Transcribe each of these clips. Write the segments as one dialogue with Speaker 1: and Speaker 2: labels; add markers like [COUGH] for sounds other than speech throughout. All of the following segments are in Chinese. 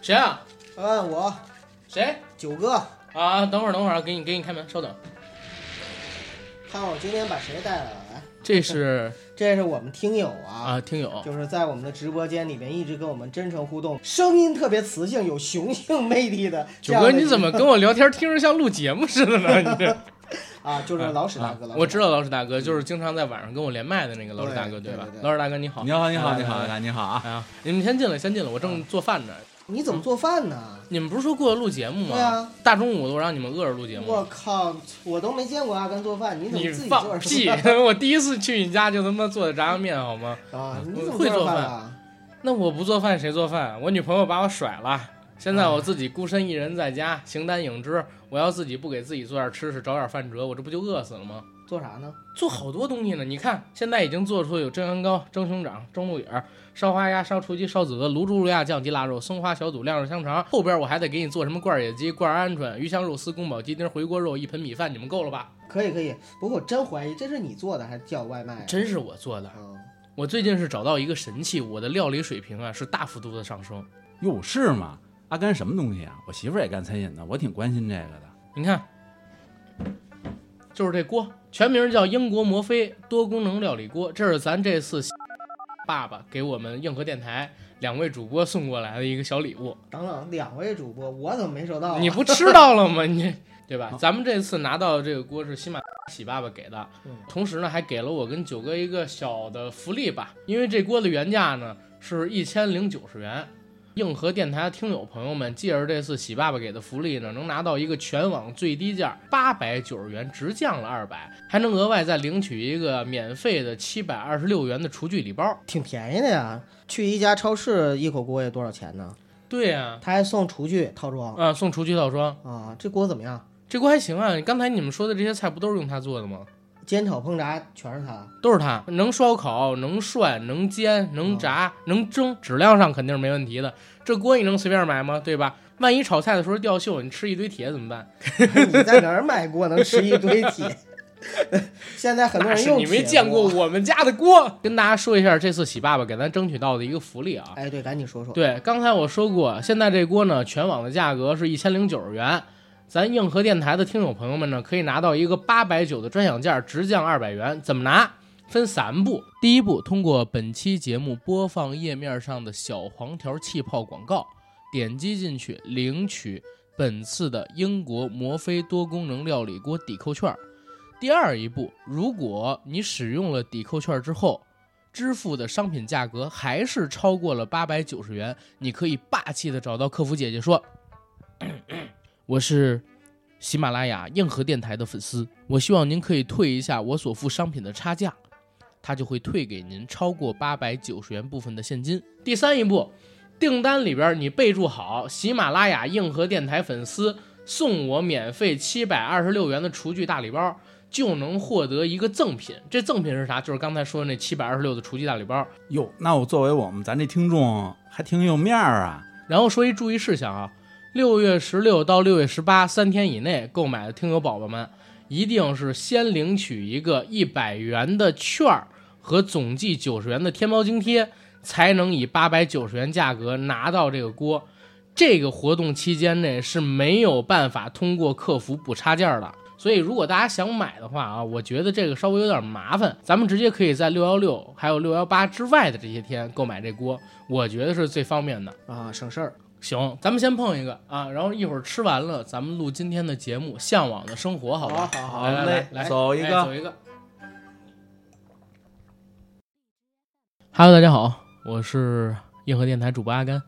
Speaker 1: 谁啊？
Speaker 2: 啊，我
Speaker 1: 谁
Speaker 2: 九哥，
Speaker 1: 啊？等会儿，等会儿，给你给你开门，稍等。
Speaker 2: 看我今天把谁带来了？
Speaker 1: 这是
Speaker 2: 这是我们听友啊，
Speaker 1: 啊，听友，
Speaker 2: 就是在我们的直播间里面一直跟我们真诚互动，声音特别磁性，有雄性魅力的这
Speaker 1: 九
Speaker 2: 样
Speaker 1: 哥，
Speaker 2: 的
Speaker 1: 你怎么跟我聊天听着像录节目似的
Speaker 2: [LAUGHS]
Speaker 1: 呢？你这
Speaker 2: 啊？就是老史大哥，
Speaker 1: 啊
Speaker 2: 老
Speaker 1: 我
Speaker 2: 史
Speaker 1: 知道老史大哥，就是经常在晚上跟我连麦的那个老史大哥，
Speaker 2: 对
Speaker 1: 吧
Speaker 2: 对对？对
Speaker 1: 老史大哥你好
Speaker 3: 你，好，你好，
Speaker 2: 来
Speaker 3: 你好，
Speaker 2: 来
Speaker 3: 来，你好啊！
Speaker 1: 哎呀，你们先进来，先进来，我正做饭呢。
Speaker 2: 你怎么做饭呢？
Speaker 1: 你们不是说过来录节目
Speaker 2: 嗯对
Speaker 1: 吗？
Speaker 2: 啊，
Speaker 1: 大中哎午的我让你们饿着录节目
Speaker 2: 我，靠，我都没见过阿甘做饭，你怎么
Speaker 1: 你
Speaker 2: 自己做
Speaker 1: 放屁！我第一次去你家就他妈做的炸酱面好吗？
Speaker 2: [LAUGHS] 啊？你怎么
Speaker 1: 嗯会做
Speaker 2: 饭
Speaker 1: 饭
Speaker 2: 啊？
Speaker 1: 那我不做饭谁做饭？我女朋友把我甩了，现在我自己孤身一人在家，形单影只。我要自己不给自己做点吃食，找点饭辙，我这不就饿死了吗？
Speaker 2: 做啥呢？
Speaker 1: 做好多东西呢，你看现在已经做出有蒸羊羔、蒸熊掌、蒸鹿眼儿、烧花鸭、烧雏鸡、烧子鹅、卤猪、卤鸭、酱鸡、腊肉、松花小肚、晾肉香肠。后边我还得给你做什么罐儿野鸡、罐儿鹌鹑、鱼香肉丝、宫保鸡丁、回锅肉、一盆米饭，你们够了吧？
Speaker 2: 可以可以，不过我真怀疑这是你做的还是叫外卖啊？
Speaker 1: 真是我做的。
Speaker 2: 嗯
Speaker 1: 我最近是找到一个神器，我的料理水平啊是大幅度的上升。
Speaker 3: 哟，是吗？阿甘什么东西啊？我媳妇儿也干餐饮的，我挺关心这个的。
Speaker 1: 你看，就是这锅，全名叫英国摩飞多功能料理锅，这是咱这次 [LAUGHS] 爸爸给我们硬核电台两位主播送过来的一个小礼物。
Speaker 2: 等等，两位主播，我怎么没收到啊？
Speaker 1: 你不吃到了吗？你对吧
Speaker 3: 啊？
Speaker 1: 咱们这次拿到这个锅是喜马喜爸爸给的
Speaker 2: 嗯，
Speaker 1: 同时呢还给了我跟九哥一个小的福利吧，因为这锅的原价呢是一千零九十元。硬核电台的听友朋友们，借着这次喜爸爸给的福利呢，能拿到一个全网最低价八百九十元，直降了二百，还能额外再领取一个免费的七百二十六元的厨具礼包。
Speaker 2: 挺便宜的呀，去一家超市一口锅也多少钱呢？
Speaker 1: 对呀、
Speaker 2: 他还送厨具套
Speaker 1: 啊，
Speaker 2: 装
Speaker 1: 送厨具套装，
Speaker 2: 啊，这锅怎么样？
Speaker 1: 这锅还行啊。刚才你们说的这些菜不都是用它做的吗？
Speaker 2: 煎炒烹炸全是他， [LAUGHS]
Speaker 1: 都是它，能烧烤，能涮，能煎，
Speaker 2: 嗯
Speaker 1: 能炸，能蒸，质量上肯定是没问题的。这锅你能随便买吗？对吧？万一炒菜的时候掉锈，你吃一堆铁怎么办？
Speaker 2: 你在哪儿买锅能吃一堆铁？ [LAUGHS] 现在很多
Speaker 1: 那
Speaker 2: 人
Speaker 1: 是
Speaker 2: 用
Speaker 1: 你没
Speaker 2: 铁
Speaker 1: 见过
Speaker 2: 锅。
Speaker 1: 我们家的锅。跟大家说一下，这次喜爸爸给咱争取到的一个福利啊。
Speaker 2: 哎，对，赶紧说说。
Speaker 1: 对，刚才我说过，现在这锅呢，全网的价格是一千零九十元。咱硬核电台的听友朋友们呢，可以拿到一个八百九的专享价，直降二百元。怎么拿？分三步。第一步，通过本期节目播放页面上的小黄条气泡广告，点击进去领取本次的英国摩飞多功能料理锅抵扣券。第二一步，如果你使用了抵扣券之后，支付的商品价格还是超过了八百九十元，你可以霸气的找到客服姐姐说：“我是喜马拉雅硬核电台的粉丝，我希望您可以退一下我所付商品的差价。”他就会退给您超过八百九十元部分的现金。第三一步，订单里边你备注好喜马拉雅硬核电台粉丝送我免费七百二十六元的厨具大礼包，就能获得一个赠品。这赠品是啥？就是刚才说的那七百二十六的厨具大礼包。
Speaker 3: 哟，那我作为我们咱这听众还挺有面儿啊。
Speaker 1: 然后说一注意事项啊，六月十六到六月十八三天以内购买的听友宝宝们，一定是先领取一个一百元的券儿和总计九十元的天猫津贴，才能以八百九十元价格拿到这个锅。这个活动期间内是没有办法通过客服补差价的。所以，如果大家想买的话啊，我觉得这个稍微有点麻烦，咱们直接可以在六幺六还有六幺八之外的这些天购买这锅，我觉得是最方便的。
Speaker 2: 啊，省事儿。
Speaker 1: 行，咱们先碰一个啊，然后一会儿吃完了，咱们录今天的节目《向往的生活》，好吧？
Speaker 2: 好
Speaker 1: 来来来
Speaker 3: 嘞
Speaker 1: 来，
Speaker 3: 走一个
Speaker 1: 哎走一个。Hello，大家好，我是硬核电台主播阿甘，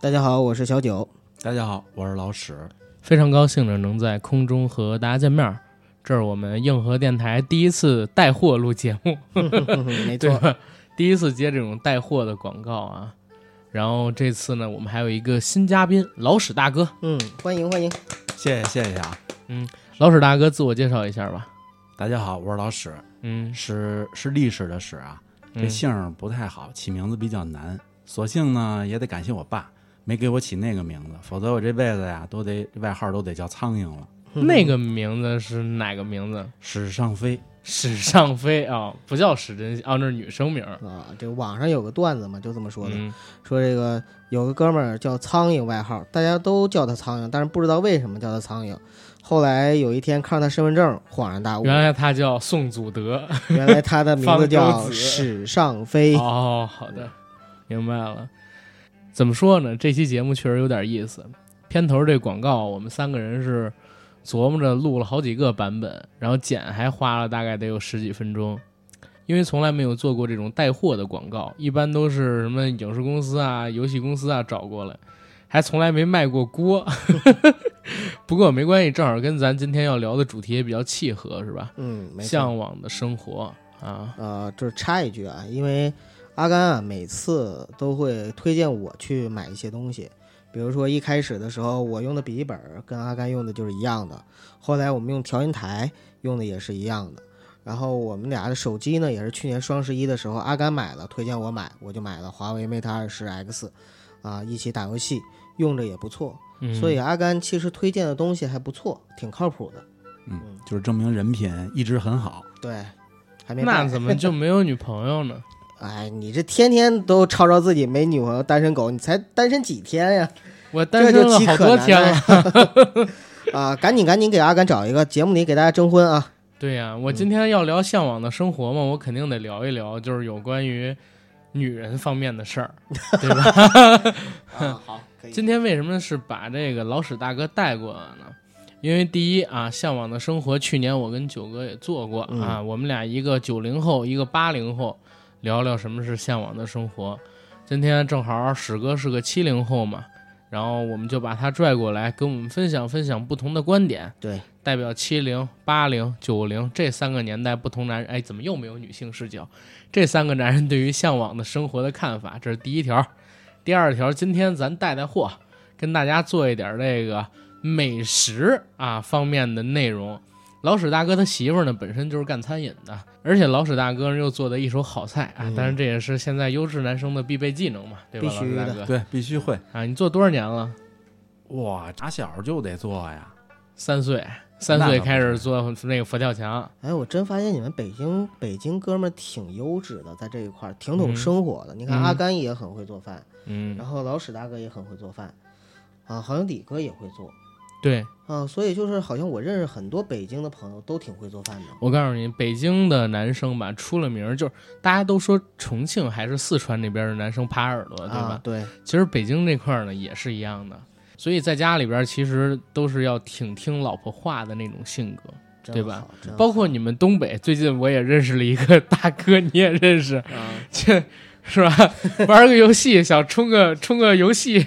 Speaker 2: 大家好，我是
Speaker 1: [LAUGHS]
Speaker 2: 小九。
Speaker 3: 大家好，我是老史。
Speaker 1: 非常高兴呢能在空中和大家见面儿。这是我们硬核电台第一次带货录节目，
Speaker 2: 嗯没
Speaker 1: 对
Speaker 2: 错，
Speaker 1: 吧？第一次接这种带货的广告啊。然后这次呢，我们还有一个新嘉宾老史大哥，
Speaker 2: 嗯，欢迎欢迎。
Speaker 3: 谢谢，谢谢啊！
Speaker 1: 老史大哥自我介绍一下吧。
Speaker 3: 大家好，我是老史，
Speaker 1: 嗯，
Speaker 3: 是是历史的史啊。这
Speaker 1: 嗯
Speaker 3: 姓儿不太好，起名字比较难。索性呢，也得感谢我爸没给我起那个名字，否则我这辈子呀都
Speaker 2: 嗯
Speaker 3: 得外号都得叫苍蝇了。
Speaker 1: 那个名字是哪个名字？
Speaker 3: 史上飞，
Speaker 1: 史尚飞啊，不叫史珍惜啊，那是女生名儿。
Speaker 2: [LAUGHS] 啊，这网上有个段子嘛，就这么说的，
Speaker 1: 嗯
Speaker 2: 说这个有个哥们儿叫苍蝇外号，大家都叫他苍蝇，但是不知道为什么叫他苍蝇。后来有一天看他身份证，恍然大悟，
Speaker 1: 原来他叫宋祖德。
Speaker 2: 原来他的名字
Speaker 1: 方舟
Speaker 2: 叫
Speaker 1: 子
Speaker 2: 史尚飞。
Speaker 1: 哦，好的，明白了。怎么说呢？这期节目确实有点意思。片头这广告，我们三个人是琢磨着录了好几个版本，然后剪还花了大概得有十几分钟，因为从来没有做过这种带货的广告，一般都是什么影视公司啊、游戏公司啊找过来，还从来没卖过锅。 [LAUGHS] 不过没关系，正好跟咱今天要聊的主题也比较契合，是吧？
Speaker 2: 嗯，没错。
Speaker 1: 向往的生活啊，
Speaker 2: 呃，就是插一句啊，因为阿甘啊，每次都会推荐我去买一些东西。比如说一开始的时候，我用的笔记本儿跟阿甘用的就是一样的，后来我们用调音台用的也是一样的。然后我们俩的手机呢，也是去年双十一的时候，阿甘买了，推荐我买，我就买了华为 Mate 二十 X，啊，一起打游戏，用着也不错。
Speaker 1: 嗯、
Speaker 2: 所以阿甘其实推荐的东西还不错，挺靠谱的。
Speaker 3: 嗯，就是证明人品一直很好。
Speaker 2: 对，还没
Speaker 1: 那
Speaker 2: 办
Speaker 1: 怎么就没有女朋友
Speaker 2: [LAUGHS]
Speaker 1: 呢？
Speaker 2: 哎，你这天天都吵吵自己没女朋友，单身狗，你才单身几天呀？
Speaker 1: 我单身了好多天了。
Speaker 2: 了 [LAUGHS] 啊！赶紧赶紧给阿甘找一个节目里给大家征婚啊！
Speaker 1: 对呀、我今天要聊向往的生活嘛，我肯定得聊一聊，就是有关于女人方面的事儿，对吧？
Speaker 2: 啊，好，可
Speaker 1: 今天为什么是把这个老史大哥带过来呢？因为第一啊，向往的生活，去年我跟九哥也做过、
Speaker 2: 嗯
Speaker 1: 啊，我们俩一个九零后，一个八零后，聊聊什么是向往的生活。今天正好史哥是个七零后嘛，然后我们就把他拽过来，跟我们分享分享不同的观点。
Speaker 2: 对，
Speaker 1: 代表七零、八零、九零这三个年代不同男人，哎，怎么又没有女性视角？这三个男人对于向往的生活的看法，这是第一条。第二条，今天咱带带货，跟大家做一点这个美食啊方面的内容。老史大哥他媳妇儿呢，本身就是干餐饮的，而且老史大哥又做的一手好菜啊，
Speaker 2: 嗯
Speaker 1: 当然这也是现在优质男生的必备技能嘛，对吧，
Speaker 2: 必
Speaker 1: 老
Speaker 2: 须
Speaker 1: 史大
Speaker 2: 的
Speaker 1: 哥？
Speaker 3: 对，必须会。
Speaker 1: 啊，你做多少年了？
Speaker 3: 哇，打小就得做呀。
Speaker 1: 三岁，三
Speaker 3: 那
Speaker 1: 岁
Speaker 3: 倒不
Speaker 1: 开始做那个佛跳墙，
Speaker 2: 哎，我真发现你们北京北京哥们儿挺优质的，在这一块儿挺懂
Speaker 1: 嗯
Speaker 2: 生活的。你看
Speaker 1: 嗯
Speaker 2: 阿甘也很会做饭，
Speaker 1: 嗯
Speaker 2: 然，后老史大哥也很会做饭，啊，好像李哥也会做
Speaker 1: 对，
Speaker 2: 啊，所以就是好像我认识很多北京的朋友都挺会做饭的。
Speaker 1: 我告诉你，北京的男生吧，出了名儿就是大家都说重庆还是四川那边的男生耙耳朵，对
Speaker 2: 啊
Speaker 1: 吧？，
Speaker 2: 对，
Speaker 1: 其实北京这块儿呢也是一样的，所以在家里边儿其实都是要挺听老婆话的那种性格。
Speaker 2: 真
Speaker 1: 对吧
Speaker 2: 好？真
Speaker 1: 包括你们东北，最近我也认识了一个大哥， [LAUGHS] 你也认识，
Speaker 2: 好啊，
Speaker 1: 这是吧？ [LAUGHS] 玩个游戏想充个充个游戏，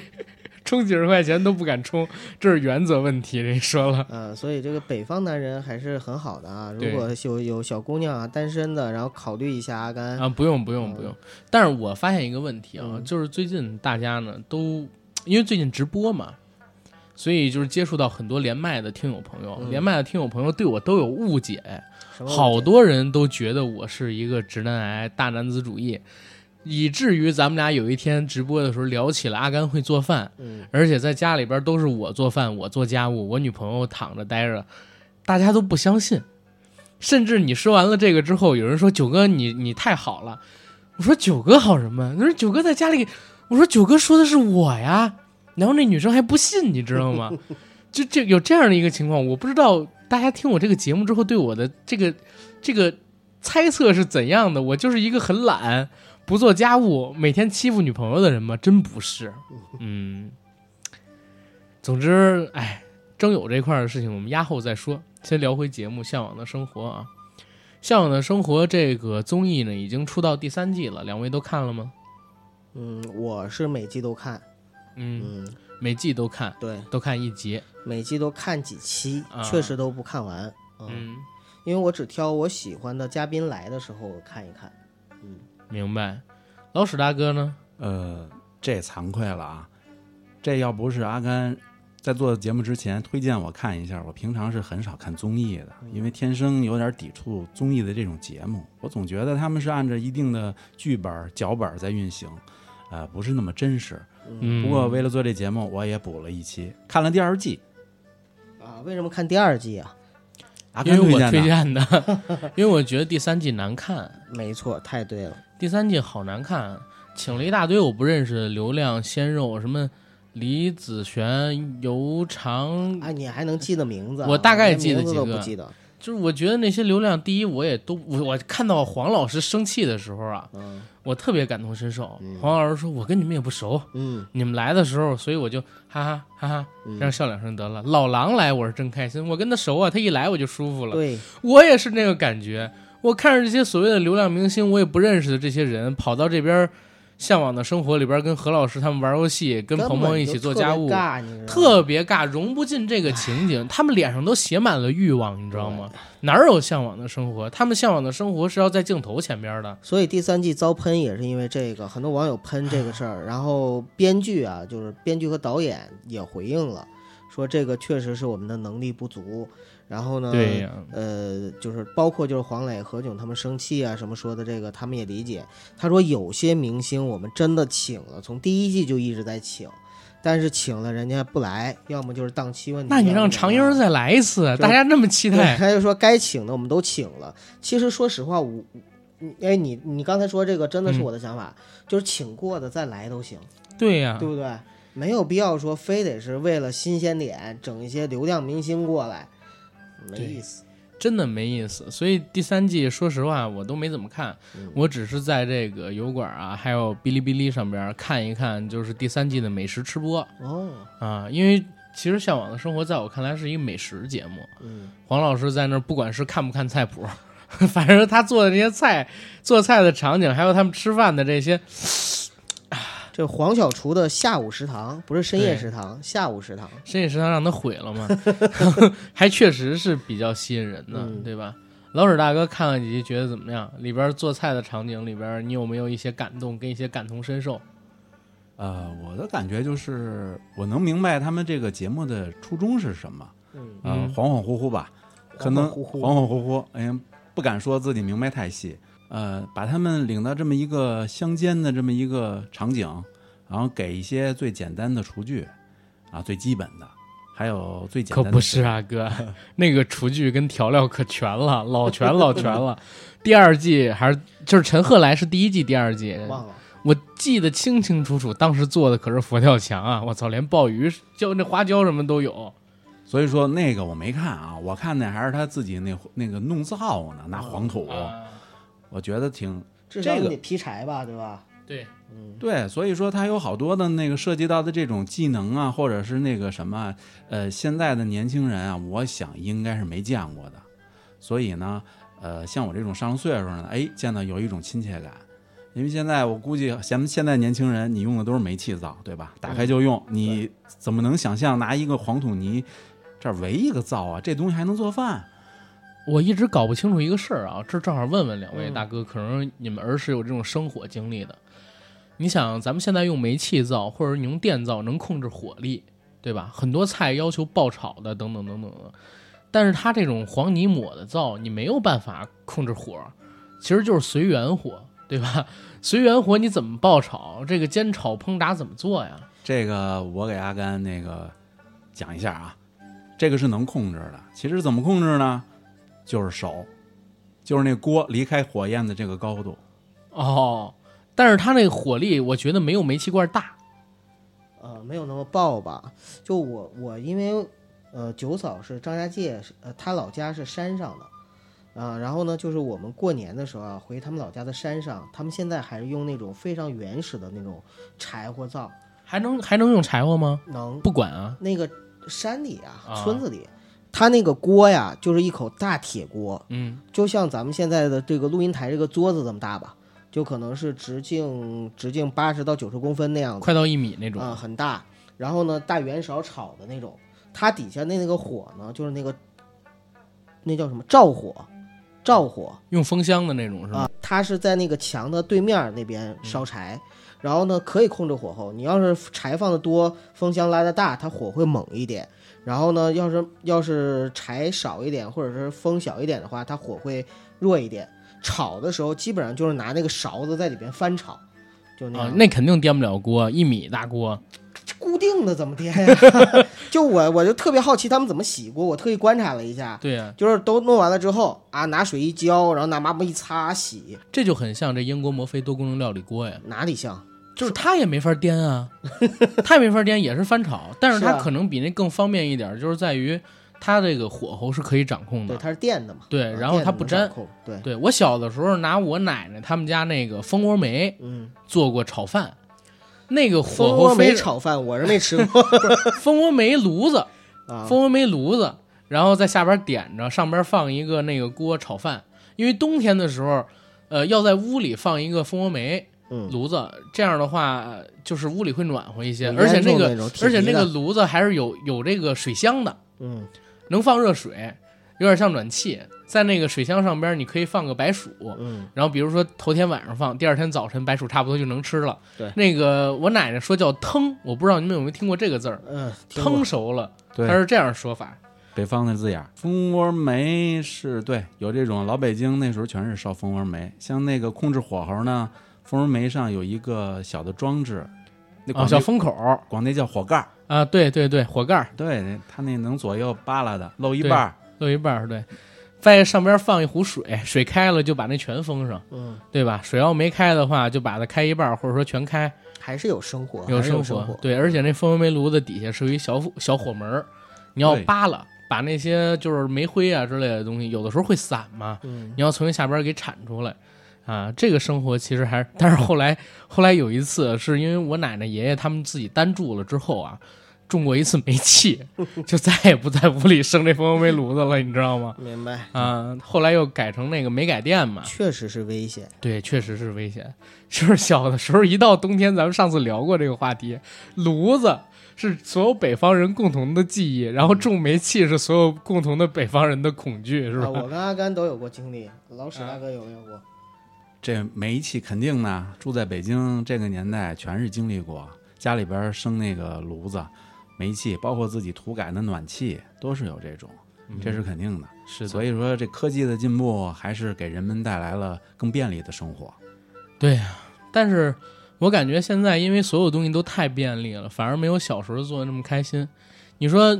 Speaker 1: 充几十块钱都不敢充，这是原则问题。这说了，
Speaker 2: 呃，所以这个北方男人还是很好的啊。如
Speaker 1: 对
Speaker 2: 果有有小姑娘啊，单身的，然后考虑一下阿甘。
Speaker 1: 啊，不用不用不用。但是我发现一个问题啊，
Speaker 2: 嗯
Speaker 1: 就是最近大家呢都因为最近直播嘛，所以就是接触到很多连麦的听友朋友，
Speaker 2: 嗯
Speaker 1: 连麦的听友朋友对我都有误解，
Speaker 2: 什么问题
Speaker 1: 好多人都觉得我是一个直男癌、大男子主义。以至于咱们俩有一天直播的时候聊起了阿甘会做饭，
Speaker 2: 嗯，
Speaker 1: 而且在家里边都是我做饭，我做家务，我女朋友躺着待着，大家都不相信。甚至你说完了这个之后，有人说九哥你你太好了，我说九哥好什么？他说九哥在家里，我说九哥说的是我呀。然后那女生还不信，你知道吗？ [LAUGHS] 就这有这样的一个情况，我不知道大家听我这个节目之后对我的这个这个猜测是怎样的。我就是一个很懒、不做家务、每天欺负女朋友的人吗？真不是，嗯。总之，哎，征友这块儿的事情我们压后再说，先聊回节目《向往的生活》啊。《向往的生活》这个综艺呢，已经出到第三季了，两位都看了吗？
Speaker 2: 嗯，我是每季都看，
Speaker 1: 嗯，
Speaker 2: 嗯，
Speaker 1: 每季都看，
Speaker 2: 对，
Speaker 1: 都看一集。
Speaker 2: 每季都看几期，
Speaker 1: 啊
Speaker 2: 确实都不看完。嗯，
Speaker 1: 嗯，
Speaker 2: 因为我只挑我喜欢的嘉宾来的时候我看一看。嗯，
Speaker 1: 明白。老史大哥呢？
Speaker 3: 呃，这惭愧了啊，这要不是阿甘在做节目之前推荐我看一下，我平常是很少看综艺的，因为天生有点抵触综艺的这种节目，我总觉得他们是按照一定的剧本脚本在运行，呃，不是那么真实。
Speaker 1: 嗯，
Speaker 3: 不过为了做这节目，我也补了一期，看了第二季。
Speaker 2: 啊，为什么看第二季啊？
Speaker 3: 阿
Speaker 1: 因为
Speaker 3: 甘
Speaker 1: 我推
Speaker 3: 荐的，
Speaker 1: 荐的， [LAUGHS] 因为我觉得第三季难看，
Speaker 2: 没错，太对了。
Speaker 1: 第三季好难看，请了一大堆我不认识的流量鲜肉，什么李子璇、尤长，
Speaker 2: 哎，你还能记得名字啊、
Speaker 1: 我大概
Speaker 2: 连
Speaker 1: 记得
Speaker 2: 名字
Speaker 1: 几
Speaker 2: 都
Speaker 1: 个
Speaker 2: 不记得。
Speaker 1: 就是我觉得那些流量，第一我也都我我看到黄老师生气的时候啊，
Speaker 2: 嗯
Speaker 1: 我特别感同身受。
Speaker 2: 嗯
Speaker 1: 黄老师说：“我跟你们也不熟，
Speaker 2: 嗯
Speaker 1: 你们来的时候，所以我就哈哈哈哈
Speaker 2: 嗯，
Speaker 1: 这样笑两声得了。老狼来我是真开心，我跟他熟啊，他一来我就舒服了。
Speaker 2: 对，
Speaker 1: 我也是那个感觉。我看着这些所谓的流量明星，我也不认识的这些人跑到这边向往的生活里边，跟何老师他们玩游戏，跟
Speaker 2: 根
Speaker 1: 鹏
Speaker 2: 本
Speaker 1: 鹏一
Speaker 2: 就
Speaker 1: 起做
Speaker 2: 特
Speaker 1: 家
Speaker 2: 别
Speaker 1: 务，
Speaker 2: 尬你知道吗
Speaker 1: 特别尬，融不进这个情景，他们脸上都写满了欲望，你知道吗？哪儿有向往的生活？他们向往的生活是要在镜头前边的。
Speaker 2: 所以第三季遭喷也是因为这个，很多网友喷这个事
Speaker 1: [SIGHS]
Speaker 2: 儿，然后编剧啊，就是编剧和导演也回应了，说这个确实是我们的能力不足。然后呢，
Speaker 1: 哎对呀、
Speaker 2: 呃，就是包括就是黄磊、何炅他们生气啊什么说的这个，他们也理解。他说有些明星我们真的请了，从第一季就一直在请，但是请了人家不来，要么就是档期问题。
Speaker 1: 那你
Speaker 2: 要么
Speaker 1: 让
Speaker 2: 怎么
Speaker 1: 常英
Speaker 2: 样
Speaker 1: 儿再来一次，
Speaker 2: 就
Speaker 1: 大家那么期
Speaker 2: 对，
Speaker 1: 待，
Speaker 2: 他就说该请的我们都请了。其实说实话，我，嗯哎，你你刚才说这个真的是
Speaker 1: 嗯
Speaker 2: 我的想法，就是请过的再来都行，
Speaker 1: 对
Speaker 3: 啊
Speaker 1: 呀、
Speaker 2: 对不对？没有必要说非得是为了新鲜点整一些流量明星过来，没
Speaker 1: 对
Speaker 2: 意思。
Speaker 1: 真的没意思。所以第三季，说实话我都没怎么看，
Speaker 2: 嗯
Speaker 1: 我只是在这个油管啊，还有哔哩哔哩上边看一看，就是第三季的美食吃播
Speaker 2: 哦，
Speaker 1: 啊，因为其实《向往的生活》在我看来是一个美食节目，
Speaker 2: 嗯，
Speaker 1: 黄老师在那儿，不管是看不看菜谱， [LAUGHS] 反正他做的这些菜、做菜的场景，还有他们吃饭的这些，
Speaker 2: 这黄小厨的下午食堂不是深夜
Speaker 1: 对
Speaker 2: 食堂，下午食堂。
Speaker 1: 深夜食堂让他毁了嘛， [LAUGHS] 还确实是比较吸引人的，
Speaker 2: 嗯
Speaker 1: 对吧？老史大哥看了几集，觉得怎么样？里边做菜的场景里边，你有没有一些感动跟一些感同身受？
Speaker 3: 呃，我的感觉就是我能明白他们这个节目的初衷是什么，
Speaker 2: 嗯，
Speaker 3: 呃
Speaker 1: 嗯
Speaker 3: 恍恍惚惚吧，可能
Speaker 2: 恍惚惚
Speaker 3: 恍恍惚惚，哎呀，不敢说自己明白太细。呃，把他们领到这么一个乡间的这么一个场景，然后给一些最简单的厨具，啊，最基本的，还有最简
Speaker 1: 可
Speaker 3: 单的。
Speaker 1: 不是啊，哥， [LAUGHS] 那个厨具跟调料可全了，老全老全
Speaker 3: [LAUGHS]
Speaker 1: 了。第二季还是就是陈赫来是第一季，第二季
Speaker 2: 忘了。
Speaker 1: 我记得清清楚楚，当时做的可是佛跳墙啊！我操，连鲍鱼、就那花椒什么都
Speaker 3: 哦
Speaker 1: 有。
Speaker 3: 所以说那个我没看啊，我看那还是他自己那那个弄灶呢，拿黄土，
Speaker 2: 啊
Speaker 1: 啊
Speaker 3: 我觉得挺
Speaker 2: 至少
Speaker 3: 这
Speaker 2: 你
Speaker 3: 个
Speaker 2: 得劈柴吧，对吧？
Speaker 1: 对，
Speaker 2: 嗯，
Speaker 3: 对，所以说他有好多的那个涉及到的这种技能啊，或者是那个什么，呃，现在的年轻人啊，我想应该是没见过的。所以呢，呃，像我这种上了岁数呢，哎，见到有一种亲切感，因为现在我估计咱们现在年轻人，你用的都是煤气灶，对吧？打开就用，你怎么能想象拿一个黄土泥这儿围一个灶啊？这东西还能做饭？
Speaker 1: 我一直搞不清楚一个事儿啊，这正好问问两位
Speaker 2: 嗯
Speaker 1: 大哥，可能你们儿时有这种生火经历的。你想，咱们现在用煤气灶或者你用电灶能控制火力，对吧？很多菜要求爆炒的，等等等等的。但是它这种黄泥抹的灶，你没有办法控制火，其实就是随缘火，对吧？ [LAUGHS] 随缘火你怎么爆炒？这个煎炒烹炸怎么做呀？
Speaker 3: 这个我给阿甘那个讲一下啊，这个是能控制的。其实怎么控制呢？就是手，就是那锅离开火焰的这个高度。
Speaker 1: 哦，但是它那个火力，我觉得没有煤气罐大。
Speaker 2: 呃，没有那么爆吧。就我我因为呃九嫂是张家界，是呃她老家是山上的，啊、然后呢就是我们过年的时候啊回他们老家的山上，他们现在还是用那种非常原始的那种柴火灶，
Speaker 1: 还能还能用柴火吗？
Speaker 2: 能
Speaker 1: 不管啊，
Speaker 2: 那个山里啊、
Speaker 1: 啊
Speaker 2: 村子里，他那个锅呀就是一口大铁锅，
Speaker 1: 嗯，
Speaker 2: 就像咱们现在的这个录音台这个桌子这么大吧，就可能是直径直径八十到九十公分那样子。
Speaker 1: 快到一米那种。
Speaker 2: 啊、很大。然后呢，大圆勺炒的那种，它底下那那个火呢，就是那个那叫什么灶火，灶火
Speaker 1: 用风箱的那种是
Speaker 2: 啊、
Speaker 1: 吧？
Speaker 2: 它是在那个墙的对面儿那边
Speaker 1: 嗯
Speaker 2: 烧柴。然后呢，可以控制火候。你要是柴放的多，风箱拉的大，它火会猛一点。然后呢，要是要是柴少一点，或者是风小一点的话，它火会弱一点。炒的时候，基本上就是拿
Speaker 1: 哦
Speaker 2: 那个勺子在里边翻炒，就那样
Speaker 1: 啊，那肯定颠不了锅，一米大锅，
Speaker 2: 咕定的怎么贴呀？ [LAUGHS] 就我我就特别好奇他们怎么洗过，我特意观察了一下，
Speaker 1: 对啊呀、
Speaker 2: 就是都弄完了之后啊，拿水一浇，然后拿抹布一擦洗，
Speaker 1: 这就很像这英国摩飞多功能料理锅呀，
Speaker 2: 哪里像？
Speaker 1: 就是它也没法颠啊， [LAUGHS] 它也没法颠，也是翻炒，但是
Speaker 2: 是
Speaker 1: 它
Speaker 2: 啊
Speaker 1: 可能比那更方便一点，就是在于它这个火候是可以掌控
Speaker 2: 对，
Speaker 1: 的。
Speaker 2: 它是电的嘛。
Speaker 1: 嗯对
Speaker 2: 啊
Speaker 1: 然后
Speaker 2: 电
Speaker 1: 它
Speaker 2: 的
Speaker 1: 不
Speaker 2: 能掌
Speaker 1: 粘
Speaker 2: 控。对，
Speaker 1: 对我小的时候拿我奶奶他们家那个蜂窝煤
Speaker 2: 嗯，
Speaker 1: 做过炒饭，那个火
Speaker 2: 蜂
Speaker 1: 候
Speaker 2: 窝煤 [LAUGHS]
Speaker 1: 非常 [LAUGHS]
Speaker 2: 炒饭我是没吃过
Speaker 1: 蜂窝煤炉子，
Speaker 2: 啊。
Speaker 1: 蜂窝煤炉子，然后在下边点着，上边放一个那个锅炒饭。因为冬天的时候，呃，要在屋里放一个蜂窝煤
Speaker 2: 嗯，
Speaker 1: 炉子，这样的话呃就是屋里会暖和一些，
Speaker 2: 我
Speaker 1: 而且
Speaker 2: 原来
Speaker 1: 那
Speaker 2: 做
Speaker 1: 个
Speaker 2: 那种铁
Speaker 1: 而且
Speaker 2: 皮
Speaker 1: 那个
Speaker 2: 的
Speaker 1: 炉子还是有有这个水箱的，
Speaker 2: 嗯，
Speaker 1: 能放热水，有点像暖气。在那个水箱上边，你可以放个白薯，
Speaker 2: 嗯，
Speaker 1: 然后比如说头天晚上放，第二天早晨白薯差不多就能吃了。
Speaker 2: 对
Speaker 1: 那个我奶奶说叫腾，我不知道你们有没有听过这个字儿，
Speaker 2: 嗯，听过
Speaker 1: 腾熟了，她
Speaker 3: 对，
Speaker 1: 是这样说法。
Speaker 3: 北方的字眼儿，蜂窝煤是对，有这种老北京那时候全是烧蜂窝煤，像那个控制火候呢，蜂窝煤上有一个小的装置，那
Speaker 1: 啊，
Speaker 3: 广
Speaker 1: 小
Speaker 3: 内、
Speaker 1: 风口儿
Speaker 3: 广内叫火盖儿，
Speaker 1: 啊，对对对，火盖儿
Speaker 3: 对，它那能左右扒拉的，露一
Speaker 1: 对
Speaker 3: 半儿，
Speaker 1: 露一半儿，对，在上边放一壶水，水开了就把那全封上，
Speaker 2: 嗯，
Speaker 1: 对吧？水要没开的话，就把它开一半儿，或者说全开，
Speaker 2: 还是有生活，
Speaker 1: 有
Speaker 2: 还是
Speaker 1: 生
Speaker 2: 有
Speaker 1: 活。
Speaker 2: 生活。嗯
Speaker 1: 对，而且那蜂窝煤炉子底下是有一小火小火门儿，你要
Speaker 3: 对
Speaker 1: 扒拉，把那些就是煤灰啊之类的东西，有的时候会散嘛，
Speaker 2: 嗯，
Speaker 1: 你要从下边儿给铲出来。啊，这个生活其实还是，但是后来后来有一次，是因为我奶奶、爷爷他们自己单住了之后啊，种过一次煤气， [LAUGHS] 就再也不在屋里生这蜂窝煤炉子了，你知道吗？
Speaker 2: 明白，
Speaker 1: 啊，后来又改成那个煤改电嘛，
Speaker 2: 确实是危险。
Speaker 1: 对，确实是危险。就是小的时候，一到冬天，咱们上次聊过这个话题，炉子是所有北方人共同的记忆，然后种煤气是所有共同的北方人的恐惧，是
Speaker 2: 啊，
Speaker 1: 吧？啊
Speaker 2: 我跟阿甘都有过经历，老史大哥有没有过？
Speaker 3: 这煤气肯定呢，住在北京这个年代全是经历过，家里边生那个炉子、煤气，包括自己土改的暖气，都是有这种，这是肯定的。
Speaker 1: 嗯是的，
Speaker 3: 所以说，这科技的进步还是给人们带来了更便利的生活。
Speaker 1: 对呀、但是我感觉现在因为所有东西都太便利了，反而没有小时候做的那么开心。你说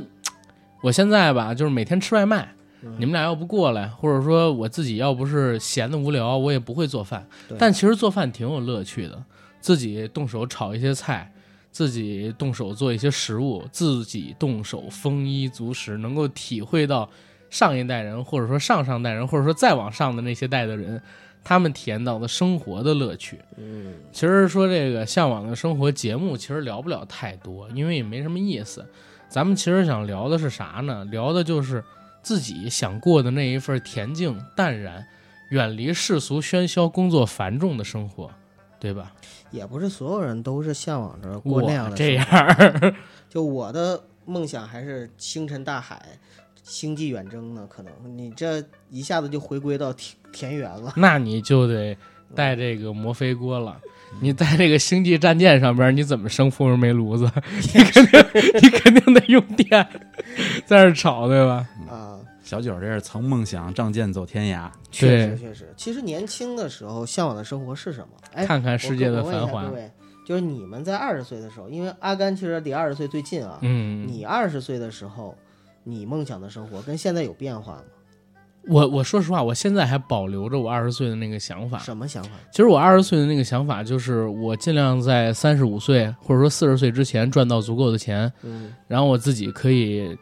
Speaker 1: 我现在吧，就是每天吃外卖，
Speaker 2: 嗯
Speaker 1: 你们俩要不过来，或者说我自己要不是闲的无聊，我也不会做饭
Speaker 2: 对。
Speaker 1: 但其实做饭挺有乐趣的，自己动手炒一些菜。自己动手做一些食物，自己动手丰衣足食，能够体会到上一代人，或者说上上代人，或者说再往上的那些代的人，他们体验到的生活的乐趣。
Speaker 2: 嗯，
Speaker 1: 其实说这个向往的生活节目，其实聊不了太多，因为也没什么意思。咱们其实想聊的是啥呢？聊的就是自己想过的那一份恬静淡然、远离世俗喧嚣、工作繁重的生活，对吧？
Speaker 2: 也不是所有人都是向往着过
Speaker 1: 我
Speaker 2: 那样的
Speaker 1: 这
Speaker 2: 生
Speaker 1: 样儿， [LAUGHS]
Speaker 2: 活。就我的梦想还是星辰大海，星际远征呢。可能你这一下子就回归到田田园了。
Speaker 1: 那你就得带这个摩飞锅了。
Speaker 2: 嗯
Speaker 1: 你在这个星际战舰上边儿，你怎么生蜂窝煤炉子？你肯定，你肯定得用电 [LAUGHS] 在这儿炒，对吧？
Speaker 2: 啊，
Speaker 3: 小九儿这是曾梦想仗剑走天涯，
Speaker 2: 确
Speaker 1: 对
Speaker 2: 实确实。其实年轻的时候向往的生活是什么？哎，
Speaker 1: 看看
Speaker 2: 我
Speaker 1: 世界
Speaker 2: 可
Speaker 1: 的
Speaker 2: 我问一
Speaker 1: 繁
Speaker 2: 下
Speaker 1: 华
Speaker 2: 各。位，就是你们在二十岁的时候，因为阿甘其实离二十岁最近啊。
Speaker 1: 嗯，
Speaker 2: 你二十岁的时候，你梦想的生活跟现在有变化吗？
Speaker 1: 我我说实话，我现在还保留着我二十岁的那个想法。
Speaker 2: 什么想法？
Speaker 1: 其实我二十岁的那个想法就是，我尽量在三十五岁或者说四十岁之前赚到足够的钱，
Speaker 2: 嗯
Speaker 1: 然后我自己可以嘖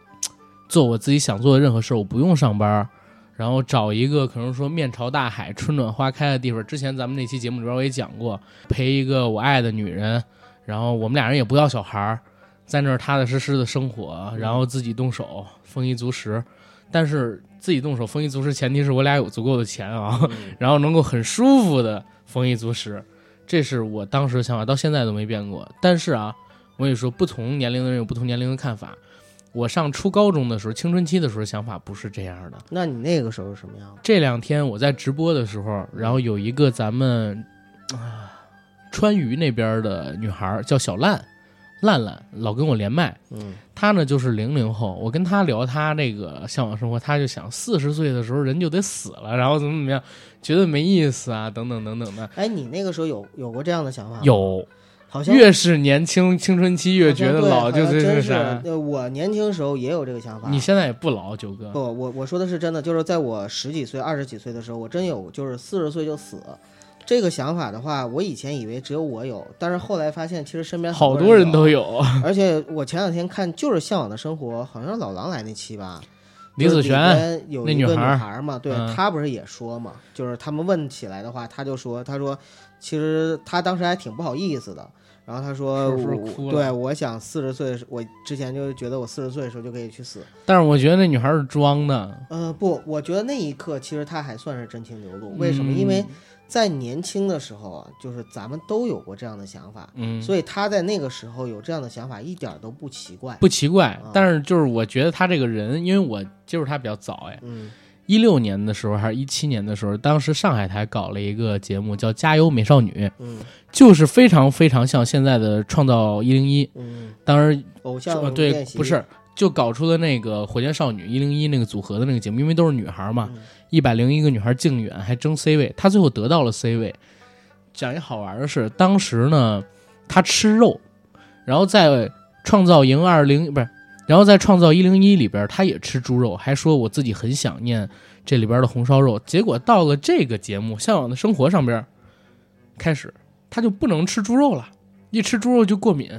Speaker 1: 做我自己想做的任何事儿，我不用上班儿，然后找一个可能说面朝大海、春暖花开的地方。之前咱们那期节目里边我也讲过，陪一个我爱的女人，然后我们俩人也不要小孩儿，在那儿踏踏实实的生活，然后自己动手，丰衣足食。但是自己动手丰衣足食，前提是我俩有足够的钱啊， [LAUGHS] 然后能够很舒服的丰衣足食，这是我当时的想法，到现在都没变过。但是啊，我跟你说，不同年龄的人有不同年龄的看法。我上初高中的时候，青春期的时候，想法不是这样的。
Speaker 2: 那你那个时候是什么样的？
Speaker 1: 这两天我在直播的时候，然后有一个咱们啊川渝那边的女孩儿叫小烂，烂烂老跟我连麦，
Speaker 2: 嗯
Speaker 1: 她呢就是零零后，我跟她聊她那个向往生活，她就想四十岁的时候人就得死了，然后怎么怎么样，觉得没意思啊，等等等等的，
Speaker 2: 哎，你那个时候有有过这样的想法吗？
Speaker 1: 有
Speaker 2: 好像
Speaker 1: 越是年轻，青春期越觉得
Speaker 2: 啊好像对
Speaker 1: 老，
Speaker 2: 好
Speaker 1: 就
Speaker 2: 像
Speaker 1: 这
Speaker 2: 真
Speaker 1: 是
Speaker 2: 是
Speaker 1: 啥。
Speaker 2: 呃我年轻时候也有这个想法。
Speaker 1: 你现在也不老，九哥
Speaker 2: 不，。我我说的是真的，就是在我十几岁、二十几岁的时候，我真有就是四十岁就死这个想法的话，我以前以为只有我有，但是后来发现其实身边
Speaker 1: 好
Speaker 2: 多
Speaker 1: 多人
Speaker 2: 有
Speaker 1: 都有，
Speaker 2: 而且我前两天看就是《向往的生活》，好像是老狼来那期吧，
Speaker 1: 李子璇，
Speaker 2: 璇有
Speaker 1: 那
Speaker 2: 一
Speaker 1: 女
Speaker 2: 个
Speaker 1: 孩儿
Speaker 2: 女孩儿嘛，对
Speaker 1: 嗯
Speaker 2: 她不是也说嘛，就是他们问起来的话，她就说，她说其实她当时还挺不好意思的，然后她说
Speaker 1: 是不是
Speaker 2: 我
Speaker 1: 哭了
Speaker 2: 对，我想四十岁的时，我之前就觉得我四十岁的时候就可以去死，
Speaker 1: 但是我觉得那女孩是装的。
Speaker 2: 呃，不，我觉得那一刻其实她还算是真情流露，为什么？
Speaker 1: 嗯
Speaker 2: 因为在年轻的时候啊，就是咱们都有过这样的想法。
Speaker 1: 嗯，
Speaker 2: 所以她在那个时候有这样的想法，一点儿都不奇怪。
Speaker 1: 不奇怪
Speaker 2: 啊。
Speaker 1: 但是就是我觉得他这个人，因为我接触他比较早，哎，
Speaker 2: 嗯
Speaker 1: 一六年的时候还是一七年的时候，当时上海台搞了一个节目叫《加油美少女》，
Speaker 2: 嗯
Speaker 1: 就是非常非常像现在的《创造一零一》，
Speaker 2: 嗯，
Speaker 1: 当时
Speaker 2: 偶像
Speaker 1: 呃对
Speaker 2: 练习
Speaker 1: 不是就搞出了那个火箭少女一零一那个组合的那个节目，因为都是女孩嘛，
Speaker 2: 嗯
Speaker 1: 一百零一个女孩竞远还争 C 位，她最后得到了 C 位。讲一好玩的是，当时呢她吃肉，然后在创造营二零不是，然后在创造一零一里边她也吃猪肉，还说我自己很想念这里边的红烧肉。结果到了这个节目《向往的生活》上边，开始她就不能吃猪肉了，一吃猪肉就过敏。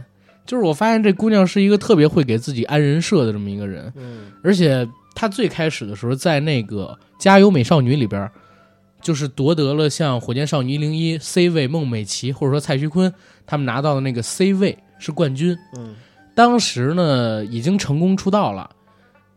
Speaker 1: 就是我发现这姑娘是一个特别会给自己安人设的这么一个人，
Speaker 2: 嗯
Speaker 1: 而且她最开始的时候在那个《加油美少女》里边，就是夺得了像《火箭少女一零一》C 位孟美岐或者说蔡徐坤他们拿到的那个 C 位是冠军。
Speaker 2: 嗯
Speaker 1: 当时呢已经成功出道了，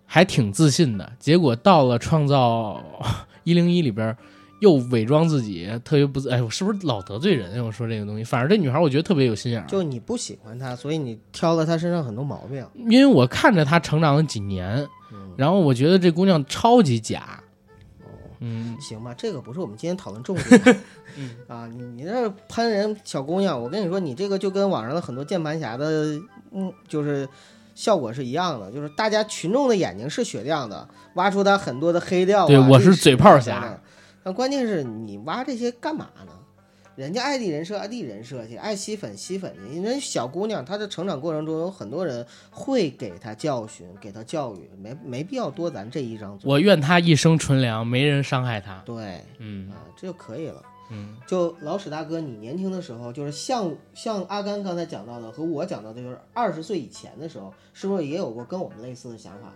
Speaker 1: 还挺自信的。结果到了《创造 [LAUGHS] 一零一》里边。又伪装自己特别不自，哎，我是不是老得罪人呀？啊我说这个东西，反正这女孩我觉得特别有心眼儿，
Speaker 2: 就你不喜欢他，所以你挑了他身上很多毛病。
Speaker 1: 因为我看着她成长了几年，
Speaker 2: 嗯，
Speaker 1: 然后我觉得这姑娘超级假，嗯，
Speaker 2: 行吧，这个不是我们今天讨论
Speaker 1: [LAUGHS]
Speaker 2: 重点
Speaker 1: 嗯
Speaker 2: 啊。你你这喷人小姑娘，我跟你说，你这个就跟网上的很多键盘侠的，嗯，就是效果是一样的，就是大家群众的眼睛是雪亮的，挖出他很多的黑料啊、
Speaker 1: 对我是
Speaker 2: 历史
Speaker 1: 嘴炮
Speaker 2: 啊
Speaker 1: 侠
Speaker 2: 等等。那关键是你挖这些干嘛呢？人家爱地人设爱地人设去，爱吸粉吸粉去。人家小姑娘她的成长过程中有很多人会给她教训，给她教育，没没必要多咱这一张嘴。
Speaker 1: 我愿她一生纯良，没人伤害她。
Speaker 2: 对
Speaker 1: 嗯
Speaker 2: 啊，这就可以了。
Speaker 1: 嗯，
Speaker 2: 就老史大哥，你年轻的时候，就是像像阿甘刚才讲到的和我讲到的，就是二十岁以前的时候，是不是也有过跟我们类似的想法呢？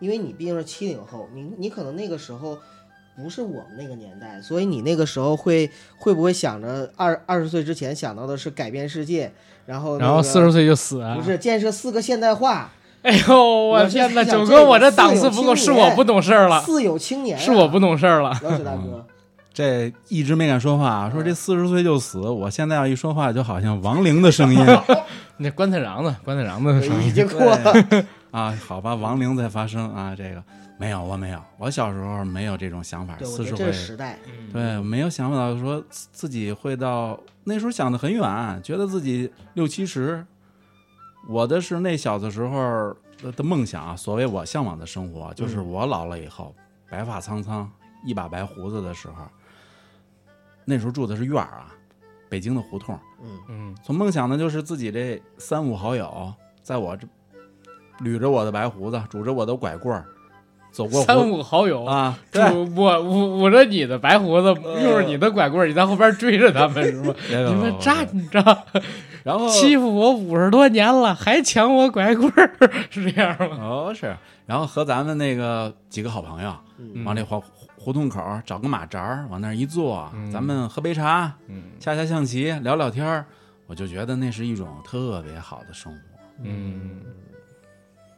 Speaker 2: 因为你毕竟是七零后，你你可能那个时候不是我们那个年代，所以你那个时候会会不会想着二二十岁之前想到的是改变世界，然后、那个、
Speaker 1: 然后四十岁就死啊
Speaker 2: 不？是建设四个现代化，
Speaker 1: 哎呦，我
Speaker 2: 我是
Speaker 1: 天哪，
Speaker 2: 想
Speaker 1: 九
Speaker 2: 这
Speaker 1: 哥，
Speaker 2: 个
Speaker 1: 我这
Speaker 2: 四
Speaker 1: 档
Speaker 2: 有
Speaker 1: 次不
Speaker 2: 青
Speaker 1: 够，是
Speaker 2: 年
Speaker 1: 我不懂事儿了，
Speaker 2: 四有青年、啊，
Speaker 1: 是我不懂事儿了。
Speaker 2: 老史大哥，
Speaker 3: 这一直没敢说话，说这四十岁就死，我现在要一说话就好像亡灵的声音
Speaker 1: 那棺材瓤子，棺材瓤子的声
Speaker 2: 已
Speaker 1: 音，
Speaker 2: 经过了，
Speaker 3: [LAUGHS] 啊！好吧，亡灵在发生啊，这个没有，我没有，我小时候没有这种想法，
Speaker 2: 对，我
Speaker 3: 四
Speaker 2: 觉得
Speaker 3: 十
Speaker 2: 这
Speaker 3: 岁
Speaker 2: 是时代，
Speaker 1: 嗯
Speaker 3: 对，没有想到说自自己会到那时候想的很远，觉得自己六七十。我的是那小的时候的的梦想啊，所谓我向往的生活，就是
Speaker 1: 嗯
Speaker 3: 我老了以后，白发苍苍，一把白胡子的时候。那时候住的是院儿啊，北京的胡同。
Speaker 2: 嗯
Speaker 1: 嗯，
Speaker 3: 从梦想呢，就是自己这三五好友，在我这捋着我的白胡子，拄着我的拐棍儿，走过
Speaker 1: 三
Speaker 3: 胡
Speaker 1: 五好友。
Speaker 3: 啊，
Speaker 1: [LAUGHS]
Speaker 3: 对，
Speaker 1: 我我捂着你的白胡子，
Speaker 2: 呃
Speaker 1: 用着你的拐棍儿，你在后边追着他们是吗？
Speaker 2: 嗯
Speaker 3: 别
Speaker 1: 你
Speaker 3: 别
Speaker 1: 们
Speaker 3: 别
Speaker 1: 渣，你渣，
Speaker 3: 然
Speaker 2: 哦
Speaker 3: 后
Speaker 1: 欺负我五十多年了，还抢我拐棍儿， [LAUGHS] 是这样吗？
Speaker 3: 哦，是，然后和咱们那个几个好朋友
Speaker 2: 嗯
Speaker 3: 往那胡胡同口儿找个马扎儿，往那儿一坐，
Speaker 1: 嗯
Speaker 3: 咱们喝杯茶，
Speaker 1: 嗯
Speaker 3: 下下象棋，聊聊天儿，我就觉得那是一种特别好的生活
Speaker 1: 嗯。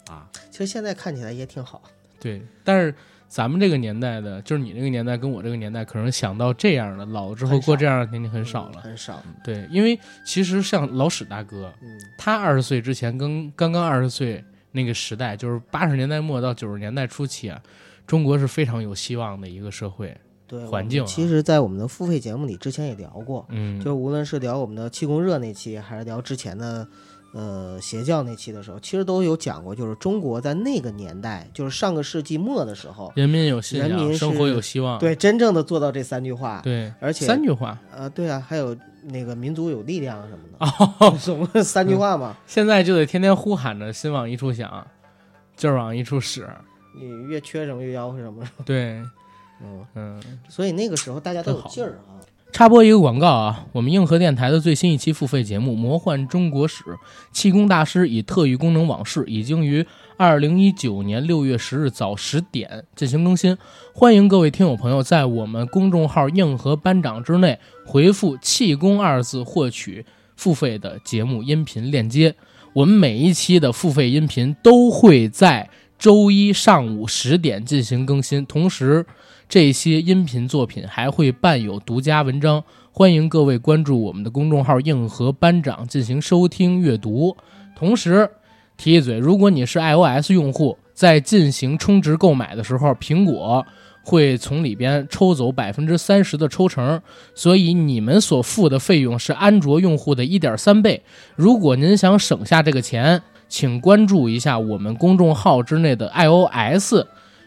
Speaker 3: 啊。
Speaker 2: 其实现在看起来也挺好。
Speaker 1: 对，但是咱们这个年代的，就是你这个年代跟我这个年代，可能想到这样的老了之后
Speaker 2: 很少
Speaker 1: 过这样的年纪很少
Speaker 2: 嗯
Speaker 1: 了。
Speaker 2: 很少。
Speaker 1: 对，因为其实像老史大哥，
Speaker 2: 嗯
Speaker 1: 他二十岁之前跟刚刚二十岁那个时代，就是八十年代末到九十年代初期啊，中国是非常有希望的一个社会。，
Speaker 2: 对，
Speaker 1: 环
Speaker 2: 我们
Speaker 1: 境啊
Speaker 2: 其实，在我们的付费节目里之前也聊过，
Speaker 1: 嗯，
Speaker 2: 就无论是聊我们的气功热那期，还是聊之前的呃邪教那期的时候，其实都有讲过，就是中国在那个年代，就是上个世纪末的时候，
Speaker 1: 人民有信
Speaker 2: 人
Speaker 1: 仰，
Speaker 2: 民
Speaker 1: 生
Speaker 2: 是
Speaker 1: 活有希望。
Speaker 2: 对真正的做到这三句话，
Speaker 1: 啊对，
Speaker 2: 而且
Speaker 1: 三句话
Speaker 2: 呃对啊，还有那个民族有力量什么的，
Speaker 1: 哦，[LAUGHS]
Speaker 2: 总共三句话嘛，
Speaker 1: 现在就得天天呼喊着“心往一处想，劲儿往一处使
Speaker 2: 你越缺什么越吆喝什么，”。
Speaker 1: 对，
Speaker 2: 嗯，
Speaker 1: 嗯。
Speaker 2: 所以那个时候大家都
Speaker 1: 真
Speaker 2: 有
Speaker 1: 好嗯
Speaker 2: 劲儿啊，
Speaker 1: 插播一个广告啊，我们硬核电台的最新一期付费节目《魔幻中国史：气功大师与特异功能往事》已经于二零一九年六月十日早十点进行更新，欢迎各位听友朋友在我们公众号“硬核班长”之内回复“气功”二字获取付费的节目音频链接。我们每一期的付费音频都会在周一上午十点进行更新，同时。这些音频作品还会伴有独家文章，欢迎各位关注我们的公众号“硬核班长”进行收听阅读。同时，提一嘴，如果你是 iOS 用户，在进行充值购买的时候，苹果会从里边抽走百分之三十的抽成，所以你们所付的费用是安卓用户的一点三倍。如果您想省下这个钱，请关注一下我们公众号之内的 iOS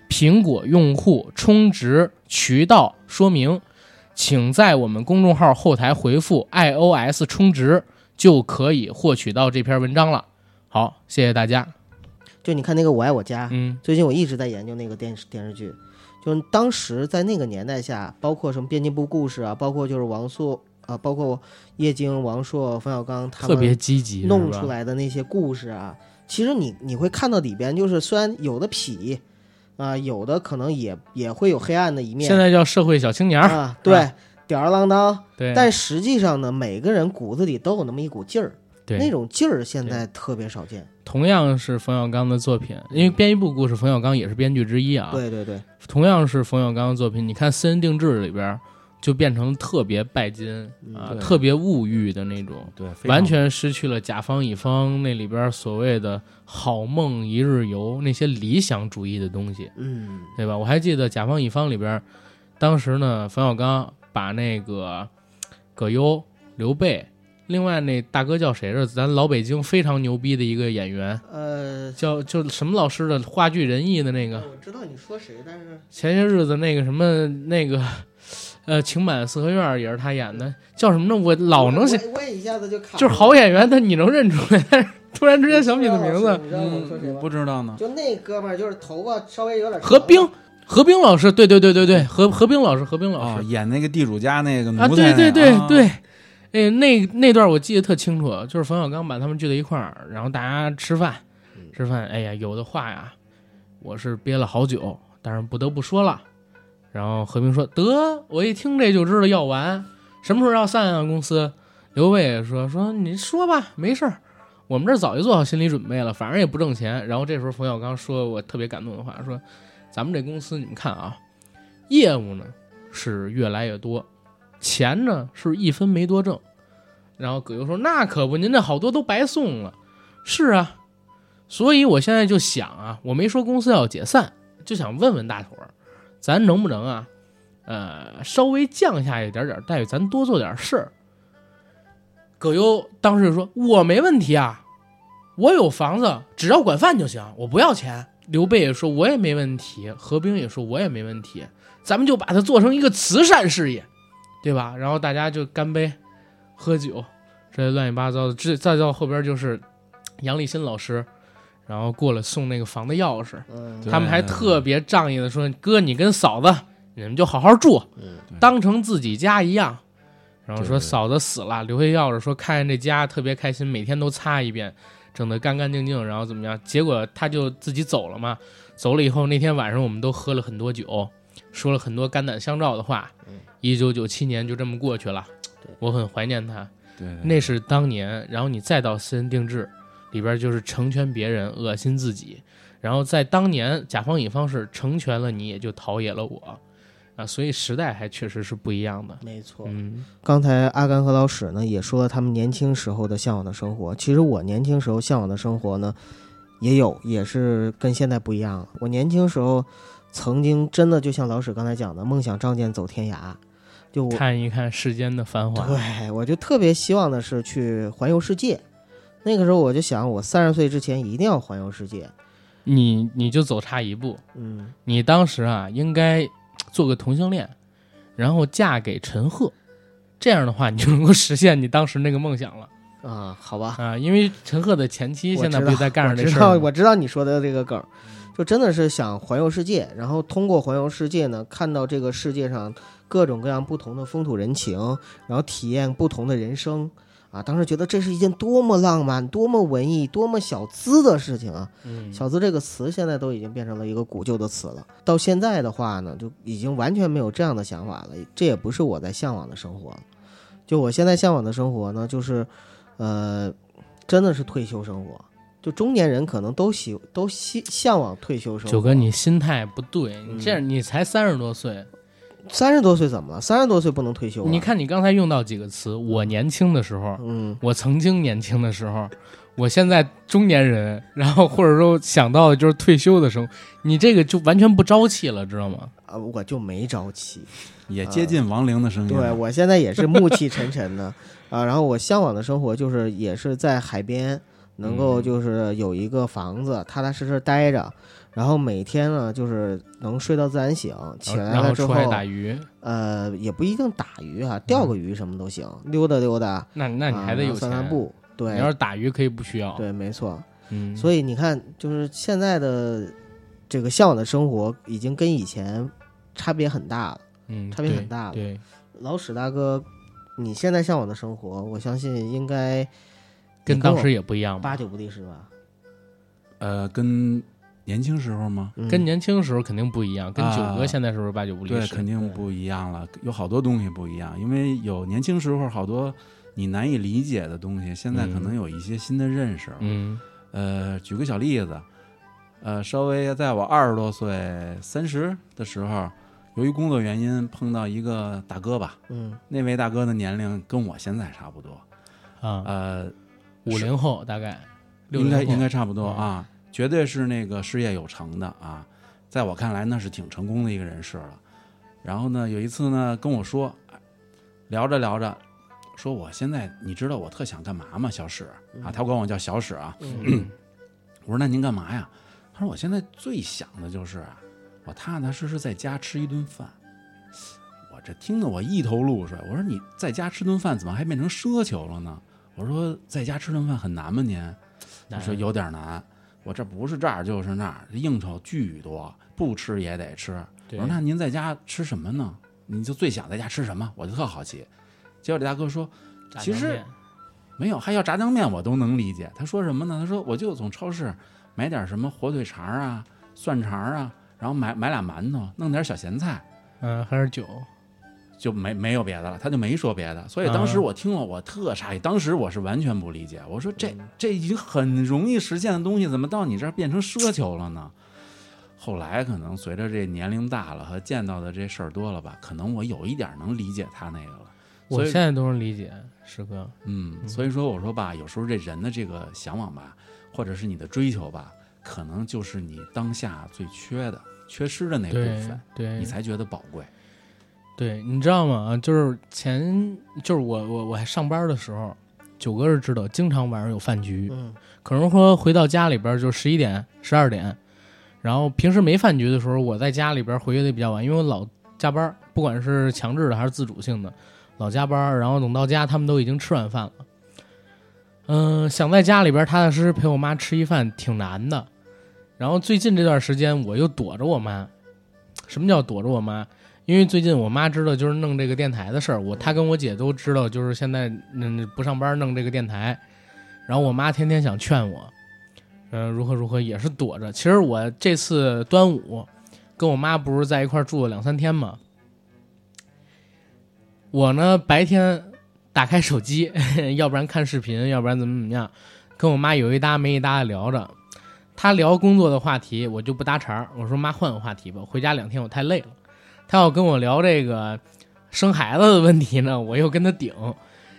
Speaker 1: 苹果用户充值渠道说明，请在我们公众号后台回复 iOS 充值，就可以获取到这篇文章了。好，谢谢大家。
Speaker 2: 就你看那个我爱我家，
Speaker 1: 嗯，
Speaker 2: 最近我一直在研究那个电视电视剧，就是当时在那个年代下，包括什么编辑部故事啊，包括就是王朔啊，包括叶京、王朔、冯小刚他
Speaker 1: 特别
Speaker 2: 们
Speaker 1: 积极，
Speaker 2: 弄
Speaker 1: 是吧
Speaker 2: 出。来的那些故事啊，其实你你会看到里边，就是虽然有的痞啊、有的可能也也会有黑暗的一面，
Speaker 1: 现在叫社会小青年儿，
Speaker 2: 啊，对，吊儿郎当，
Speaker 1: 对，
Speaker 2: 但实际上呢，每个人骨子里都有那么一股劲儿，那
Speaker 1: 对，
Speaker 2: 种劲儿现在特别少见，
Speaker 1: 同样是冯小刚的作品，因为编辑部故事，冯小刚也是编剧之一啊。
Speaker 2: 嗯对对对，
Speaker 1: 同样是冯小刚的作品，你看《私人定制》里边就变成特别拜金啊，
Speaker 3: 对
Speaker 1: 特别物欲的那种。
Speaker 3: 对，非常
Speaker 1: 完全失去了甲方乙方那里边所谓的“好梦一日游”那些理想主义的东西，
Speaker 2: 嗯，
Speaker 1: 对吧？我还记得《甲方乙方》里边，当时呢，冯小刚把那个葛优、刘备，另外那大哥叫谁着？咱老北京非常牛逼的一个演员，
Speaker 2: 呃。
Speaker 1: 叫就什么老师的话剧仁义的那个，
Speaker 2: 我知道你说谁，但是
Speaker 1: 前些日子那个什么那个，呃，情满四合院儿也是他演的，叫什么呢？我老能想。
Speaker 2: 我我也一下子就卡了，
Speaker 1: 就是好演员，他你能认出来，但是突然之间想不起的名字。
Speaker 2: 你知道我说谁
Speaker 3: 嗯，
Speaker 2: 吗
Speaker 3: 不？知道呢。
Speaker 2: 就那哥们儿，就是头发稍微有点长
Speaker 1: 何冰，何冰老师，对对对对对，何何冰老师，何冰老
Speaker 3: 哦，
Speaker 1: 师
Speaker 3: 演那个地主家那个奴才
Speaker 1: 啊，对对对
Speaker 3: 啊
Speaker 1: 对，哎，那那段我记得特清楚，就是冯小刚把他们聚在一块儿，然后大家吃饭，吃饭，哎呀，有的话呀，我是憋了好久，但是不得不说了。然后何冰说：“得，我一听这就知道要完，什么时候要散啊？公司。”刘备也说：“说你说吧，没事儿，我们这儿早就做好心理准备了，反正也不挣钱。”然后这时候冯小刚说我特别感动的话，说：“咱们这公司，你们看啊，业务呢是越来越多，钱呢是一分没多挣。”然后葛优说：“那可不，您这好多都白送了。”是啊，所以我现在就想啊，我没说公司要解散，就想问问大伙儿，咱能不能啊，呃，稍微降下一点点待遇，咱多做点事儿。葛优当时就说：“我没问题啊，我有房子，只要管饭就行，我不要钱。”刘备也说：“我也没问题。”何冰也说：“我也没问题。”咱们就把它做成一个慈善事业，对吧？然后大家就干杯、喝酒，这些乱七八糟的。这再到后边就是杨立新老师，然后过来送那个房的钥匙，
Speaker 2: 嗯
Speaker 3: 对嗯
Speaker 1: 他们还特别仗义的说：“哥，你跟嫂子，你们就好好住，
Speaker 2: 嗯
Speaker 1: 当成自己家一样。”然后说
Speaker 3: 对对
Speaker 1: 嫂子死了，留下钥匙，说看见这家特别开心，每天都擦一遍，整得干干净净，然后怎么样？结果他就自己走了嘛。走了以后，那天晚上我们都喝了很多酒，说了很多肝胆相照的话
Speaker 2: 嗯。
Speaker 1: 一九九七年就这么过去了
Speaker 2: 对，
Speaker 1: 我很怀念他。
Speaker 3: 对，对
Speaker 1: 那是当年，然后你再到私人定制里边，就是成全别人，恶心自己。然后在当年，甲方乙方是成全了你，也就陶冶了我，啊，所以时代还确实是不一样的。
Speaker 2: 没错。
Speaker 1: 嗯，
Speaker 2: 刚才阿甘和老史呢也说了他们年轻时候的向往的生活，其实我年轻时候向往的生活呢，也有，也是跟现在不一样了。我年轻时候曾经真的就像老史刚才讲的，梦想仗剑走天涯，就我
Speaker 1: 看一看世间的繁华，
Speaker 2: 对，我就特别希望的是去环游世界，那个时候我就想，我三十岁之前一定要环游世界。
Speaker 1: 你你就走差一步，
Speaker 2: 嗯，
Speaker 1: 你当时啊应该做个同性恋，然后嫁给陈赫，这样的话你就能够实现你当时那个梦想了
Speaker 2: 啊，好吧，
Speaker 1: 啊！因为陈赫的前妻
Speaker 2: 我
Speaker 1: 现在
Speaker 2: 知
Speaker 1: 不是
Speaker 2: 道
Speaker 1: 在干上这
Speaker 2: 我
Speaker 1: 事
Speaker 2: 知
Speaker 1: 儿嗯
Speaker 2: 道，
Speaker 1: 吗
Speaker 2: 我知道你说的这个梗儿，就真的是想环游世界，然后通过环游世界呢，看到这个世界上各种各样不同的风土人情，然后体验不同的人生。啊，当时觉得这是一件多么浪漫、多么文艺、多么小资的事情啊！
Speaker 1: 嗯
Speaker 2: 小资这个词现在都已经变成了一个古旧的词了。到现在的话呢，就已经完全没有这样的想法了。这也不是我在向往的生活了。就我现在向往的生活呢，就是，呃，真的是退休生活。就中年人可能都喜都希向往退休生活。
Speaker 1: 九哥，你心态不对，
Speaker 2: 嗯
Speaker 1: 你这样你才三十多岁，
Speaker 2: 三十多岁怎么了？三十多岁不能退休、啊？
Speaker 1: 你，看你刚才用到几个词，我年轻的时候，
Speaker 2: 嗯，
Speaker 1: 我曾经年轻的时候，我现在中年人，然后或者说想到的就是退休的时候，你这个就完全不朝气了，知道吗？
Speaker 2: 啊，我就没朝气。
Speaker 3: 也接近亡灵的
Speaker 1: 嗯
Speaker 3: 声音。
Speaker 2: 对我现在也是暮气沉沉的啊。然后我向往的生活就是也是在海边，能够
Speaker 1: 嗯
Speaker 2: 就是有一个房子，踏踏实实待着，然后每天呢就是能睡到自然醒，起来
Speaker 1: 然后
Speaker 2: 了之
Speaker 1: 出
Speaker 2: 后
Speaker 1: 海打鱼，
Speaker 2: 呃也不一定打鱼啊，钓个鱼什么都行，溜达溜达，
Speaker 1: 那那你
Speaker 2: 啊
Speaker 1: 还得
Speaker 2: 然后
Speaker 1: 有钱。
Speaker 2: 散散步。
Speaker 1: 你要
Speaker 2: 对
Speaker 1: 是打鱼可以不需要。
Speaker 2: 对，没错。
Speaker 1: 嗯，
Speaker 2: 所以你看，就是现在的这个向往的生活，已经跟以前差别很大了。
Speaker 1: 嗯
Speaker 2: 差别很
Speaker 1: 对
Speaker 2: 大了
Speaker 1: 对，
Speaker 2: 老史大哥，你现在向往的生活，我相信应该
Speaker 1: 跟
Speaker 2: 你
Speaker 1: 当
Speaker 2: 我
Speaker 1: 时也不一样吧
Speaker 2: 八？九不离十吧。
Speaker 3: 呃，跟年轻时候吗？
Speaker 2: 嗯
Speaker 1: 跟年轻时候肯定不一样，跟九哥
Speaker 3: 啊
Speaker 1: 现在是不是八九不离
Speaker 3: 对，
Speaker 1: 十
Speaker 3: 肯？定不一样了，有好多东西不一样，因为有年轻时候好多你难以理解的东西，现在可能有一些新的认识。
Speaker 1: 嗯
Speaker 3: 呃，举个小例子，呃，稍微在我二十多岁、三十的时候，由于工作原因碰到一个大哥吧，
Speaker 2: 嗯
Speaker 3: 那位大哥的年龄跟我现在差不多，
Speaker 1: 啊，
Speaker 3: 呃，
Speaker 1: 五零后大概，60
Speaker 3: 应该
Speaker 1: 后
Speaker 3: 应该差不多
Speaker 1: 嗯
Speaker 3: 啊，绝对是那个事业有成的啊，在我看来那是挺成功的一个人士了。然后呢，有一次呢跟我说，哎聊着聊着，说我现在你知道我特想干嘛吗？小史啊，他管我叫小史啊。
Speaker 1: 嗯
Speaker 3: [CLEARS THROAT] 我说那您干嘛呀？他说我现在最想的就是啊，我踏踏实实在家吃一顿饭。我这听得我一头雾水。我说你在家吃顿饭怎么还变成奢求了呢？我说在家吃顿饭很难吗您？他
Speaker 1: 哎
Speaker 3: 说有点难，我这不是这儿就是那儿，应酬巨多，不吃也得吃。我
Speaker 1: 对
Speaker 3: 说那您在家吃什么呢？你就最想在家吃什么？我就特好奇。结果这大哥说
Speaker 1: 炸
Speaker 3: 其
Speaker 1: 酱
Speaker 3: 实
Speaker 1: 面
Speaker 3: 没有，还要炸酱面我都能理解。他说什么呢？他说我就从超市买点什么火腿肠啊、蒜肠啊，然后买买俩馒头，弄点小咸菜，
Speaker 1: 嗯还是酒，
Speaker 3: 就没没有别的了，他就没说别的。所以当时
Speaker 1: 啊
Speaker 3: 我听了，我特诧异，当时我是完全不理解，我说这
Speaker 1: 嗯
Speaker 3: 这已经很容易实现的东西，怎么到你这儿变成奢求了呢？后来可能随着这年龄大了和见到的这事儿多了吧，可能我有一点能理解他那个了。
Speaker 1: 我
Speaker 3: 所以
Speaker 1: 现在都能理解，师哥。
Speaker 3: 嗯，所以说我说吧，有时候这人的这个向往吧，或者是你的追求吧，可能就是你当下最缺的、缺失的那部
Speaker 1: 对
Speaker 3: 分，
Speaker 1: 对，
Speaker 3: 你才觉得宝贵。
Speaker 1: 对，你知道吗？啊就是前就是我我我还上班的时候，九哥是知道，经常晚上有饭局，
Speaker 2: 嗯
Speaker 1: 可能说回到家里边儿就十一点、十二点，然后平时没饭局的时候，我在家里边儿回的比较晚，因为我老加班儿，不管是强制的还是自主性的，老加班儿。然后等到家，他们都已经吃完饭了。嗯、想在家里边儿踏踏实实陪我妈吃一饭挺难的。然后最近这段时间，我又躲着我妈。什么叫躲着我妈？因为最近我妈知道就是弄这个电台的事儿，我她跟我姐都知道，就是现在嗯不上班弄这个电台。然后我妈天天想劝我，嗯、如何如何也是躲着。其实我这次端午跟我妈不是在一块儿住了两三天嘛，我呢白天打开手机， [LAUGHS] 要不然看视频，要不然怎么怎么样，跟我妈有一搭没一搭的聊着。她聊工作的话题，我就不搭茬儿。我说妈，换个话题吧，回家两天我太累了。她要跟我聊这个生孩子的问题呢，我又跟她顶。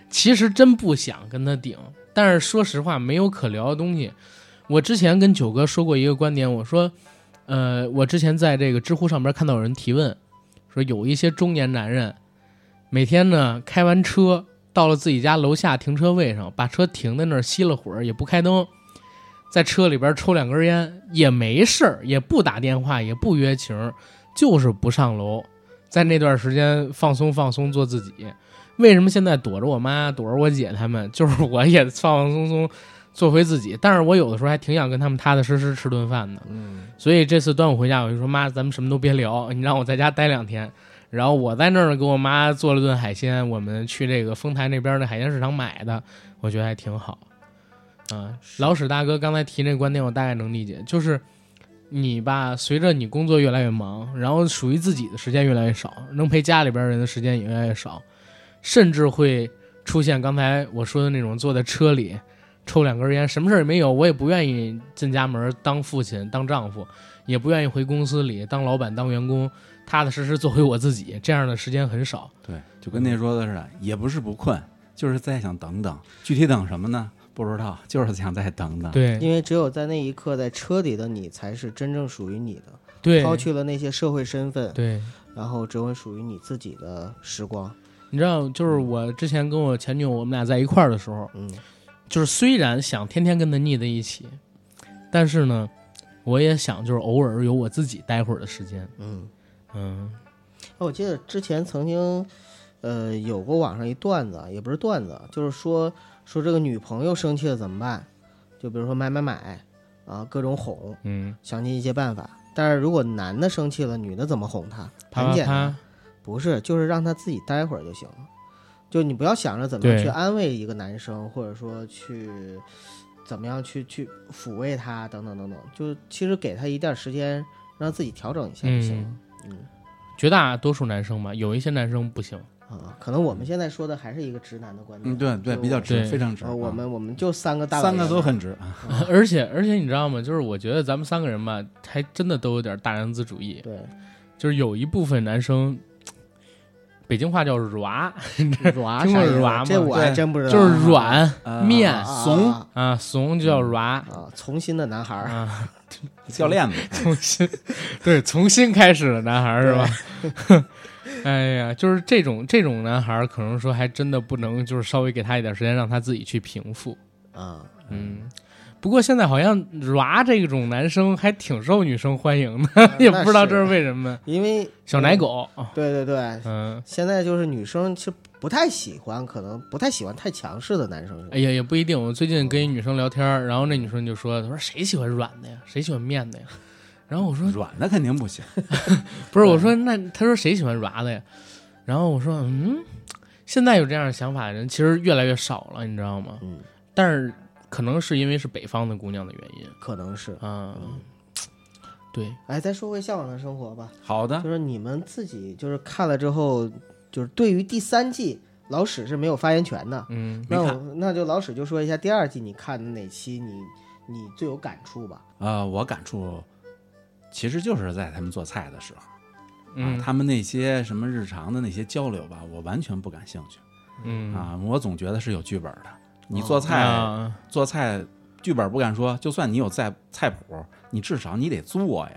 Speaker 1: 其实真不想跟她顶，但是说实话，没有可聊的东西。我之前跟九哥说过一个观点，我说，呃，我之前在这个知乎上边看到有人提问，说有一些中年男人每天呢开完车到了自己家楼下停车位上，把车停在那儿熄了火，也不开灯，在车里边抽两根烟，也没事儿，也不打电话，也不约情，就是不上楼，在那段时间放松放松，做自己。为什么现在躲着我妈、躲着我姐他们？就是我也放放松松，做回自己。但是我有的时候还挺想跟他们踏踏实实吃顿饭的。
Speaker 2: 嗯，
Speaker 1: 所以这次端午回家，我就说妈，咱们什么都别聊，你让我在家待两天。然后我在那儿给我妈做了顿海鲜，我们去这个丰台那边的海鲜市场买的，我觉得还挺好。啊，老史大哥刚才提那观点，我大概能理解，就是你吧，随着你工作越来越忙，然后属于自己的时间越来越少，能陪家里边人的时间也越来越少，甚至会出现刚才我说的那种坐在车里抽两根烟，什么事儿也没有，我也不愿意进家门当父亲、当丈夫，也不愿意回公司里当老板、当员工，踏踏实实做回我自己，这样的时间很
Speaker 2: [LAUGHS]
Speaker 1: 少。
Speaker 3: 对，就跟那说的似的，也不是不困，就是再想等等。具体等什么呢？不知道，就是想再等等。
Speaker 1: 对
Speaker 2: 因为只有在那一刻，在车里的你才是真正属于你的，
Speaker 1: 对
Speaker 2: 抛去了那些社会身份，
Speaker 1: 对，
Speaker 2: 然后只有属于你自己的时光。
Speaker 1: 你知道，就是我之前跟我前女友我们俩在一块儿的时候，
Speaker 2: 嗯，
Speaker 1: 就是虽然想天天跟她腻在一起，但是呢，我也想就是偶尔有我自己待会儿的时间。
Speaker 2: 嗯，
Speaker 1: 嗯
Speaker 2: 我记得之前曾经，呃，有过网上一段子，也不是段子，就是说说这个女朋友生气了怎么办？就比如说买买买啊，各种哄，
Speaker 1: 嗯，
Speaker 2: 想尽一些办法。但是如果男的生气了，女的怎么哄他？
Speaker 1: 啪
Speaker 2: 很
Speaker 1: 啪
Speaker 2: 简单
Speaker 1: 啪，，
Speaker 2: 不是，就是让他自己待会儿就行了。就你不要想着怎么样
Speaker 1: 对
Speaker 2: 去安慰一个男生，或者说去怎么样去去抚慰他，等等等等。就其实给他一点时间，让自己调整一下就行了。
Speaker 1: 绝大多数男生吧，有一些男生不行。 [LAUGHS]
Speaker 2: 啊，可能我们现在说的还是一个直男的观点。
Speaker 3: 嗯，对对，
Speaker 2: 就
Speaker 3: 比较直，
Speaker 1: 对
Speaker 3: 非常直。
Speaker 2: 呃，我
Speaker 3: 啊
Speaker 2: 们我们就三个大老
Speaker 3: 三个
Speaker 2: 爷
Speaker 3: 都
Speaker 2: 们儿
Speaker 3: 很直啊。
Speaker 1: 而且而且你知道吗？就是我觉得咱们三个人吧，还真的都有点大男子主义。
Speaker 2: 对，
Speaker 1: 就是有一部分男生，北京话叫软，
Speaker 2: 软
Speaker 1: 听过
Speaker 2: 啥意思
Speaker 1: 软吗
Speaker 2: 这我还
Speaker 3: 对
Speaker 2: 真不知道。
Speaker 1: 就是软
Speaker 3: 啊嗯
Speaker 1: 面
Speaker 2: 啊啊
Speaker 3: 怂
Speaker 2: 啊
Speaker 1: 啊，怂就叫软
Speaker 2: 啊，从新的男孩儿。
Speaker 1: 啊，
Speaker 3: 教
Speaker 1: [LAUGHS]
Speaker 3: 练嘛，
Speaker 1: 重新对从新开始的男孩儿是吧？ [LAUGHS]
Speaker 3: [LAUGHS]
Speaker 1: 哎呀，就是这种这种男孩儿，可能说还真的不能，就是稍微给他一点时间，让他自己去平复。
Speaker 2: 啊，
Speaker 1: 嗯，不过现在好像软这种男生还挺受女生欢迎的， [LAUGHS] 也不知道这啊是为什么。
Speaker 2: 因为
Speaker 1: 小奶，狗，
Speaker 2: 对对对，
Speaker 1: 嗯，
Speaker 2: 现在就是女生是不太喜欢，可能不太喜欢太强势的男生。是吧
Speaker 1: 哎呀，也不一定。我最近跟一女生聊天儿，然后那女生就说：“她说谁喜欢软的呀？谁喜欢面的呀？”然后我说
Speaker 3: 软的肯
Speaker 1: [LAUGHS]
Speaker 3: 定不行。：“
Speaker 1: 不是，我说那她说谁喜欢软的呀？”然后我说：“嗯，现在有这样的想法的人其实越来越少了，你知道吗？
Speaker 2: 嗯，
Speaker 1: 但是可能是因为是北方的姑娘的原因
Speaker 2: 可能是。
Speaker 1: 啊。对，
Speaker 2: 哎，再说回《向往的生活》吧，
Speaker 3: 好
Speaker 1: 啊
Speaker 3: 的
Speaker 2: 就，是你们自己就是看了之后，就是对于第三季老史是没有发言权的。
Speaker 1: 嗯，
Speaker 3: 没
Speaker 2: 那
Speaker 3: 看
Speaker 2: 我那就老史就说一下第二季你看的哪期你你最有感触吧？
Speaker 3: 呃，我感触其实就是在他们做菜的时候，啊
Speaker 1: 嗯，
Speaker 3: 他们那些什么日常的那些交流吧，我完全不感兴趣
Speaker 1: 嗯
Speaker 3: 啊。我总觉得是有剧本
Speaker 2: 哦
Speaker 3: 的，你做菜
Speaker 1: 啊，
Speaker 3: 做菜剧本不敢说，就算你有菜菜谱，你至少你得做呀。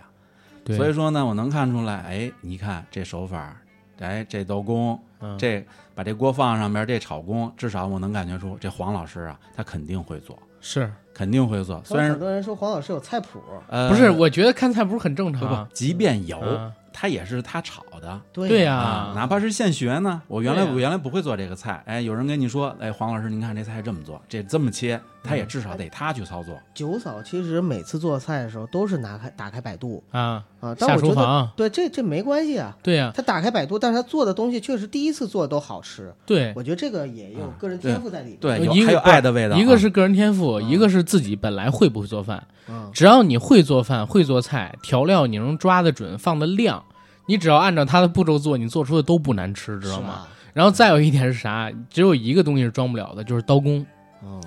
Speaker 1: 对，
Speaker 3: 所以说呢，我能看出来，哎，你看这手法，哎，这刀工，
Speaker 1: 嗯
Speaker 3: 这把这锅放上边，这炒工，至少我能感觉出这黄老师啊，他肯定会做，
Speaker 1: 是
Speaker 3: 肯定会做。虽
Speaker 2: 所以
Speaker 3: 然
Speaker 2: 很多人说黄老师有菜谱，
Speaker 3: 呃，
Speaker 1: 不是？我觉得看菜谱很正
Speaker 3: 不不啊
Speaker 1: 常，，
Speaker 3: 即便有，
Speaker 2: 哦
Speaker 1: 啊
Speaker 3: 他也是他炒的。
Speaker 1: 对
Speaker 2: 呀、
Speaker 1: 呀，
Speaker 3: 哪怕是现学呢，我原来、
Speaker 1: 啊对呀
Speaker 3: 我原来不会做这个菜，哎，有人跟你说，哎，黄老师，您看这菜这么做，这这么切，他
Speaker 1: 嗯
Speaker 3: 也至少得他去操作。
Speaker 2: 九嫂其实每次做菜的时候都是拿开打开百度
Speaker 1: 啊，
Speaker 2: 啊，但
Speaker 1: 下
Speaker 2: 我
Speaker 1: 厨
Speaker 2: 觉得
Speaker 1: 房，
Speaker 2: 对这这没关系啊。
Speaker 1: 对呀，
Speaker 2: 他打开百度，但是他做的东西确实第一次做都好吃，
Speaker 1: 对。嗯
Speaker 2: 我觉得这个也有个人天赋在里面。
Speaker 3: 对，
Speaker 1: 呃
Speaker 3: 有
Speaker 1: 一个
Speaker 3: 还有爱的味道啊，
Speaker 1: 一个是个人天赋，
Speaker 2: 嗯
Speaker 1: 一个是自己本来会不会做饭。
Speaker 2: 嗯，
Speaker 1: 只要你会做饭、会做菜，调料你能抓得准、放的量，你只要按照它的步骤做，你做出的都不难吃，知道
Speaker 2: 是啊
Speaker 1: 吗？
Speaker 2: 吧？
Speaker 1: 然后再有一点是啥？只有一个东西是装不了的，就是刀工。
Speaker 2: 嗯，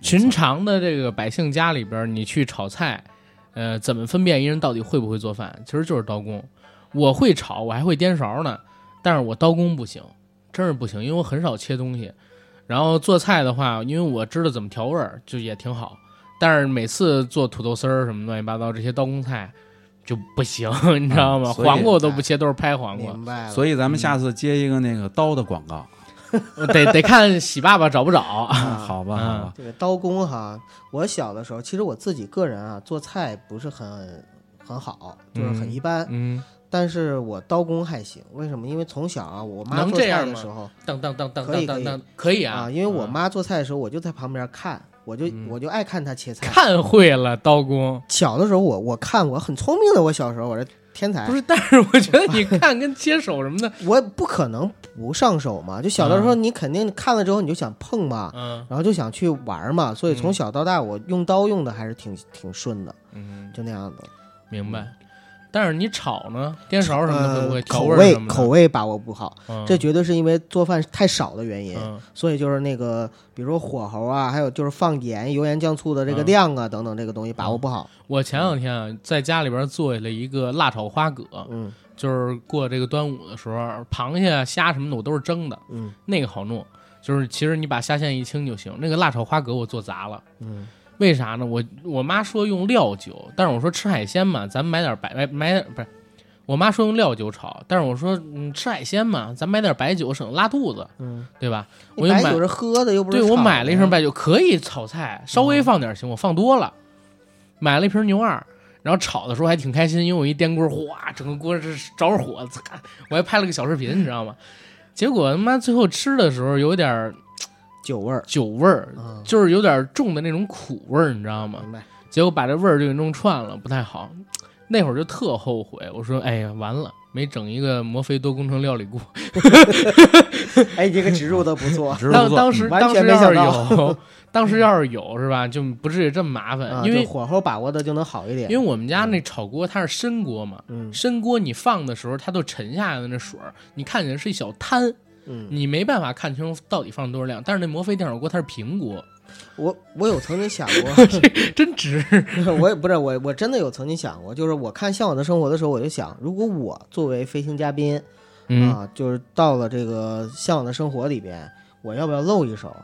Speaker 1: 寻常的这个百姓家里边，你去炒菜，呃，怎么分辨一人到底会不会做饭？其实就是刀工。我会炒，我还会颠勺呢，但是我刀工不行，真是不行，因为我很少切东西。然后做菜的话，因为我知道怎么调味儿，就也挺好。但是每次做土豆丝儿什么乱七八糟这些刀工菜就不行， [LAUGHS] 你知道吗？
Speaker 3: 嗯所以
Speaker 1: 黄瓜我都不切，都是拍黄瓜。
Speaker 2: 明白了。
Speaker 3: 所以咱们下次接一个那个刀的广告，
Speaker 1: 得 [LAUGHS] 得看喜爸爸找不找。
Speaker 2: [LAUGHS]
Speaker 1: [LAUGHS]
Speaker 3: 啊好
Speaker 1: 嗯
Speaker 3: 吧，好吧，，
Speaker 2: 嗯这个刀工哈，我小的时候，其实我自己个人啊，做菜不是很很好，就是很一般。
Speaker 1: 嗯，
Speaker 2: 但是我刀工还行，为什么？因为从小啊，我妈
Speaker 1: 能
Speaker 2: 做
Speaker 1: 这
Speaker 2: 菜
Speaker 1: 样
Speaker 2: 的
Speaker 1: 吗
Speaker 2: 时候
Speaker 1: 当当当当
Speaker 2: 可
Speaker 1: 当
Speaker 2: 以
Speaker 1: 当
Speaker 2: 可以
Speaker 1: 当，可以
Speaker 2: 啊，
Speaker 1: 啊，
Speaker 2: 因为我
Speaker 1: 嗯
Speaker 2: 妈做菜的时候，我就在旁边看，我就
Speaker 1: 嗯
Speaker 2: 我就爱看她切菜。
Speaker 1: [LAUGHS] 看会了刀工，
Speaker 2: 小的时候我我看我很聪明的，我小时候我这天才
Speaker 1: 不，是？但是我觉得你看跟切手什么的，
Speaker 2: 我不可能不上手嘛。就小的时候你肯定看了之后你就想碰嘛，
Speaker 1: [LAUGHS] 嗯
Speaker 2: 然后就想去玩嘛，所以从
Speaker 1: 嗯
Speaker 2: 小到大我用刀用的还是挺挺顺的，
Speaker 1: 嗯，
Speaker 2: 就那样的。
Speaker 1: 明白。但是你炒呢，颠勺什么的会
Speaker 2: 呃
Speaker 1: 不会，调
Speaker 2: 口
Speaker 1: 味儿
Speaker 2: 味
Speaker 1: 什么的？
Speaker 2: 口味把握不好，
Speaker 1: 嗯
Speaker 2: 这绝对是因为做饭太少的原因。
Speaker 1: 嗯
Speaker 2: 所以就是那个，比如说火候啊，还有就是放盐、油盐酱醋的这个
Speaker 1: 嗯
Speaker 2: 量啊，等等，这个东西把握不好。
Speaker 1: 我前两天啊，在家里边做了一个辣炒花蛤，
Speaker 2: 嗯
Speaker 1: 就是过这个端午的时候，螃蟹、啊、虾什么的我都是蒸的，
Speaker 2: 嗯
Speaker 1: 那个好弄。就是其实你把虾线一清就行。那个辣炒花蛤我做砸了，
Speaker 2: 嗯
Speaker 1: 为啥呢？我我妈说用料酒，但是我说吃海鲜嘛，咱买点白白买点不是。我妈说用料酒炒，但是我说嗯吃海鲜嘛，咱买点白酒省拉肚子，
Speaker 2: 嗯，
Speaker 1: 对吧？我
Speaker 2: 你
Speaker 1: 又
Speaker 2: 白
Speaker 1: 买
Speaker 2: 酒是喝的，又不是
Speaker 1: 对我
Speaker 2: 炒
Speaker 1: 买了一瓶
Speaker 2: 的嗯
Speaker 1: 白酒，可以炒菜，稍微放点行，我放多了。买了一瓶牛二，然后炒的时候还挺开心，因为我一颠锅，哗，整个锅是着火，擦我还拍了个小视频，你知道吗？结果他妈最后吃的时候有点儿
Speaker 2: 酒味儿
Speaker 1: 酒味儿，
Speaker 2: 啊，
Speaker 1: 就是有点儿重的那种苦味儿，你知道吗？
Speaker 2: 嗯明白？
Speaker 1: 结果把这味儿就给弄串了，不太好。那会儿就特后悔，我说哎呀完了，没整一个摩飞多功程料理锅。
Speaker 2: 哎，你这个植入的不错
Speaker 3: 植入
Speaker 1: 当
Speaker 3: 不
Speaker 1: 当
Speaker 3: 错，
Speaker 1: 时
Speaker 2: 完
Speaker 1: 当
Speaker 2: 全
Speaker 1: 时
Speaker 2: 没
Speaker 1: 要是
Speaker 2: 想
Speaker 1: 有， [LAUGHS] 当时要是有是吧，就不至于这么麻烦。
Speaker 2: [LAUGHS] 啊
Speaker 1: 因为
Speaker 2: 就火候把握的就能好一点。
Speaker 1: 因为我们家那炒锅它是深锅嘛，
Speaker 2: 嗯
Speaker 1: 深锅你放的时候它都沉下来的那水儿，你看起来是一小滩，
Speaker 2: 嗯，
Speaker 1: 你没办法看清到底放多少量。但是那摩飞电炒锅它是平
Speaker 2: [LAUGHS]
Speaker 1: 锅，
Speaker 2: 我我有曾经想过，
Speaker 1: [LAUGHS]
Speaker 2: [LAUGHS]
Speaker 1: 真值。
Speaker 2: 我也不是我我真的有曾经想过，就是我看《向往的生活》的时候，我就想，如果我作为飞行嘉宾，
Speaker 1: 嗯
Speaker 2: 啊，就是到了这个向往的生活里边，我要不要露一手？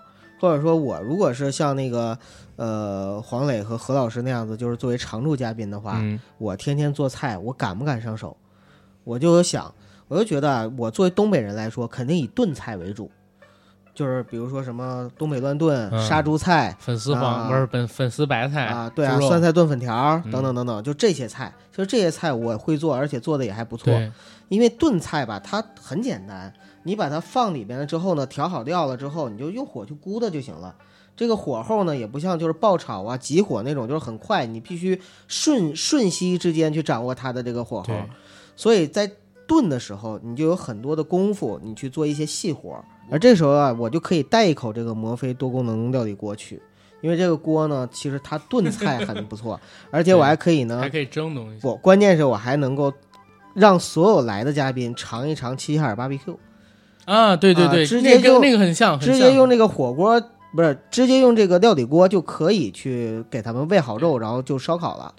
Speaker 2: 或者说，我如果是像那个呃黄磊和何老师那样子，就是作为常驻嘉宾的话，
Speaker 1: 嗯
Speaker 2: 我天天做菜，我敢不敢上手？我就有想，我就觉得啊我作为东北人来说，肯定以炖菜为主，就是比如说什么东北乱炖、
Speaker 1: 嗯
Speaker 2: 杀猪菜
Speaker 1: 粉丝黄
Speaker 2: 啊
Speaker 1: 不是粉粉丝白菜
Speaker 2: 啊，对啊，
Speaker 1: 猪肉
Speaker 2: 酸菜炖粉条儿
Speaker 1: 嗯
Speaker 2: 等等等等，就这些菜，其实这些菜我会做，而且做的也还不错。
Speaker 1: 对，
Speaker 2: 因为炖菜吧，它很简单，你把它放里边了之后呢，调好料了之后，你就用火去咕的就行了。这个火候呢，也不像就是爆炒啊、急火那种，就是很快，你必须瞬瞬息之间去掌握它的这个火候
Speaker 1: 对。
Speaker 2: 所以在炖的时候，你就有很多的功夫，你去做一些细活儿。而这时候啊，我就可以带一口这个摩飞多功能料理锅去，因为这个锅呢，其实它炖菜很
Speaker 1: [LAUGHS]
Speaker 2: 不错，而且我还可以呢，
Speaker 1: 还可以蒸东西。
Speaker 2: 我关键是我还能够让所有来的嘉宾尝一尝齐齐哈尔 BBQ，
Speaker 1: 啊，对对
Speaker 2: 啊
Speaker 1: 对，
Speaker 2: 直
Speaker 1: 那
Speaker 2: 接
Speaker 1: 跟
Speaker 2: 就
Speaker 1: 那个很像，很
Speaker 2: 直接
Speaker 1: 像
Speaker 2: 用这个火锅不是直接用这个料理锅就可以去给他们喂好肉，然后就烧烤了，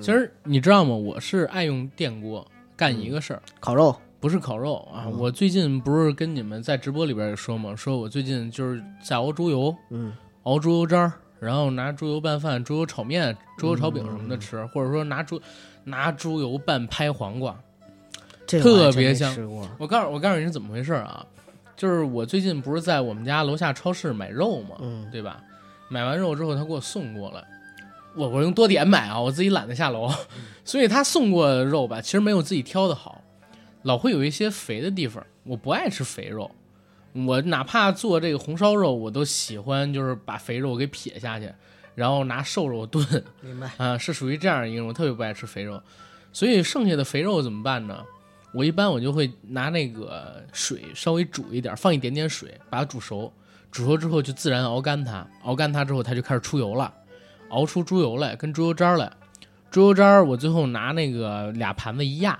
Speaker 1: 其实你知道吗？我是爱用电锅干一
Speaker 2: 嗯
Speaker 1: 个事儿，
Speaker 2: 烤肉
Speaker 1: 不是烤肉啊。
Speaker 2: 嗯
Speaker 1: 我最近不是跟你们在直播里边也说嘛，说我最近就是在熬猪油，
Speaker 2: 嗯，
Speaker 1: 熬猪油渣儿，然后拿猪油拌饭、猪油炒面、猪油炒饼什么
Speaker 2: 嗯
Speaker 1: 的吃，或者说拿猪拿猪油拌拍黄瓜。
Speaker 2: 这个我还
Speaker 1: 特别
Speaker 2: 真没
Speaker 1: 香
Speaker 2: 吃过，
Speaker 1: 我告诉我告诉你是怎么回事儿啊，就是我最近不是在我们家楼下超市买肉嘛，
Speaker 2: 嗯
Speaker 1: 对吧？买完肉之后，他给我送过来，我我用多点买啊，我自己懒得下楼， [LAUGHS] 所以他送过的肉吧，其实没有自己挑的好，老会有一些肥的地方，我不爱吃肥肉。我哪怕做这个红烧肉，我都喜欢就是把肥肉给撇下去，然后拿瘦肉炖，
Speaker 2: 明白，
Speaker 1: 啊，是属于这样一个人，我特别不爱吃肥肉，所以剩下的肥肉怎么办呢？我一般我就会拿那个水稍微煮一点，放一点点水，把它煮熟，煮熟之后就自然熬干它，熬干它之后它就开始出油了，熬出猪油来，跟猪油渣儿来，猪油渣儿我最后拿那个俩盘子一压，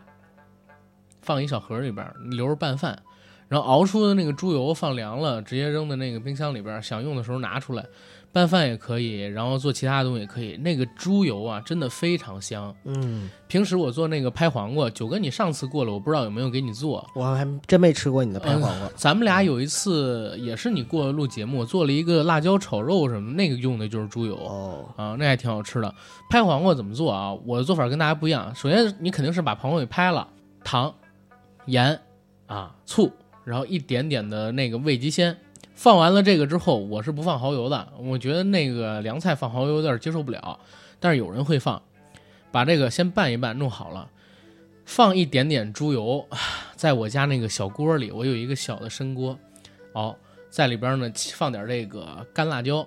Speaker 1: 放一小盒里边儿留着拌饭，然后熬出的那个猪油放凉了，直接扔到那个冰箱里边儿，想用的时候拿出来。拌饭也可以，然后做其他的东西也可以。那个猪油啊，真的非常香。
Speaker 2: 嗯，
Speaker 1: 平时我做那个拍黄瓜，九哥你上次过了，我不知道有没有给你做。
Speaker 2: 我还真没吃过你
Speaker 1: 嗯
Speaker 2: 的拍黄瓜，
Speaker 1: 咱们俩有一次也是你过来录节目，做了一个辣椒炒肉什么，那个用的就是猪油
Speaker 2: 哦，
Speaker 1: 啊，那还挺好吃的。拍黄瓜怎么做啊？我的做法跟大家不一样。首先，你肯定是把黄瓜给拍了，糖、盐啊、醋然后一点点的那个味极鲜。放完了这个之后，我是不放蚝油的，我觉得那个凉菜放蚝油有点接受不了，但是有人会放，把这个先拌一拌，弄好了，放一点点猪油， [SIGHS] 啊在我家那个小锅里，我有一个小的深锅，哦，在里边呢放点这个干辣椒，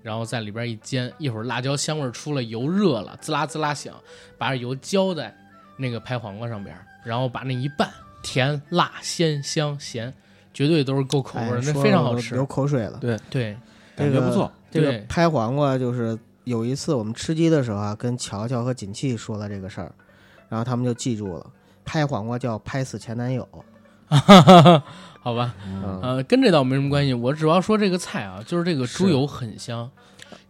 Speaker 1: 然后在里边一煎，一会儿辣椒香味出了，油热了，滋啦滋啦响，把这油浇在那个拍黄瓜上边，然后把那一拌，甜、辣、鲜、香、咸，绝对都是够口味
Speaker 2: 哎
Speaker 1: 儿，那
Speaker 2: 说
Speaker 1: 非常
Speaker 2: 得我
Speaker 1: 好
Speaker 2: 都
Speaker 1: 吃
Speaker 2: 流。口水了。
Speaker 1: 对，
Speaker 2: [LAUGHS]
Speaker 3: 感觉不错。
Speaker 2: 这个
Speaker 1: 对
Speaker 2: 拍黄瓜就是有一次我们吃鸡的时候啊，跟乔乔和锦气说了这个事儿，然后他们就记住了，拍黄瓜叫拍死前男友。
Speaker 1: 好吧，
Speaker 2: 嗯，
Speaker 1: 呃，跟这倒没什么关系。我主要说这个菜啊，就是这个猪油很香。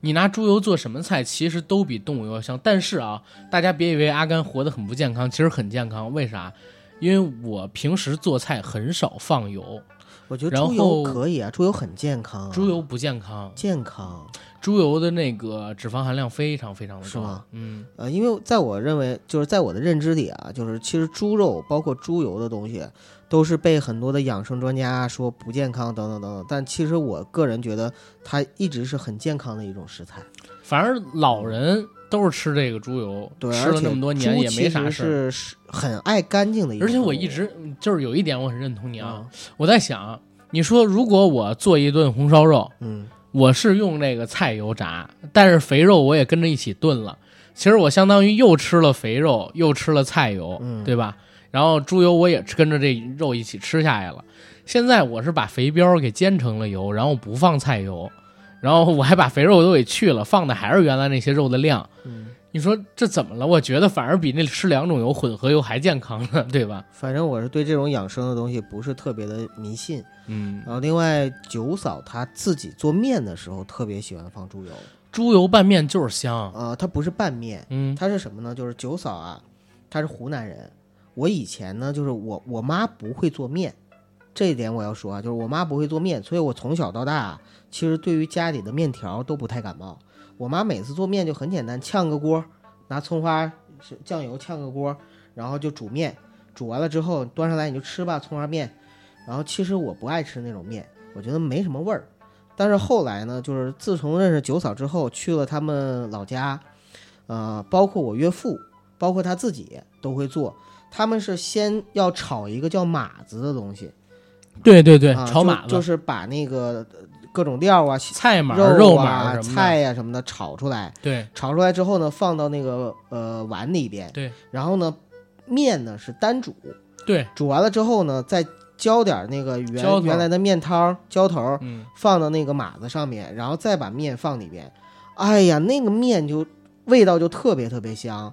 Speaker 1: 你拿猪油做什么菜，其实都比动物油香。但是啊，大家别以为阿甘活得很不健康，其实很健康。为啥？因为我平时做菜很少放油，
Speaker 2: 我觉得
Speaker 1: 然
Speaker 2: 猪油
Speaker 1: 后
Speaker 2: 可以啊，猪油很健康啊、
Speaker 1: 猪油不健康，
Speaker 2: 健康。
Speaker 1: 猪油的那个脂肪含量非常非常的高。
Speaker 2: 是吗？
Speaker 1: 嗯，
Speaker 2: 呃，因为在我认为，就是在我的认知里啊，就是其实猪肉包括猪油的东西，都是被很多的养生专家说不健康等等等等。但其实我个人觉得，它一直是很健康的一种食材。
Speaker 1: 反正老人都是吃这个猪油，
Speaker 2: 对，
Speaker 1: 吃
Speaker 2: 而
Speaker 1: 了
Speaker 2: 且
Speaker 1: 那么多年
Speaker 2: 猪
Speaker 1: 也没啥
Speaker 2: 其
Speaker 1: 事儿。
Speaker 2: 实是嗯很爱干净的一种
Speaker 1: 而
Speaker 2: 动物。
Speaker 1: 且我一直就是有一点我很认同你啊，
Speaker 2: 啊，
Speaker 1: 我在想，你说如果我做一顿红烧肉，
Speaker 2: 嗯，
Speaker 1: 我是用那个菜油炸，但是肥肉我也跟着一起炖了。其实我相当于又吃了肥肉，又吃了菜油，
Speaker 2: 嗯
Speaker 1: 对吧？然后猪油我也吃跟着这肉一起吃下来了。现在我是把肥膘给煎成了油，然后不放菜油，然后我还把肥肉都给去了，放的还是原来那些肉的量。
Speaker 2: 嗯
Speaker 1: 你说这怎么了？我觉得反而比那吃两种油混合油还健康呢， [LAUGHS] 对吧？
Speaker 2: 反正我是对这种养生的东西不是特别的迷信。
Speaker 1: 嗯，
Speaker 2: 然后另外，九嫂她自己做面的时候特别喜欢放猪油，
Speaker 1: 猪油拌面就是香。
Speaker 2: 呃，它不是拌面，
Speaker 1: 嗯，
Speaker 2: 它是什么呢？就是九嫂啊，她是湖南人。我以前呢，就是我我妈不会做面，这一点我要说啊，就是我妈不会做面，所以我从小到大啊其实对于家里的面条都不太感冒。我妈每次做面就很简单，炝个锅，拿葱花、是酱油炝个锅，然后就煮面，煮完了之后端上来你就吃吧，葱花面。然后其实我不爱吃那种面，我觉得没什么味儿。但是后来呢，就是自从认识九嫂之后，去了他们老家，呃，包括我岳父，包括他自己都会做。他们是先要炒一个叫码子的东西，
Speaker 1: 对对对，
Speaker 2: 啊
Speaker 1: 炒码
Speaker 2: 就
Speaker 1: 子、
Speaker 2: 就是把那个呃各种料啊、
Speaker 1: 菜码、
Speaker 2: 肉
Speaker 1: 码
Speaker 2: 啊、
Speaker 1: 什么的，
Speaker 2: 菜呀、什么的炒出来，
Speaker 1: 对
Speaker 2: 炒出来之后呢，放到那个呃碗里边，
Speaker 1: 对
Speaker 2: 然后呢，面呢是单煮，
Speaker 1: 对，
Speaker 2: 煮完了之后呢，再浇点那个
Speaker 1: 浇
Speaker 2: 原
Speaker 1: 头
Speaker 2: 原来的面汤儿浇头儿，
Speaker 1: 嗯，
Speaker 2: 放到那个码子上面，然后再把面放里边。哎呀，那个面就味道就特别特别
Speaker 1: 个
Speaker 2: 香。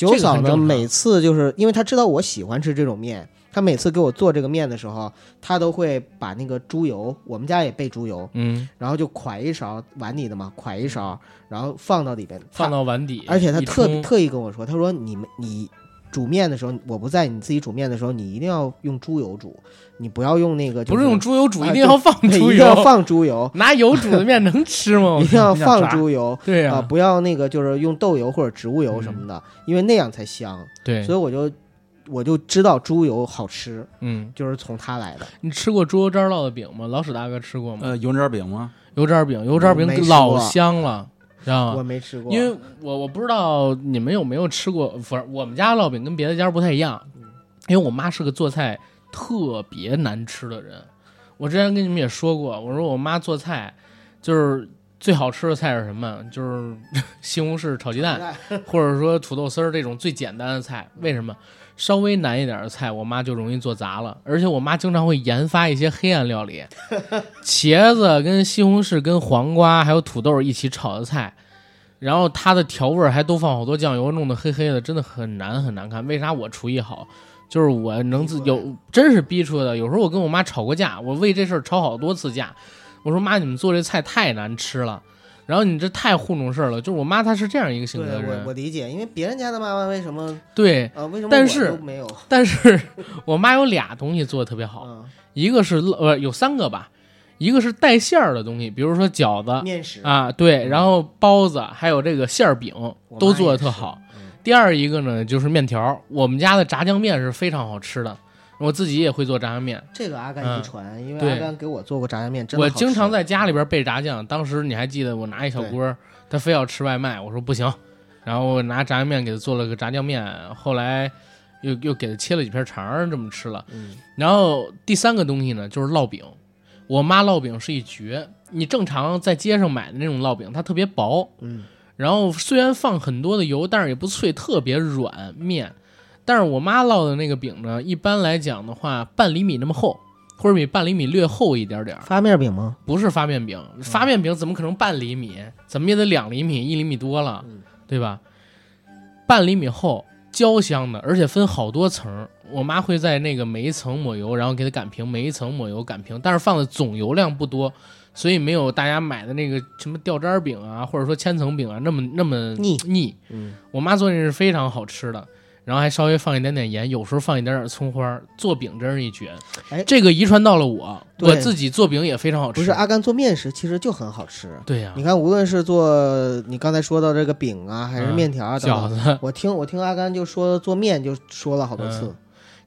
Speaker 2: 九
Speaker 1: 很
Speaker 2: 嫂呢，
Speaker 1: 正常
Speaker 2: 每次就是因为她知道我喜欢吃这种面，她每次给我做这个面的时候，她都会把那个猪油，我们家也备猪油，
Speaker 1: 嗯，
Speaker 2: 然后就㧟一勺碗里的嘛，㧟一勺，然后放到里边，
Speaker 1: 放到碗底，
Speaker 2: 而且他
Speaker 1: 一
Speaker 2: 特
Speaker 1: 冲
Speaker 2: 特意跟我说，他说你们你煮面的时候，我不在，你自己煮面的时候，你一定要用猪油煮，你不要用那个、
Speaker 1: 不是用，猪油煮，
Speaker 2: 啊
Speaker 1: 一定要放
Speaker 2: 对
Speaker 1: 猪
Speaker 2: 一定要
Speaker 1: 油，
Speaker 2: 放猪油，
Speaker 1: 拿油煮的面能吃吗？
Speaker 2: [LAUGHS] 一定要
Speaker 3: 一定要
Speaker 2: 放
Speaker 3: 炸
Speaker 2: 猪油
Speaker 1: [LAUGHS] 对
Speaker 2: 啊、
Speaker 1: 呀，
Speaker 2: 不要那个就是用豆油或者植物油什么的，因为那样才香。
Speaker 1: 对
Speaker 2: 所，以我就我就知道猪油好吃，
Speaker 1: 嗯，
Speaker 2: 就是从它来的。
Speaker 1: 你吃过猪油渣烙的饼吗？老史大哥吃过吗？
Speaker 3: 呃，油炸饼吗？
Speaker 1: 油渣饼，油渣饼
Speaker 2: 我没吃过
Speaker 1: 老香了，知道
Speaker 2: 我
Speaker 1: 吗？
Speaker 2: 没吃过，
Speaker 1: 啊因为我我不知道你们有没有吃过，反正我们家烙饼跟别的家不太一样，
Speaker 2: 嗯
Speaker 1: 因为我妈是个做菜特别难吃的人。我之前跟你们也说过，我说我妈做菜就是最好吃的菜是什么？就是 [LAUGHS] 西红柿炒鸡蛋， [LAUGHS] 或者说土豆丝儿这种最简单的菜。
Speaker 2: 嗯
Speaker 1: 为什么？稍微难一点的菜，我妈就容易做砸了，而且我妈经常会研发一些黑暗料
Speaker 2: [LAUGHS]
Speaker 1: 理，茄子跟西红柿跟黄瓜还有土豆一起炒的菜，然后它的调味儿还都放好多酱油，弄得黑黑的，真的很难很难看。为啥我厨艺好？就是我能自有，真是逼出来的。有时候我跟我妈吵过架，我为这事儿吵好多次架。我说妈，你们做这菜太难吃了，然后你这太糊弄事儿了。就是我妈她是这样一个性
Speaker 2: 对
Speaker 1: 格的人
Speaker 2: 我，我理解，因为别人家的妈妈为什么
Speaker 1: 对。
Speaker 2: 呃为什么
Speaker 1: 但
Speaker 2: 我
Speaker 1: 是
Speaker 2: 都没有？
Speaker 1: 但是 [LAUGHS] 我妈有俩东西做的特别好，
Speaker 2: 嗯，
Speaker 1: 一个是呃有三个吧，一个是带馅儿的东西，比如说饺子
Speaker 2: 面食，
Speaker 1: 啊，对，然后包子，还有这个馅儿饼
Speaker 2: 我妈
Speaker 1: 都做的
Speaker 2: 也
Speaker 1: 特
Speaker 2: 是
Speaker 1: 好。
Speaker 2: 嗯
Speaker 1: 第二一个呢就是面条儿，我们家的炸酱面是非常好吃的，我自己也会做炸酱面，
Speaker 2: 这个阿甘
Speaker 1: 嗯
Speaker 2: 遗传，因为
Speaker 1: 对
Speaker 2: 阿甘给我做过炸酱面，真的
Speaker 1: 我
Speaker 2: 好吃
Speaker 1: 经常在家里边备炸酱。当时你还记得我拿一小锅儿，他非要吃外卖，我说不行，然后我拿炸酱面给他做了个炸酱面，后来又又给他切了几片肠儿这么吃了。
Speaker 2: 嗯
Speaker 1: 然后第三个东西呢，就是烙饼。我妈烙饼是一绝，你正常在街上买的那种烙饼，它特别薄，
Speaker 2: 嗯
Speaker 1: 然后虽然放很多的油，但是也不脆，特别软面。但是我妈烙的那个饼呢，一般来讲的话，半厘米那么厚，或者比半厘米略厚一点点儿，
Speaker 2: 发面饼吗？
Speaker 1: 不是发面饼。
Speaker 2: 嗯
Speaker 1: 发面饼怎么可能半厘米？怎么也得两厘米，一厘米多了
Speaker 2: 嗯，
Speaker 1: 对吧？半厘米厚，焦香的，而且分好多层儿。我妈会在那个每一层抹油，然后给它擀平，每一层抹油擀平，但是放的总油量不多，所以没有大家买的那个什么掉渣儿饼啊，或者说千层饼啊那么那么
Speaker 2: 腻
Speaker 1: 腻。
Speaker 2: 嗯，
Speaker 1: 我妈做那是非常好吃的，然后还稍微放一点点盐，有时候放一点点葱花儿。做饼真是一绝，
Speaker 2: 哎
Speaker 1: 这个遗传到了我，
Speaker 2: 对
Speaker 1: 我自己做饼也非常好吃。啊
Speaker 2: 不是阿甘做面食其实就很好吃。
Speaker 1: 对呀、
Speaker 2: 你看，无论是做你刚才说到这个饼啊，还是
Speaker 1: 嗯
Speaker 2: 面条啊等等
Speaker 1: 饺 [LAUGHS] 子。
Speaker 2: 我听我听阿甘就说做面就说了好多
Speaker 1: 嗯
Speaker 2: 次，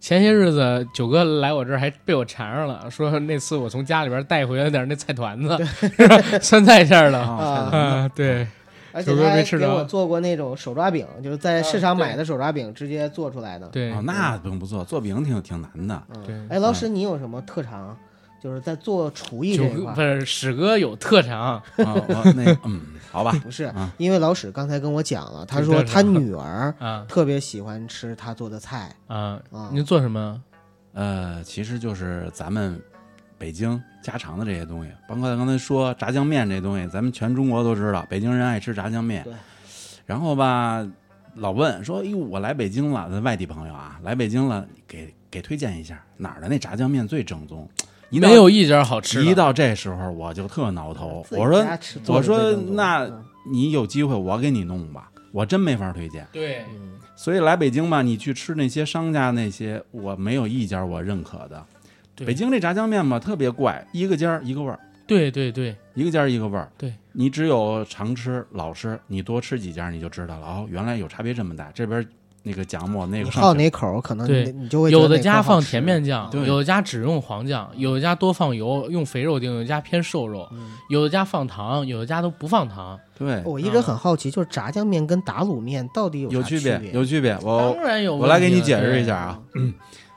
Speaker 1: 前些日子九哥来我这儿还被我缠上了，说那次我从家里边带回来点那菜团子， [LAUGHS] 酸菜馅
Speaker 3: [LAUGHS]
Speaker 1: 儿的。
Speaker 2: 啊
Speaker 1: 啊，对，
Speaker 2: 而且
Speaker 1: 九哥
Speaker 2: 他还
Speaker 1: 没吃
Speaker 2: 给
Speaker 1: 着
Speaker 2: 我做过那种
Speaker 1: [LAUGHS]
Speaker 2: 手抓饼，就是在市场买的手抓饼直接做出来的。
Speaker 1: 对
Speaker 3: 哦，那并不错，做饼挺
Speaker 1: [LAUGHS]
Speaker 3: 挺难的。
Speaker 2: 嗯
Speaker 1: 对
Speaker 2: 哎，老史，你有什么特长？就是在做厨艺这
Speaker 1: 九
Speaker 2: 一
Speaker 1: 哥
Speaker 2: 块
Speaker 1: 不，是史哥有特长，
Speaker 3: 啊，我那个嗯，好吧，
Speaker 2: 不是
Speaker 3: 啊
Speaker 2: 因为老史刚才跟我讲了，他
Speaker 1: 这
Speaker 2: 说
Speaker 1: 是
Speaker 2: 他女儿
Speaker 1: 啊
Speaker 2: 特别喜欢吃他做的菜
Speaker 1: 啊，
Speaker 2: 啊，
Speaker 1: 您做什么？
Speaker 3: 呃，其实就是咱们北京家常的这些东西，包括刚才说炸酱面这东西，咱们全中国都知道，北京人爱吃炸酱面
Speaker 2: 对。
Speaker 3: 然后吧，老问说：“哟，我来北京了，咱外地朋友啊，来北京了，给给推荐一下哪儿的那炸酱面最正宗。”一到
Speaker 1: 没有一家好吃
Speaker 3: 一
Speaker 1: 的。
Speaker 3: 到这时候我就特挠头，
Speaker 2: 自己
Speaker 3: 我说
Speaker 2: 家吃做
Speaker 3: 我
Speaker 2: 的这
Speaker 3: 说
Speaker 2: 种东西
Speaker 3: 那
Speaker 2: 嗯
Speaker 3: 你有机会我给你弄吧，我真没法推荐。
Speaker 1: 对，
Speaker 2: 嗯
Speaker 3: 所以来北京吧，你去吃那些商家那些，我没有一家我认可的。
Speaker 1: 对
Speaker 3: 北京这炸酱面吧，特别怪，一个家儿一个味儿，
Speaker 1: 对对对，
Speaker 3: 一个家儿一个味儿。
Speaker 1: 对，
Speaker 3: 你只有常吃、老吃，你多吃几家你就知道了。哦，原来有差别这么大，这边那个姜末，那个上
Speaker 2: 靠哪口儿可能
Speaker 1: 对
Speaker 2: 你你就会觉
Speaker 1: 有
Speaker 2: 得
Speaker 1: 的
Speaker 2: 哪
Speaker 1: 家
Speaker 2: 口好
Speaker 1: 放
Speaker 2: 吃
Speaker 1: 甜面酱，
Speaker 3: 对
Speaker 1: 有的家只用黄酱，有的家多放油，用肥肉定，有的家偏瘦肉，
Speaker 2: 嗯
Speaker 1: 有的家放糖，有的家都不放糖。
Speaker 3: 对，
Speaker 2: 我
Speaker 1: 嗯
Speaker 2: 一直很好奇，就是炸酱面跟打卤面到底有
Speaker 3: 有
Speaker 2: 啥
Speaker 3: 区
Speaker 2: 别？
Speaker 3: 别，有区别。我
Speaker 1: 当然有问题了，
Speaker 3: 哦我来给你解释一下
Speaker 1: 对。
Speaker 3: 啊，嗯，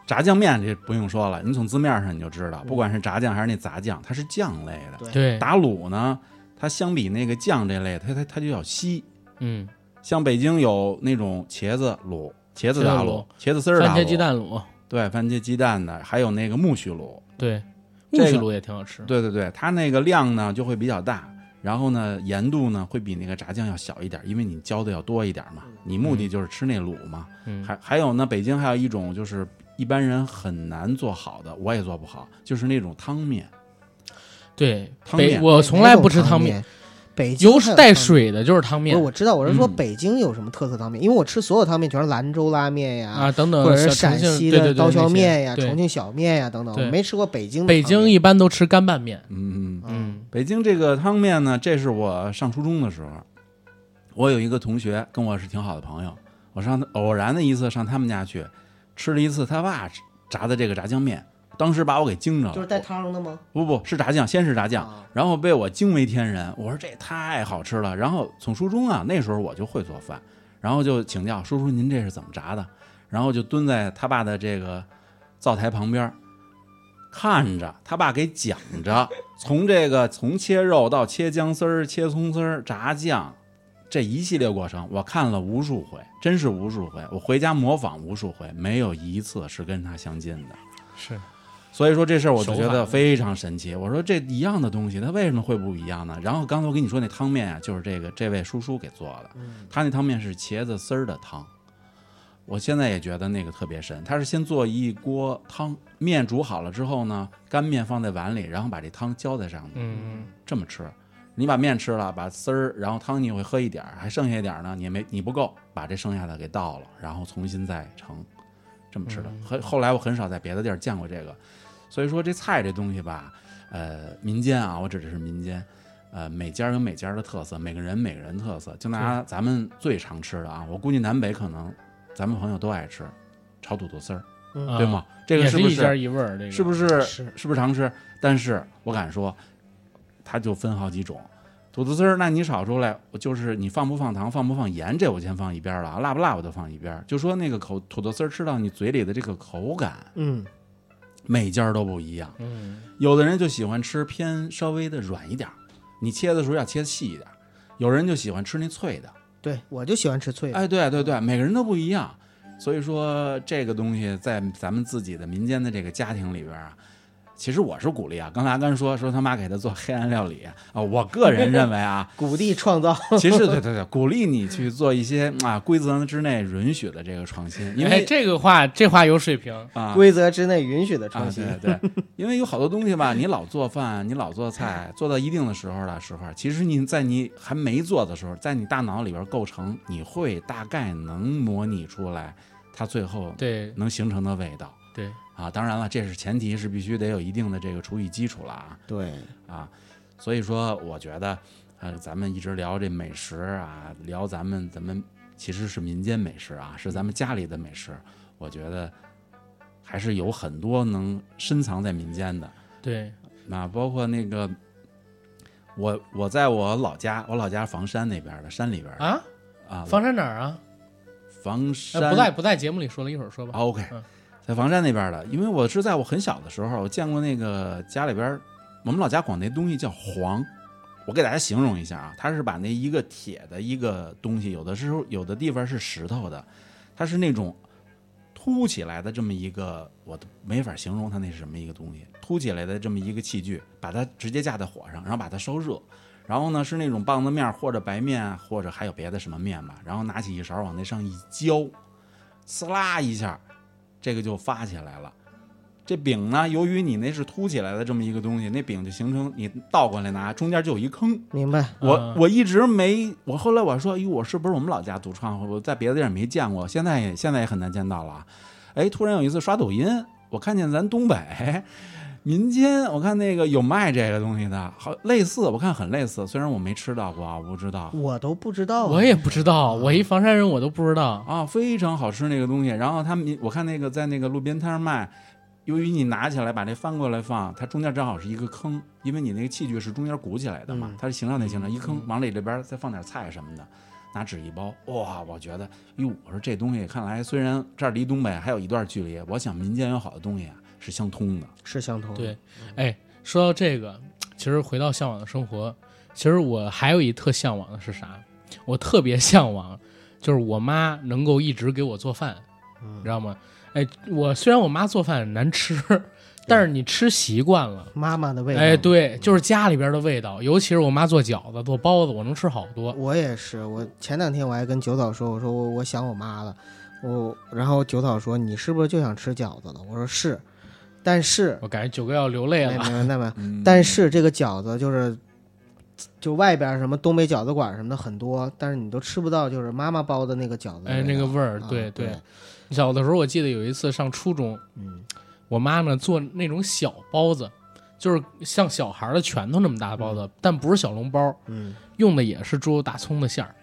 Speaker 3: 炸酱面这不用说了，你从字面上你就知道，不管是炸酱还是那杂酱，它是酱类的。
Speaker 1: 对，
Speaker 3: 打卤呢，它相比那个酱这类，它它它就要稀。
Speaker 1: 嗯，
Speaker 3: 像北京有那种茄子卤、茄子打卤、茄子丝儿
Speaker 1: 番
Speaker 3: 打
Speaker 1: 茄
Speaker 3: 卤，
Speaker 1: 鸡蛋卤，
Speaker 3: 对，番茄鸡蛋的，还有那个苜蓿卤，
Speaker 1: 对，
Speaker 3: 这
Speaker 1: 木须
Speaker 3: 个
Speaker 1: 卤也挺好吃。
Speaker 3: 对对对，它那个量呢就会比较大，然后呢盐度呢会比那个炸酱要小一点，因为你浇的要多一点嘛，你目的就是吃那卤嘛。
Speaker 1: 嗯，
Speaker 3: 还还有呢，北京还有一种就是一般人很难做好的，我也做不好，就是那种汤面，
Speaker 1: 对，
Speaker 3: 汤
Speaker 1: 北
Speaker 3: 面
Speaker 1: 我
Speaker 2: 哪
Speaker 1: 呃从来
Speaker 2: 种
Speaker 1: 不吃
Speaker 2: 汤
Speaker 1: 面，，
Speaker 2: 北京
Speaker 1: 有
Speaker 2: 还
Speaker 1: 带
Speaker 2: 汤
Speaker 1: 水的就是汤
Speaker 2: 面。不
Speaker 1: 面
Speaker 2: 是，我知道，我是说
Speaker 3: 嗯
Speaker 2: 北京有什么特色汤面，因为我吃所有汤面全是兰州拉面呀，
Speaker 1: 啊等等，
Speaker 2: 或者是
Speaker 1: 小
Speaker 2: 陕
Speaker 1: 重庆
Speaker 2: 西
Speaker 1: 对对
Speaker 2: 的
Speaker 1: 对
Speaker 2: 刀削
Speaker 1: 那些
Speaker 2: 面呀、
Speaker 1: 对
Speaker 2: 重庆小面呀等等，
Speaker 1: 对
Speaker 2: 我没吃过北京的
Speaker 1: 北
Speaker 2: 汤
Speaker 1: 京
Speaker 2: 面
Speaker 1: 一般都吃干拌面。
Speaker 3: 嗯嗯。
Speaker 1: 嗯
Speaker 3: 北京这个汤面呢，这是我上初中的时候，我有一个同学跟我是挺好的朋友，我上偶然的一次上他们家去吃了一次他爸炸的这个炸酱面，当时把我给惊
Speaker 1: 嗯
Speaker 3: 着了，
Speaker 2: 就是带汤的吗？
Speaker 3: 不不是炸酱，先是炸酱，
Speaker 2: 啊
Speaker 3: 然后被我惊为天人，我说这太好吃了。然后从初中啊那时候我就会做饭，然后就请教叔叔您这是怎么炸的，然后就蹲在他爸的这个灶台旁边，看着他爸给讲着， [LAUGHS] 从这个从切肉到切姜丝儿、切葱丝儿、炸酱。这一系列过程，我看了无数回，真是无数回。我回家模仿无数回，没有一次是跟他相近的。
Speaker 1: 是，
Speaker 3: 所以说这事儿我就觉
Speaker 1: 手法
Speaker 3: 得非常神奇。我说这一样的东西，它为什么会不一样呢？然后刚才我跟你说那汤面啊，就是这个这位叔叔给做的，
Speaker 1: 嗯
Speaker 3: 他那汤面是茄子丝儿的汤。我现在也觉得那个特别神，他是先做一锅汤，面煮好了之后呢，干面放在碗里，然后把这汤浇在上面，
Speaker 1: 嗯
Speaker 3: 这么吃。你把面吃了，把丝儿，然后汤你会喝一点儿，还剩下一点儿呢，你也没你不够，把这剩下的给倒了，然后重新再盛，这么吃的。
Speaker 1: 嗯
Speaker 3: 后、后来我很少在别的地儿见过这个，所以说这菜这东西吧，呃，民间啊，我指的是民间，呃，每家有每家的特色，每个人每个人特色。就拿咱们最常吃的啊，我估计南北可能咱们朋友都爱吃炒土豆丝儿，
Speaker 2: 嗯
Speaker 3: 对吗？这个
Speaker 1: 也
Speaker 3: 是
Speaker 1: 是
Speaker 3: 不
Speaker 1: 一家
Speaker 3: 是
Speaker 1: 一味儿，这个
Speaker 3: 是不
Speaker 1: 是？
Speaker 3: 是
Speaker 2: 是
Speaker 3: 是不是常吃？但是我敢说，它就分好几种。土豆丝儿，那你炒出来，我就是你放不放糖，放不放盐，这我先放一边儿了啊，辣不辣我就放一边儿。就说那个口土豆丝儿吃到你嘴里的这个口感，
Speaker 2: 嗯
Speaker 3: 每家儿都不一样。
Speaker 1: 嗯，
Speaker 3: 有的人就喜欢吃偏稍微的软一点儿，你切的时候要切细一点儿；有人就喜欢吃那脆的。
Speaker 2: 对我就喜欢吃脆的，，
Speaker 3: 哎，对对对，每个人都不一样，所以说这个东西在咱们自己的民间的这个家庭里边啊，其实我是鼓励啊。刚才阿甘说说他妈给他做黑暗料理啊，我个人认为啊
Speaker 2: [LAUGHS] 谷地创造，
Speaker 3: 其实对对对，鼓励你去做一些啊规则之内允许的这个创新，因
Speaker 1: 哎
Speaker 3: 为
Speaker 1: 这个话这话有水平，
Speaker 3: 啊。
Speaker 2: 规则之内允许的
Speaker 3: 啊
Speaker 2: 创，新。
Speaker 3: 对对，因为有好多东西吧，你老做饭，你老做菜，做到一定的时候的时候，其实你在你还没做的时候，在你大脑里边构成，你会大概能模拟出来它最后
Speaker 1: 对
Speaker 3: 能形成的味道
Speaker 1: 对，
Speaker 3: 啊。当然了，这是前提是必须得有一定的这个厨艺基础了啊
Speaker 2: 对，
Speaker 3: 啊。所以说，我觉得呃，咱们一直聊这美食啊，聊咱们咱们其实是民间美食啊，是咱们家里的美食。我觉得还是有很多能深藏在民间的。
Speaker 1: 对，
Speaker 3: 那包括那个，我我在我老家，我老家房山那边的山里边的
Speaker 1: 啊，
Speaker 3: 啊，
Speaker 1: 房山哪儿啊？
Speaker 3: 房
Speaker 1: 哎
Speaker 3: 山
Speaker 1: 不在不在节目里说了，一会儿说吧。
Speaker 3: 啊 OK，
Speaker 1: 嗯
Speaker 3: 在房山那边的，因为我是在我很小的时候，我见过那个家里边儿，我们老家管那东西叫黄。我给大家形容一下啊，它是把那一个铁的一个东西，有的时候有的地方是石头的，它是那种凸起来的这么一个，我都没法形容它那是什么一个东西，凸起来的这么一个器具，把它直接架在火上，然后把它烧热，然后呢是那种棒子面儿或者白面啊或者还有别的什么面吧，然后拿起一勺往那上一浇，呲啦一下，这个就发起来了。这饼呢，由于你那是凸起来的这么一个东西，那饼就形成你倒过来拿，中间就有一坑。
Speaker 2: 明白。
Speaker 3: 我
Speaker 1: 嗯
Speaker 3: 我一直没，我后来我说，哟，我是不是我们老家独创？我在别的地儿没见过，现在也现在也很难见到了啊。哎，突然有一次刷抖音，我看见咱东北 [LAUGHS] 民间，我看那个有卖这个东西的，好类似，我看很类似，虽然我没吃到过啊，我不知道
Speaker 2: 我都不知
Speaker 3: 哦
Speaker 2: 道啊，
Speaker 1: 我也不知道，我一房山人我都不知道。
Speaker 3: 啊，非常好吃那个东西。然后他们，我看那个在那个路边摊儿卖，由于你拿起来把这翻过来放，它中间正好是一个坑，因为你那个器具是中间鼓起来的嘛，
Speaker 2: 嗯
Speaker 3: 它是形状得形状，一坑
Speaker 1: 嗯
Speaker 3: 往里这边再放点菜什么的。拿纸一包，哇！我觉得，哟，我说这东西看来虽然这儿离东北还有一段距离，我想民间有好的东西啊是相通的。
Speaker 2: 是相同的。
Speaker 1: 对哎，说到这个，其实回到向往的生活，其实我还有一特向往的是啥？我特别向往，就是我妈能够一直给我做饭，
Speaker 2: 嗯
Speaker 1: 你知道吗？哎，我虽然我妈做饭难吃，但是你吃习惯了。
Speaker 2: 妈妈的味道。嗯
Speaker 1: 哎，，对，就是家里边的味道，尤其是我妈做饺子、做包子，我能吃好多。
Speaker 2: 我也是。我前两天我还跟九嫂说，我说我我想我妈了，我然后九嫂说你是不是就想吃饺子了？我说是，但是哎
Speaker 1: 我感觉九哥要流泪
Speaker 2: 没
Speaker 1: 了。
Speaker 2: 没
Speaker 1: [LAUGHS]
Speaker 2: 没没，
Speaker 3: 嗯
Speaker 2: 但是这个饺子就是。就外边什么东北饺子馆什么的很多，但是你都吃不到，就是妈妈包的那个饺子的道。
Speaker 1: 哎那个味儿
Speaker 2: 啊
Speaker 1: 对
Speaker 2: 对
Speaker 1: 对，小的时候，我记得有一次上初中，
Speaker 2: 嗯
Speaker 1: 我妈呢做那种小包子，就是像小孩儿的拳头那么大的包子，但不是小笼包，
Speaker 2: 嗯，
Speaker 1: 用的也是猪油大葱的馅儿。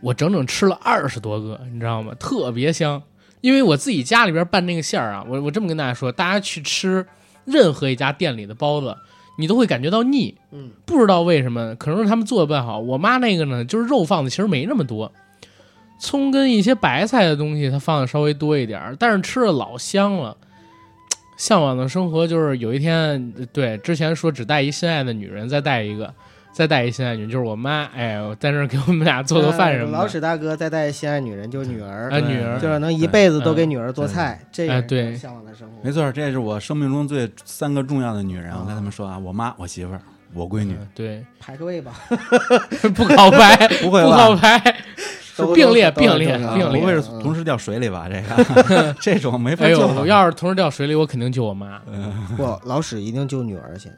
Speaker 1: 我整整吃了二十多个，你知道吗？特别香。因为我自己家里边拌那个馅儿啊，我我这么跟大家说，大家去吃任何一家店里的包子，你都会感觉到腻。
Speaker 2: 嗯，
Speaker 1: 不知道为什么，可能是他们做的不太好。我妈那个呢，就是肉放的其实没那么多，葱跟一些白菜的东西它放的稍微多一点儿，但是吃的老香了。向往的生活就是有一天，对之前说只带一心爱的女人，再带一个，再带一心爱的女人，就是我妈。哎，我在那儿给我们俩 [LAUGHS] 做做饭什么的。
Speaker 2: 老史大哥再带心爱女人就是女儿，
Speaker 1: [LAUGHS] 哎女儿
Speaker 2: 就是能一
Speaker 3: 对
Speaker 2: 辈子都给女儿做菜，这
Speaker 1: 哎
Speaker 2: 也
Speaker 1: 对
Speaker 2: 是向往的生活。
Speaker 3: 没错，这是我生命中最三个重要的女人。我跟他们说啊，我妈、我媳妇儿、我闺女，
Speaker 1: 嗯对， [LAUGHS]
Speaker 2: 排个位吧，
Speaker 1: 不告白，
Speaker 3: [LAUGHS] 不
Speaker 1: 不
Speaker 3: 会吧？
Speaker 1: 告白，
Speaker 2: 都
Speaker 1: 并列
Speaker 2: 都是
Speaker 1: 并列
Speaker 2: 正常
Speaker 1: 并列
Speaker 3: 不啊会是
Speaker 2: 嗯
Speaker 3: 同时掉水里吧？这
Speaker 1: [LAUGHS]
Speaker 3: 个这种没法
Speaker 1: 哎
Speaker 3: 救
Speaker 1: 呦，我
Speaker 3: 了。
Speaker 1: 要是同时掉水里，我肯定救我妈。
Speaker 2: 嗯
Speaker 1: [LAUGHS]
Speaker 2: 不，老史一定救女儿先，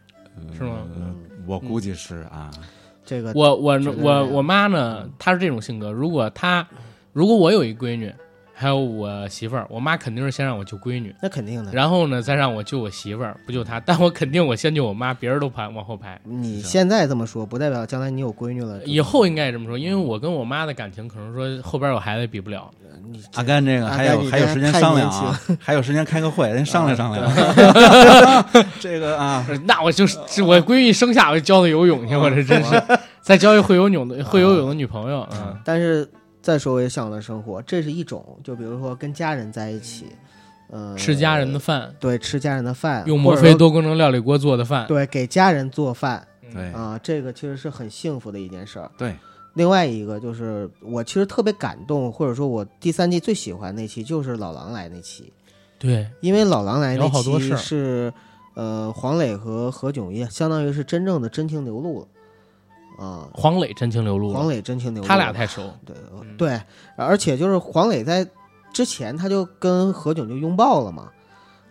Speaker 1: 是吗
Speaker 3: 呃我估计是啊，
Speaker 2: 嗯这个
Speaker 1: 我我
Speaker 2: 觉得
Speaker 1: 我我妈呢，她是这种性格。如果她如果我有一闺女，还有我媳妇儿，我妈肯定是先让我救闺女，
Speaker 2: 那肯定的。
Speaker 1: 然后呢再让我救我媳妇儿，不救她， [LAUGHS] 但我肯定我先救我妈，别人都排往后啊排。
Speaker 2: 你现在这么说，不代表将来你有闺女了。
Speaker 1: 以后应该也这么
Speaker 2: 嗯
Speaker 1: 说，因为我跟我妈的感情可能说后边有孩子也比不了， [LAUGHS]
Speaker 2: 你
Speaker 3: 阿甘这个
Speaker 2: 阿甘
Speaker 3: 还有
Speaker 2: 你
Speaker 3: 还有时间
Speaker 2: 太
Speaker 3: 商量
Speaker 2: 年
Speaker 3: 啊，还有时间开个会，咱商量商量。
Speaker 1: 嗯
Speaker 3: [LAUGHS] 这个啊，
Speaker 1: 那我就是这我闺女生下我就教她游泳去，
Speaker 2: 哦
Speaker 1: 我这真是 [LAUGHS] 再教一会游泳的会游泳的女朋友，嗯，
Speaker 2: 但是再说回向往的生活，这是一种，就比如说跟家人在一起，呃，
Speaker 1: 嗯吃家人的，饭，
Speaker 2: 对，吃家人的饭，
Speaker 1: 用
Speaker 2: 嗯或
Speaker 1: 摩
Speaker 2: 者
Speaker 1: 飞
Speaker 2: 说
Speaker 1: 多功能料理锅做的饭，
Speaker 2: 对给家人做饭
Speaker 3: 对
Speaker 1: 嗯
Speaker 2: 啊、这个其实是很幸福的一件事儿。
Speaker 3: 对，
Speaker 2: 另外一个就是我其实特别感动，或者说我第三季最喜欢那期就是老狼来那期，
Speaker 1: 对
Speaker 2: 因为老狼来
Speaker 1: 聊
Speaker 2: 那
Speaker 1: 好多事
Speaker 2: 期
Speaker 1: 儿
Speaker 2: 是呃黄磊和何炅一样，相当于是真正的真情流露了啊、
Speaker 1: 黄磊真情流露
Speaker 2: 黄
Speaker 1: 了，
Speaker 2: 磊真情流露，
Speaker 1: 他俩太
Speaker 2: [LAUGHS]
Speaker 1: 熟，
Speaker 2: 对呃
Speaker 1: 嗯
Speaker 2: 对，而且就是黄磊在之前他就跟何炅就拥抱了嘛，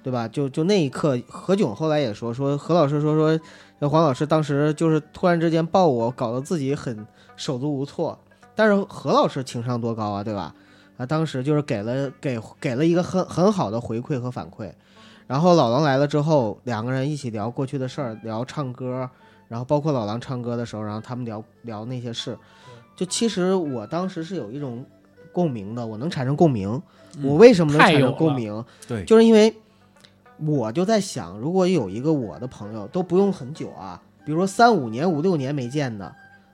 Speaker 2: 对吧？就就那一刻，何炅后来也说说何老师说说，这黄老师当时就是突然之间抱我，搞得自己很手足无措。但是何老师情商多高啊，对吧？啊，当时就是给了给给了一个很很好的回馈和反馈。然后老狼来了之后，两个人一起聊过去的事儿，聊唱歌，然后包括老狼唱歌的时候，然后他们聊聊那些事。就其实我当时是有一种共鸣的，我能产生共鸣。我为什么能
Speaker 1: 嗯太
Speaker 2: 产
Speaker 1: 有
Speaker 2: 生共
Speaker 1: 了
Speaker 2: 鸣？
Speaker 3: 对，
Speaker 2: 就是因为我就在想，如果有一个我的朋友，都不用很久啊，比如说三五年、五六年没见的，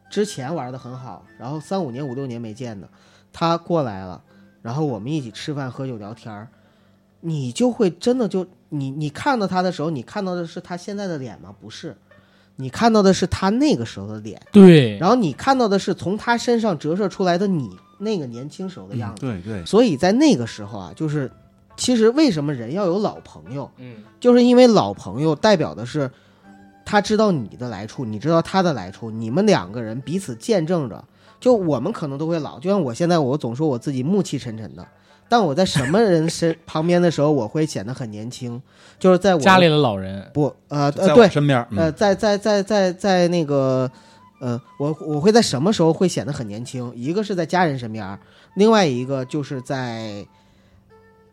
Speaker 2: 之前玩的很好，然后三五年、五六年没见的，他过来了，然后我们一起吃饭、喝酒、聊天儿，你就会真的就你你看到他的时候，你看到的是他现在的脸吗？不是，你看到的是他那个时候的脸，
Speaker 1: 对，
Speaker 2: 然后你看到的是从他身上折射出来的你那个年轻时候的样子。
Speaker 3: 对对，
Speaker 2: 所以在那个时候啊，就是其实为什么人要有老朋友，
Speaker 1: 嗯，
Speaker 2: 就是因为老朋友代表的是他知道你的来处，你知道他的来处，你们两个人彼此见证着。就我们可能都会老，就像我现在，我总说我自己暮气沉沉的，但我在什么人身 [LAUGHS] 旁边的时候，我会显得很年轻。就是在我
Speaker 1: 家里的老人，
Speaker 2: 不呃
Speaker 3: 在
Speaker 2: 呃
Speaker 3: 我
Speaker 2: 对
Speaker 3: 身边儿，
Speaker 2: 呃
Speaker 3: 嗯
Speaker 2: 在在在在在那个呃我我会在什么时候会显得很年轻？一个是在家人身边儿，另外一个就是在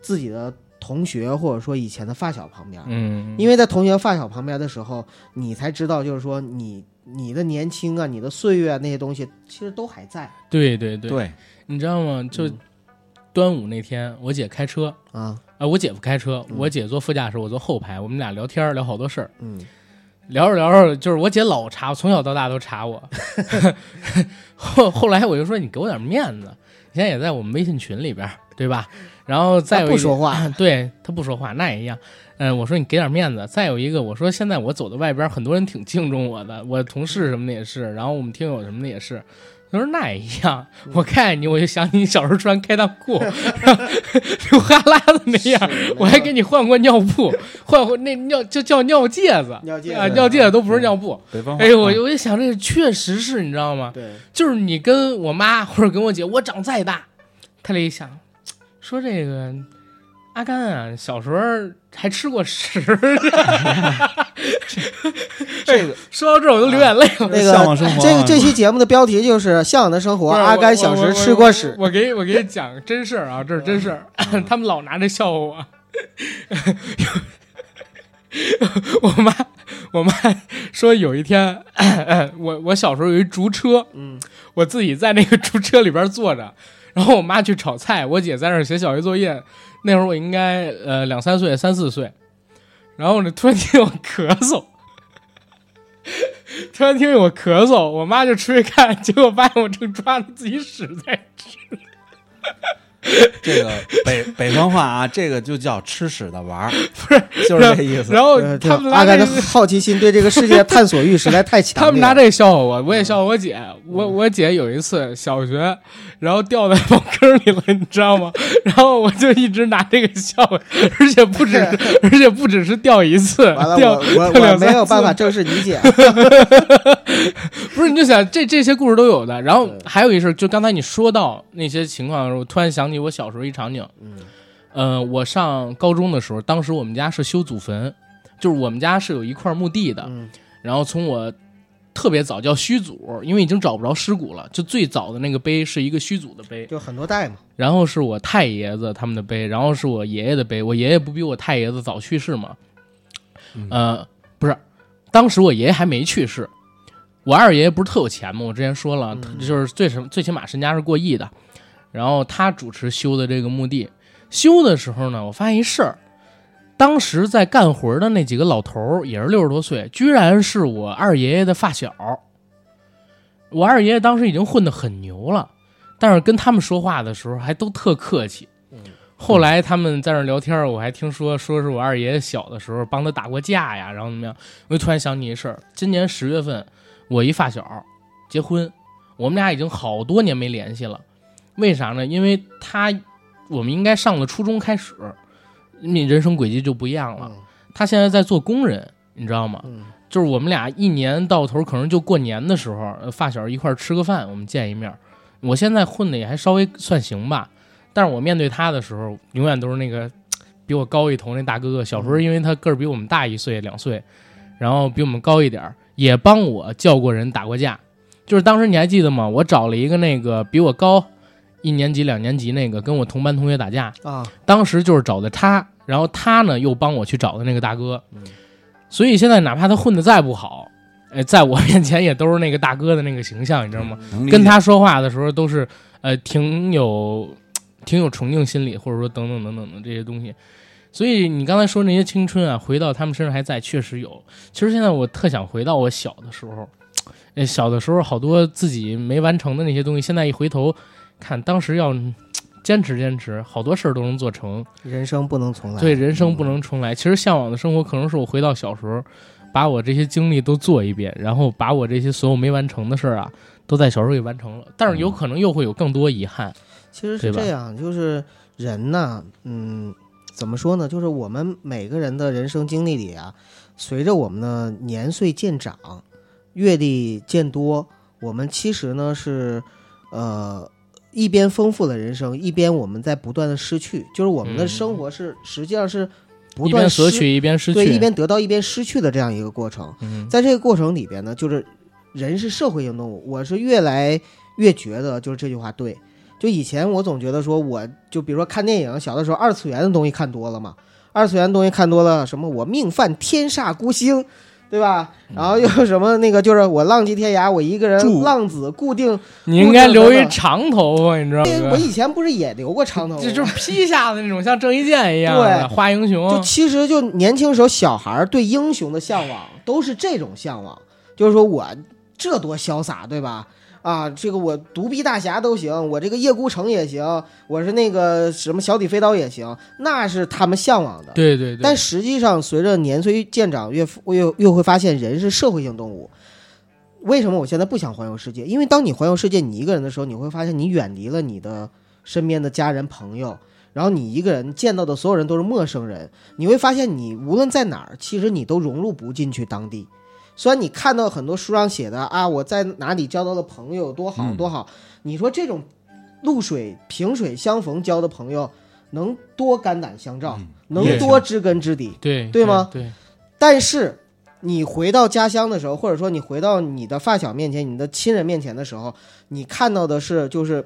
Speaker 2: 自己的同学或者说以前的发小旁边儿。
Speaker 1: 嗯，
Speaker 2: 因为在同学发小旁边的时候，你才知道，就是说你你的年轻啊，你的岁月啊那些东西，其实都还在
Speaker 1: 对对对，
Speaker 3: 对，
Speaker 1: 你知道吗？就
Speaker 2: 嗯
Speaker 1: 端午那天，我姐开车，
Speaker 2: 啊。
Speaker 1: 啊，我姐夫开车，
Speaker 2: 嗯
Speaker 1: 我姐坐副驾驶，我坐后排，我们俩聊天儿聊好多事儿，
Speaker 2: 嗯，
Speaker 1: 聊着聊着就是我姐老查，我从小到大都查
Speaker 2: [LAUGHS]
Speaker 1: 我，后后来我就说你给我点面子，你现在也在我们微信群里边儿，对吧？然后再
Speaker 2: 他
Speaker 1: 有一
Speaker 2: 不
Speaker 1: [LAUGHS]
Speaker 2: 说话， [LAUGHS]
Speaker 1: 对他不说话，那也一样。嗯，我说你给点面子。再有一个，我说现在我走到外边，很多人挺敬重我的，我同事什么的也是，然后我们听友什么的也是。他说那也一样，
Speaker 2: 嗯
Speaker 1: 我看见你我就想起你小时候穿开裆裤， [LAUGHS] 流哈喇子那样，我还给你换过尿布，换过那尿就叫尿介子，
Speaker 2: 尿介子嗯
Speaker 1: 啊，尿介子都不是尿布。
Speaker 3: 北方话。
Speaker 1: 哎呦，我
Speaker 3: 啊
Speaker 1: 我就想这个确实是你知道吗？ [LAUGHS]
Speaker 2: 对，
Speaker 1: 就是你跟我妈或者跟我姐，我长再大，他俩一想，说这个阿甘啊，小时候还吃过屎， [LAUGHS]
Speaker 3: 这个
Speaker 1: 说到这儿我都流眼泪了。
Speaker 2: 那个
Speaker 3: 向往生活啊
Speaker 2: 这个这期节目的标题就是《向往的生活》，阿甘小时吃过屎，嗯
Speaker 1: 我给我给你讲真事儿啊，这是真事儿， [LAUGHS] 他们老拿这笑话 [LAUGHS] 我。我妈，我妈说有一天， [CLEARS THROAT] 我我小时候有一竹车，
Speaker 2: 嗯，
Speaker 1: 我自己在那个竹车里边坐着，然后我妈去炒菜，我姐在那儿写小学作业。那会儿我应该呃两三岁，三四岁，然后呢，突然听我咳嗽，突然听见我咳嗽，我妈就出去看，结果发现我正抓着自己屎在
Speaker 3: 这个北北方话啊，这个就叫吃屎的玩儿，不是就是这意思。
Speaker 1: 然后
Speaker 2: 呃，这
Speaker 1: 哦他们
Speaker 2: 阿
Speaker 1: 拿
Speaker 2: 甘
Speaker 1: 这
Speaker 2: 的
Speaker 1: 个，
Speaker 2: 好奇心对这个世界的探索欲实在太强烈
Speaker 1: [LAUGHS]
Speaker 2: 了。
Speaker 1: 他们拿这个笑话我，我也笑话我姐。我我姐有一次小学，然后掉在茅坑里了， [LAUGHS] 你知道吗？然后我就一直拿这个笑话，而且不止，而且不只是掉一次
Speaker 2: 完了，，
Speaker 1: 掉
Speaker 2: 我我
Speaker 1: 掉
Speaker 2: 我
Speaker 1: 两
Speaker 2: 没
Speaker 1: 三
Speaker 2: 有
Speaker 1: 次
Speaker 2: 办法正视
Speaker 1: [LAUGHS]
Speaker 2: 理解。
Speaker 1: 不是，你就想这这些故事都有的。然后还有一事儿，就刚才你说到那些情况的时候，我突然想起我小时候一场景。嗯，呃，我上高中的时候，当时我们家是修祖坟，就是我们家是有一块墓地的。
Speaker 2: 嗯
Speaker 1: 然后从我特别早，叫虚祖，因为已经找不着尸骨了。就最早的那个碑是一个虚祖的碑，
Speaker 2: 就很多代嘛。
Speaker 1: 然后是我太爷子他们的碑，然后是我爷爷的碑。我爷爷不比我太爷子早去世吗？呃，不是，当时我爷爷还没去世。我二爷爷不是特有钱吗？我之前说了，他
Speaker 2: 嗯
Speaker 1: 就是最什么最起码身家是过亿的。然后他主持修的这个墓地，修的时候呢，我发现一事儿，当时在干活的那几个老头儿也是六十多岁，居然是我二爷爷的发小。我二爷爷当时已经混得很牛了，但是跟他们说话的时候还都特客气。
Speaker 2: 嗯
Speaker 1: 后来他们在那儿聊天儿，我还听说说是我二爷爷小的时候帮他打过架呀，然后怎么样？我就突然想起一事儿，今年十月份我一发小结婚，我们俩已经好多年没联系了。为啥呢？因为他我们应该上了初中开始，你人生轨迹就不一样了。
Speaker 2: 嗯
Speaker 1: 他现在在做工人，你知道吗？
Speaker 2: 嗯
Speaker 1: 就是我们俩一年到头可能就过年的时候，呃发小一块儿吃个饭，我们见一面儿。我现在混的也还稍微算行吧，但是我面对他的时候，永远都是那个比我高一头那大哥哥。小时候因为他个儿比我们大一岁两岁，然后比我们高一点儿，也帮我叫过人打过架。就是当时你还记得吗？我找了一个那个比我高一年级两年级那个跟我同班同学打架，
Speaker 2: 啊，
Speaker 1: 当时就是找的他，然后他呢又帮我去找的那个大哥
Speaker 2: 嗯，
Speaker 1: 所以现在哪怕他混的再不好，哎，在我面前也都是那个大哥的那个形象，你知道吗？
Speaker 3: 能理解
Speaker 1: 跟他说话的时候都是呃挺有挺有崇敬心理，或者说等等等等的这些东西。所以你刚才说那些青春啊，回到他们身上还在，确实有。其实现在我特想回到我小的时候，哎，小的时候好多自己没完成的那些东西，现在一回头看，当时要坚持坚持，好多事儿都能做成。
Speaker 2: 人生不能重来。
Speaker 1: 对，人生不能重来。其实向往的生活可能是我回到小时候，把我这些经历都做一遍，然后把我这些所有没完成的事儿啊，都在小时候给完成了。但
Speaker 2: 嗯
Speaker 1: 是有可能又会有更多遗憾。
Speaker 2: 其实
Speaker 1: 对
Speaker 2: 是
Speaker 1: 吧
Speaker 2: 这样，就是人呐，嗯，怎么说呢？就是我们每个人的人生经历里啊，随着我们的年岁渐长，阅历渐多，我们其实呢是，呃。一边丰富了人生，一边我们在不断的失去，就是我们的
Speaker 1: 嗯
Speaker 2: 生活是、实际上是不
Speaker 1: 一
Speaker 2: 断
Speaker 1: 边索
Speaker 2: 失
Speaker 1: 取一边失去，
Speaker 2: 对一边得到一边失去的这样一个过程。
Speaker 1: 嗯
Speaker 2: 在这个过程里边呢，就是人是社会性动物，我是越来越觉得就是这句话对。就以前我总觉得说，我就比如说看电影，小的时候二次元的东西看多了嘛，二次元的东西看多了，什么我命犯天煞孤星，对吧？然后又什么那个就是我浪迹天涯，我一个人
Speaker 3: 住
Speaker 2: 浪子固定。
Speaker 1: 你应该留一长头发，你知道
Speaker 2: 我
Speaker 1: 吗？
Speaker 2: 以前不是也留过长头发吗？
Speaker 1: 这就是披下的那种，像郑伊健一样的
Speaker 2: 对
Speaker 1: 花英
Speaker 2: 就
Speaker 1: 雄。啊
Speaker 2: 其实就年轻时候小孩儿对英雄的向往都是这种向往，就是说我这多潇洒，对吧？啊，这个我独臂大侠都行，我这个叶孤城也行，我是那个什么小李飞刀也行，那是他们向往的。
Speaker 1: 对对对，
Speaker 2: 但实际上，随着年岁渐长，越越越会发现人是社会性动物。为什么我现在不想环游世界？因为当你环游世界，你一个人的时候，你会发现你远离了你的身边的家人朋友，然后你一个人见到的所有人都是陌生人，你会发现你无论在哪儿，其实你都融入不进去当地。虽然你看到很多书上写的啊，我在哪里交到了朋友，多好
Speaker 3: 嗯
Speaker 2: 多好，你说这种露水萍水相逢交的朋友，能多肝胆相照，
Speaker 3: 嗯
Speaker 2: 能
Speaker 1: 也
Speaker 2: 多知根知底。
Speaker 1: 对
Speaker 2: 对吗
Speaker 1: 对，
Speaker 2: 但是你回到家乡的时候，或者说你回到你的发小面前、你的亲人面前的时候，你看到的是就是，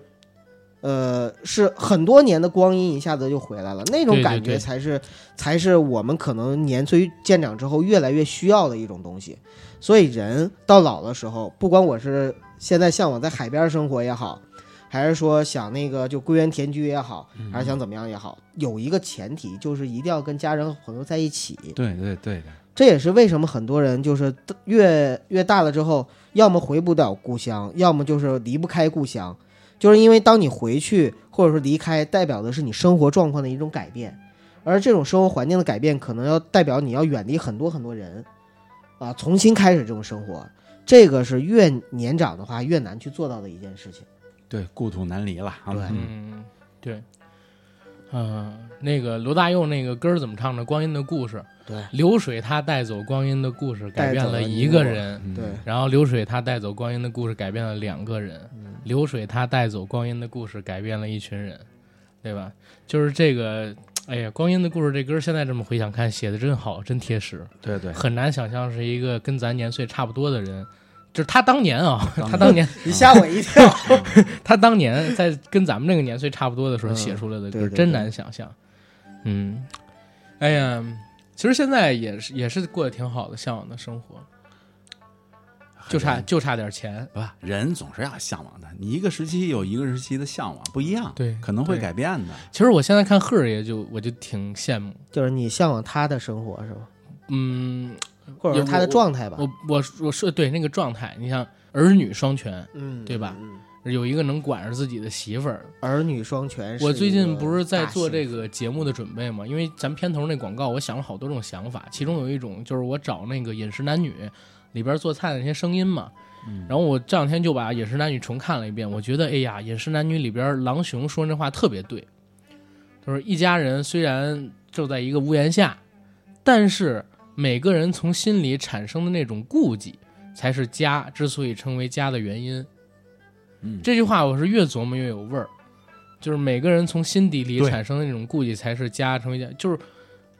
Speaker 2: 呃，是很多年的光阴一下子就回来了，那种
Speaker 1: 对对
Speaker 2: 感
Speaker 1: 对
Speaker 2: 觉才是才是我们可能年岁渐长之后越来越需要的一种东西。所以人到老的时候，不管我是现在向往在海边生活也好，还是说想那个就归园田居也好，还是想怎么样也好，有一个前提就是一定要跟家人和朋友在一起。
Speaker 3: 对对对的，
Speaker 2: 这也是为什么很多人就是越越大了之后，要么回不了故乡，要么就是离不开故乡，就是因为当你回去或者说离开，代表的是你生活状况的一种改变，而这种生活环境的改变，可能要代表你要远离很多很多人，啊，重新开始这种生活，这个是越年长的话越难去做到的一件事情。
Speaker 3: 对故土难离了啊。
Speaker 2: 对
Speaker 3: 嗯
Speaker 1: 嗯，对，嗯，那个罗大佑那个歌儿怎么唱的？光阴的故事，
Speaker 2: 对
Speaker 1: 流水它带走光阴的故事，改
Speaker 2: 带
Speaker 1: 变
Speaker 2: 走了
Speaker 1: 一
Speaker 2: 你
Speaker 1: 个
Speaker 2: 我
Speaker 1: 人。
Speaker 3: 嗯
Speaker 2: 对，
Speaker 1: 然后流水它带走光阴的故事，改变了两个人；流水它带走光阴的故事，改变了一群人，对吧？就是这个，哎呀，《光阴的故事》这歌，现在这么回想看，写的真好，真贴实，
Speaker 3: 对对，
Speaker 1: 很难想象是一个跟咱年岁差不多的人就是他当年啊，
Speaker 3: 当年
Speaker 1: 他当年
Speaker 2: 你吓我一跳。
Speaker 1: 他当年在跟咱们这个年岁差不多的时候
Speaker 2: 嗯
Speaker 1: 写出来的
Speaker 2: 对
Speaker 1: 歌，
Speaker 2: 对
Speaker 1: 真
Speaker 2: 对
Speaker 1: 难想象。嗯，哎呀，其实现在也是也是过得挺好的，向往的生活，就差就差点钱。
Speaker 3: 不，人总是要向往的。你一个时期有一个时期的向往，不一样，
Speaker 1: 对
Speaker 3: 可能会
Speaker 1: 对
Speaker 3: 改变的。
Speaker 1: 其实我现在看赫儿爷就我就挺羡慕，
Speaker 2: 就是你向往他的生活是吧？
Speaker 1: 嗯，
Speaker 2: 或者
Speaker 1: 有
Speaker 2: 说他的
Speaker 1: 我
Speaker 2: 状态吧？
Speaker 1: 我我我说对那个状态，你像儿女双全，
Speaker 2: 嗯，
Speaker 1: 对吧
Speaker 2: 嗯？嗯
Speaker 1: 有一个能管着自己的媳妇儿，
Speaker 2: 儿女双全是一个大幸福。
Speaker 1: 我最近不是在做这个节目的准备嘛，因为咱片头那广告，我想了好多种想法，其中有一种就是我找那个《饮食男女》里边做菜的那些声音嘛，
Speaker 2: 嗯
Speaker 1: 然后我这两天就把《饮食男女》重看了一遍，我觉得哎呀，《饮食男女》里边狼雄说那话特别对，就是一家人虽然住在一个屋檐下，但是每个人从心里产生的那种顾忌，才是家之所以成为家的原因。
Speaker 3: 嗯
Speaker 1: 这句话我是越琢磨越有味儿，就是每个人从心底里
Speaker 3: 对
Speaker 1: 产生的那种顾忌，才是家成为家。就是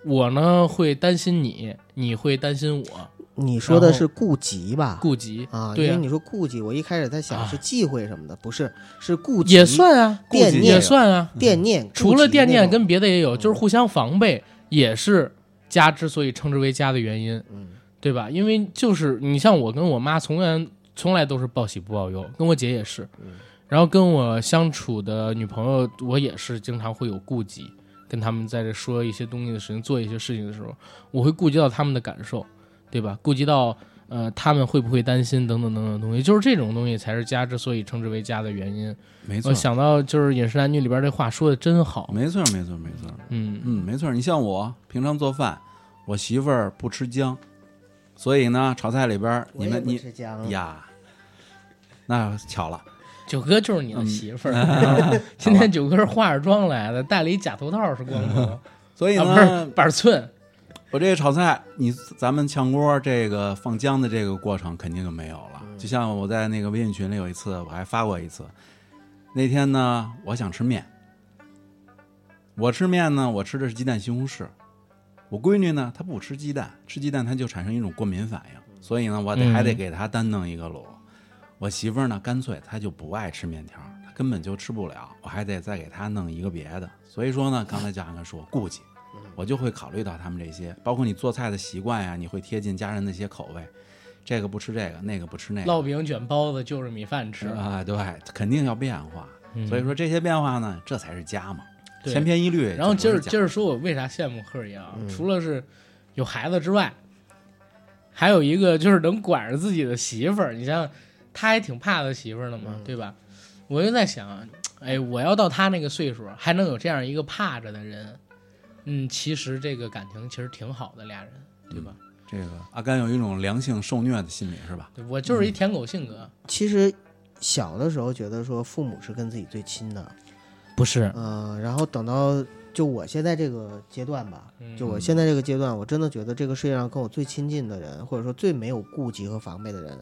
Speaker 1: 我呢会担心你，你会担心我，
Speaker 2: 你说的是顾及吧？
Speaker 1: 顾及
Speaker 2: 啊，
Speaker 1: 对
Speaker 2: 因
Speaker 1: 呀
Speaker 2: 为你说顾及，我一开始在想
Speaker 1: 啊
Speaker 2: 是忌讳什么的，不是，是顾及
Speaker 1: 也算啊，
Speaker 2: 惦
Speaker 3: 念
Speaker 1: 也算啊。
Speaker 2: 惦念，
Speaker 1: 除
Speaker 2: 顾
Speaker 1: 了
Speaker 2: 及
Speaker 1: 惦
Speaker 2: 那
Speaker 1: 念，
Speaker 2: 种
Speaker 1: 跟别的也有，
Speaker 2: 嗯
Speaker 1: 就是互相防备，也是家之所以称之为家的原因，
Speaker 2: 嗯
Speaker 1: 对吧？因为就是你像我跟我妈，从来从来都是报喜不报忧，跟我姐也是，
Speaker 2: 嗯
Speaker 1: 然后跟我相处的女朋友，我也是经常会有顾忌，跟他们在这说一些东西的事情，做一些事情的时候，我会顾及到他们的感受，对吧？顾及到。呃，他们会不会担心等等等等的东西，就是这种东西才是家之所以称之为家的原因。
Speaker 3: 没错
Speaker 1: 我，想到就是《饮食男女》里边这话说的真好，
Speaker 3: 没错，没错，没错。
Speaker 1: 嗯
Speaker 3: 嗯，没错。你像我平常做饭，我媳妇儿不吃姜，所以呢，炒菜里边儿
Speaker 2: 我
Speaker 3: 你
Speaker 2: 也
Speaker 3: 们
Speaker 2: 不
Speaker 3: 你
Speaker 2: 吃姜，
Speaker 3: 呀，那巧了，
Speaker 1: 九哥就是
Speaker 3: 嗯
Speaker 1: 你的媳妇
Speaker 3: 啊
Speaker 1: [LAUGHS] 儿。今天九哥是化着妆来的，戴了一假头套，是光头，啊
Speaker 3: 嗯所以
Speaker 1: 不是
Speaker 3: 呢，
Speaker 1: 板寸。
Speaker 3: 我这个炒菜，你咱们炝锅这个放姜的这个过程肯定就没有了。就像我在那个微信群里有一次，我还发过一次。那天呢，我想吃面，我吃面呢，我吃的是鸡蛋西红柿。我闺女呢，她不吃鸡蛋，吃鸡蛋她就产生一种过敏反应，所以呢，我得
Speaker 1: 嗯
Speaker 3: 还得给她单弄一个卤。我媳妇儿呢，干脆她就不爱吃面条，她根本就吃不了，我还得再给她弄一个别的。所以说呢，刚才就安哥说，顾忌，我就会考虑到他们这些，包括你做菜的习惯呀，你会贴近家人的一些口味，这个不吃这个，那个不吃那个，
Speaker 1: 烙饼卷包子就是米饭吃，
Speaker 3: 啊，对，肯定要变化。
Speaker 1: 嗯
Speaker 3: 所以说这些变化呢，这才是家嘛，
Speaker 1: 对
Speaker 3: 千篇一律。
Speaker 1: 然后接着
Speaker 3: 这
Speaker 1: 接着说，我为啥羡慕赫儿爷啊？除了是有孩子之外，还有一个就是能管着自己的媳妇儿。你像他还挺怕他媳妇儿的嘛，对吧？我就在想，哎，我要到他那个岁数，还能有这样一个怕着的人，嗯，其实这个感情其实挺好的，俩人，对吧？
Speaker 3: 这个阿甘有一种良性受虐的心理是吧？
Speaker 1: 对我就是一舔狗性格，
Speaker 2: 其实小的时候觉得说父母是跟自己最亲的，
Speaker 1: 不是，
Speaker 2: 嗯、然后等到就我现在这个阶段吧，就我
Speaker 3: 嗯
Speaker 2: 现在这个阶段，我真的觉得这个世界上跟我最亲近的人，或者说最没有顾忌和防备的人，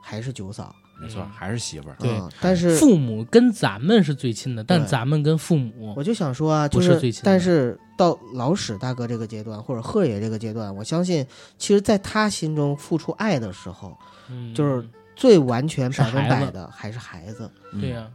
Speaker 2: 还是九嫂。
Speaker 3: 没错，
Speaker 1: 嗯
Speaker 3: 还是媳妇儿。
Speaker 1: 对
Speaker 2: 嗯但是
Speaker 1: 父母跟咱们是最亲的，但
Speaker 2: 对
Speaker 1: 咱们跟父母，
Speaker 2: 我就想说啊，
Speaker 1: 哦
Speaker 2: 就
Speaker 1: 不是最亲的
Speaker 2: 但是到老史大哥这个阶段，或者贺爷这个阶段，我相信，其实在他心中付出爱的时候，
Speaker 1: 嗯
Speaker 2: 就是最完全
Speaker 1: 是
Speaker 2: 百分
Speaker 1: 孩
Speaker 2: 百
Speaker 1: 子
Speaker 2: 的还是孩子，
Speaker 3: 嗯
Speaker 1: 对呀、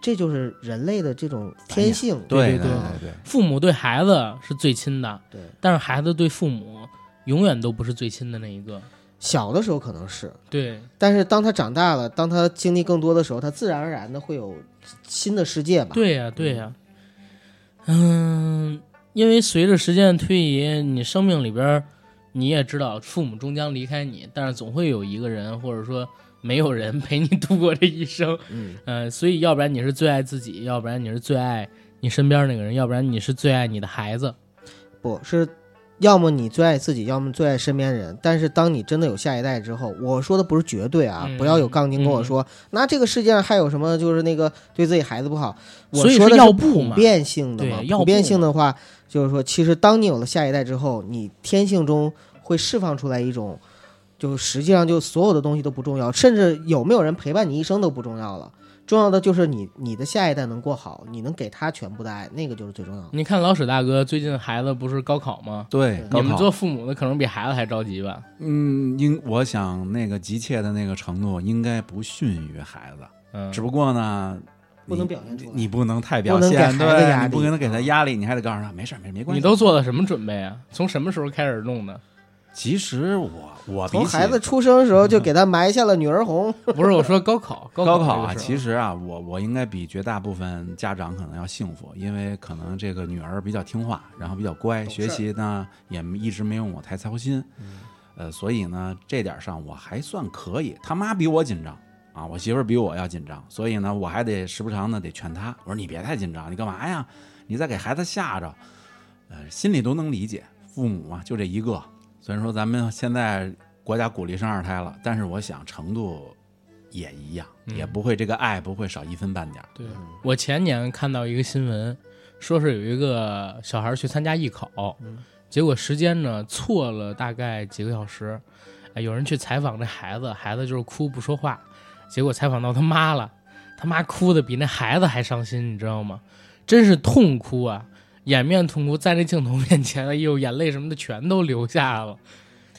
Speaker 2: 这就是人类的这种天性。
Speaker 3: 对
Speaker 1: 对对
Speaker 3: 对对，
Speaker 1: 父母对孩子是最亲的，
Speaker 2: 对
Speaker 1: 但是孩子对父母永远都不是最亲的那一个。
Speaker 2: 小的时候可能是，
Speaker 1: 对，
Speaker 2: 但是当他长大了，当他经历更多的时候，他自然而然的会有新的世界吧。，
Speaker 1: 对呀、对呀、嗯，因为随着时间的推移，你生命里边儿你也知道，父母终将离开你，但是总会有一个人，或者说没有人陪你度过这一生。
Speaker 2: 嗯，
Speaker 1: [LAUGHS] 呃，所以要不然你是最爱自己，要不然你是最爱你身边那个人，要不然你是最爱你的孩子。
Speaker 2: 不是，要么你最爱自己，要么最爱身边人。但是当你真的有下一代之后，我说的不是绝对啊，
Speaker 1: 嗯
Speaker 2: 不要有杠精跟我
Speaker 1: 嗯
Speaker 2: 说，那这个世界上还有什么就是那个对自己孩子不好？我
Speaker 1: 所以
Speaker 2: 说
Speaker 1: 是
Speaker 2: 的
Speaker 1: 要
Speaker 2: 是
Speaker 1: 不
Speaker 2: 普
Speaker 1: 嘛
Speaker 2: 遍性的嘛
Speaker 1: 对，要
Speaker 2: 普遍
Speaker 1: 不
Speaker 2: 性的话，就是说，其实当你有了下一代之后，你天性中会释放出来一种。就实际上，就所有的东西都不重要，甚至有没有人陪伴你一生都不重要了。重要的就是你你的下一代能过好，你能给他全部的爱，那个就是最重要的。
Speaker 1: 你看老史大哥最近孩子不是高考吗？
Speaker 3: 对，
Speaker 1: 你
Speaker 3: 高
Speaker 1: 们
Speaker 3: 考
Speaker 1: 做父母的可能比孩子还着急吧？
Speaker 3: 嗯，应我想那个急切的那个程度应该不逊于孩子，
Speaker 1: 嗯
Speaker 3: 只，不过呢，
Speaker 2: 不
Speaker 3: 你
Speaker 2: 能表现出来
Speaker 3: 你不能太表
Speaker 2: 不能给
Speaker 3: 现，
Speaker 2: 孩子压
Speaker 3: 对，
Speaker 2: 力嗯
Speaker 3: 你不能给他压力，你还得告诉他没事儿没事儿没关系。
Speaker 1: 你都做了什么准备啊？从什么时候开始弄的？
Speaker 3: 其实我
Speaker 1: 啊
Speaker 3: 我比
Speaker 2: 从
Speaker 3: 起
Speaker 2: 孩子出生的时
Speaker 1: 嗯
Speaker 2: 候就给他埋下了女儿 [LAUGHS] 红，
Speaker 1: 不是我说高考，高
Speaker 3: 高
Speaker 1: 考
Speaker 3: 考
Speaker 1: 这
Speaker 3: 啊，
Speaker 1: 个事儿
Speaker 3: 其实啊，我我应该比绝大部分家长可能要幸福，因为可能这个女儿比较听话，然后比较乖，
Speaker 2: 懂事儿
Speaker 3: 学习呢也一直没用我太操心，
Speaker 1: 嗯
Speaker 3: 呃，所以呢这点上我还算可以。他妈比我紧张啊，我媳妇儿比我要紧张，所以呢我还得时不常的得劝她，我说你别太紧张，你干嘛呀？你再给孩子吓着，呃，心里都能理解，父母啊嘛就这一个。虽然说咱们现在国家鼓励生二胎了，但是我想程度也一样，
Speaker 1: 嗯
Speaker 3: 也不会这个爱不会少一分半点儿。
Speaker 1: 对我前年看到一个新闻，说是有一个小孩去参加艺考，结果时间呢错了大概几个小时。哎，有人去采访这孩子，孩子就是哭不说话，结果采访到他妈了，他妈哭的比那孩子还伤心，你知道吗？真是痛哭啊，掩面痛哭，在那镜头面前，哎呦，眼泪什么的全都流下了。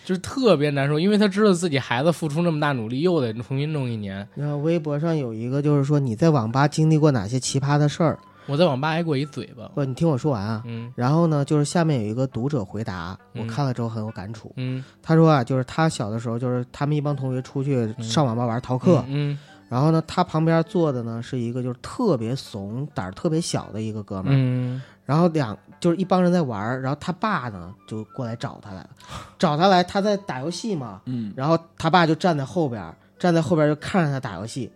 Speaker 1: 就是特别难受，因为他知道自己孩子付出那么大努力，又得重新弄一年。
Speaker 2: 然后微博上有一个就是说你在网吧经历过哪些奇葩的事儿？
Speaker 1: 我在网吧挨过一嘴巴，
Speaker 2: 不，你听我说完啊。
Speaker 1: 嗯
Speaker 2: 然后呢，就是下面有一个读者回答，我
Speaker 1: 嗯
Speaker 2: 看了之后很有感触。
Speaker 1: 嗯，
Speaker 2: 他说啊，就是他小的时候，就是他们一帮同学出去
Speaker 1: 嗯
Speaker 2: 上网吧玩逃课，
Speaker 1: 嗯，
Speaker 2: 然后呢，他旁边坐的呢是一个就是特别怂、胆儿特别小的一个哥们儿，
Speaker 1: 嗯，
Speaker 2: 然后两就是一帮人在玩儿，然后他爸呢就过来找他来
Speaker 1: [LAUGHS]
Speaker 2: 了，找他来，他在打游戏嘛，
Speaker 3: 嗯，
Speaker 2: 然后他爸就站在后边儿，站在后边儿就看着他打游戏，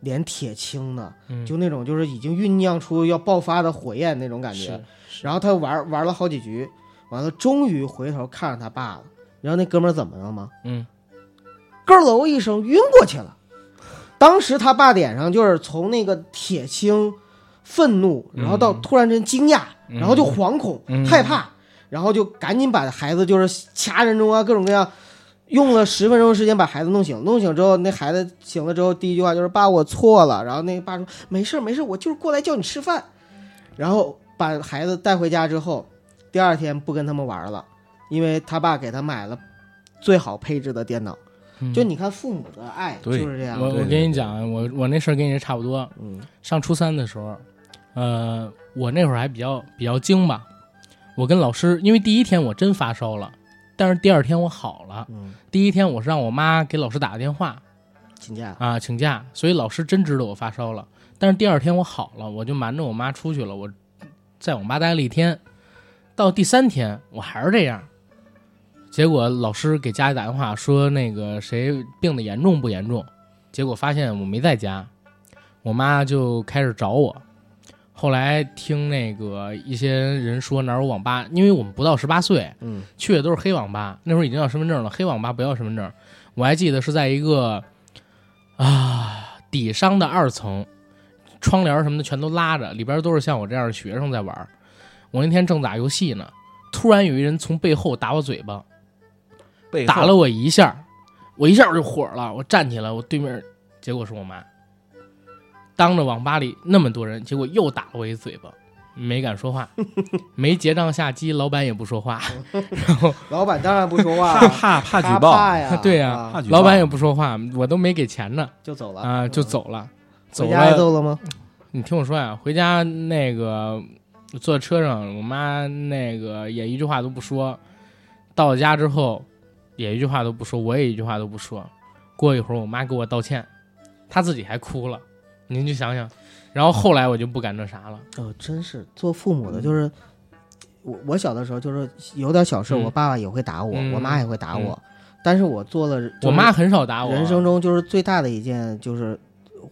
Speaker 2: 脸铁青的，
Speaker 1: 嗯
Speaker 2: 就那种就是已经酝酿出要爆发的火焰那种感觉
Speaker 1: 是。
Speaker 2: 然后他玩玩了好几局，完了终于回头看着他爸了，然后那哥们儿怎么了吗？
Speaker 1: 嗯，
Speaker 2: 咯楼一声晕过去了。当时他爸脸上就是从那个铁青、愤怒，然后到
Speaker 1: 嗯
Speaker 2: 突然间惊讶，
Speaker 1: 嗯
Speaker 2: 然后就惶恐、
Speaker 1: 嗯
Speaker 2: 害怕，然后就赶紧把孩子就是掐人中啊，各种各样，用了十分钟时间把孩子弄醒。弄醒之后，那孩子醒了之后，第一句话就是“爸，我错了”。然后那个爸说：“没事儿没事儿，我就是过来叫你吃饭。”然后把孩子带回家之后，第二天不跟他们玩了，因为他爸给他买了最好配置的电脑。
Speaker 1: 嗯
Speaker 2: 就你看父母的爱就
Speaker 3: 对
Speaker 2: 是这样
Speaker 1: 我
Speaker 2: 的，
Speaker 1: 我
Speaker 3: 对
Speaker 1: 跟你讲啊，我我那事儿跟你这差不多。
Speaker 2: 嗯
Speaker 1: 上初三的时候，呃，我那会儿还比较比较精吧。我跟老师，因为第一天我真发烧了，但是第二天我好了。
Speaker 2: 嗯，
Speaker 1: 第一天我是让我妈给老师打个电话
Speaker 2: 请假。
Speaker 1: 啊，请假，所以老师真知道我发烧了。但是第二天我好了，我就瞒着我妈出去了，我在网吧待了一天。到第三天我还是这样，结果老师给家里打电话说那个谁病的严重不严重，结果发现我没在家，我妈就开始找我。后来听那个一些人说哪儿有网吧，因为我们不到十八岁，
Speaker 2: 嗯，
Speaker 1: 去的都是黑网吧，那时候已经要身份证了，黑网吧不要身份证。我还记得是在一个啊底商的二层，窗帘什么的全都拉着，里边都是像我这样的学生在玩儿。我那天正打游戏呢，突然有一人从背后打我嘴巴，
Speaker 3: 背后
Speaker 1: 打了我一下，我一下我就火了，我站起来，我对面结果是我妈，当着网吧里那么多人，结果又打了我一嘴巴，没敢说
Speaker 3: [LAUGHS]
Speaker 1: 话，没结账下机，老板也不说话，
Speaker 2: 老板当然不说话
Speaker 3: 怕
Speaker 2: 了，
Speaker 3: 怕怕
Speaker 2: 他
Speaker 3: 举报，
Speaker 2: 怕呀，
Speaker 1: [LAUGHS] 对呀
Speaker 2: 啊
Speaker 3: 怕举报，
Speaker 1: 老板也不说话，我都没给钱呢，
Speaker 2: 就走了
Speaker 1: 啊、就
Speaker 2: 嗯
Speaker 1: 走了，
Speaker 2: 回
Speaker 1: 走
Speaker 2: 家挨
Speaker 1: 了。
Speaker 2: 揍了吗？
Speaker 1: 你听我说呀、啊回家那个坐车上，我妈那个也一句话都不说，到了家之后也一句话都不说，我也一句话都不说。过一会儿，我妈给我道歉，她自己还哭了，您就想想。然后后来我就不敢那啥了，
Speaker 2: 哦，真是做父母
Speaker 1: 嗯
Speaker 2: 的，就是我我小的时候就是有点小事，
Speaker 1: 嗯
Speaker 2: 我爸爸也会打我，
Speaker 1: 嗯
Speaker 2: 我妈也会打我，但是我做了就是
Speaker 1: 我妈很少打我。
Speaker 2: 人生中就是最大的一件就是。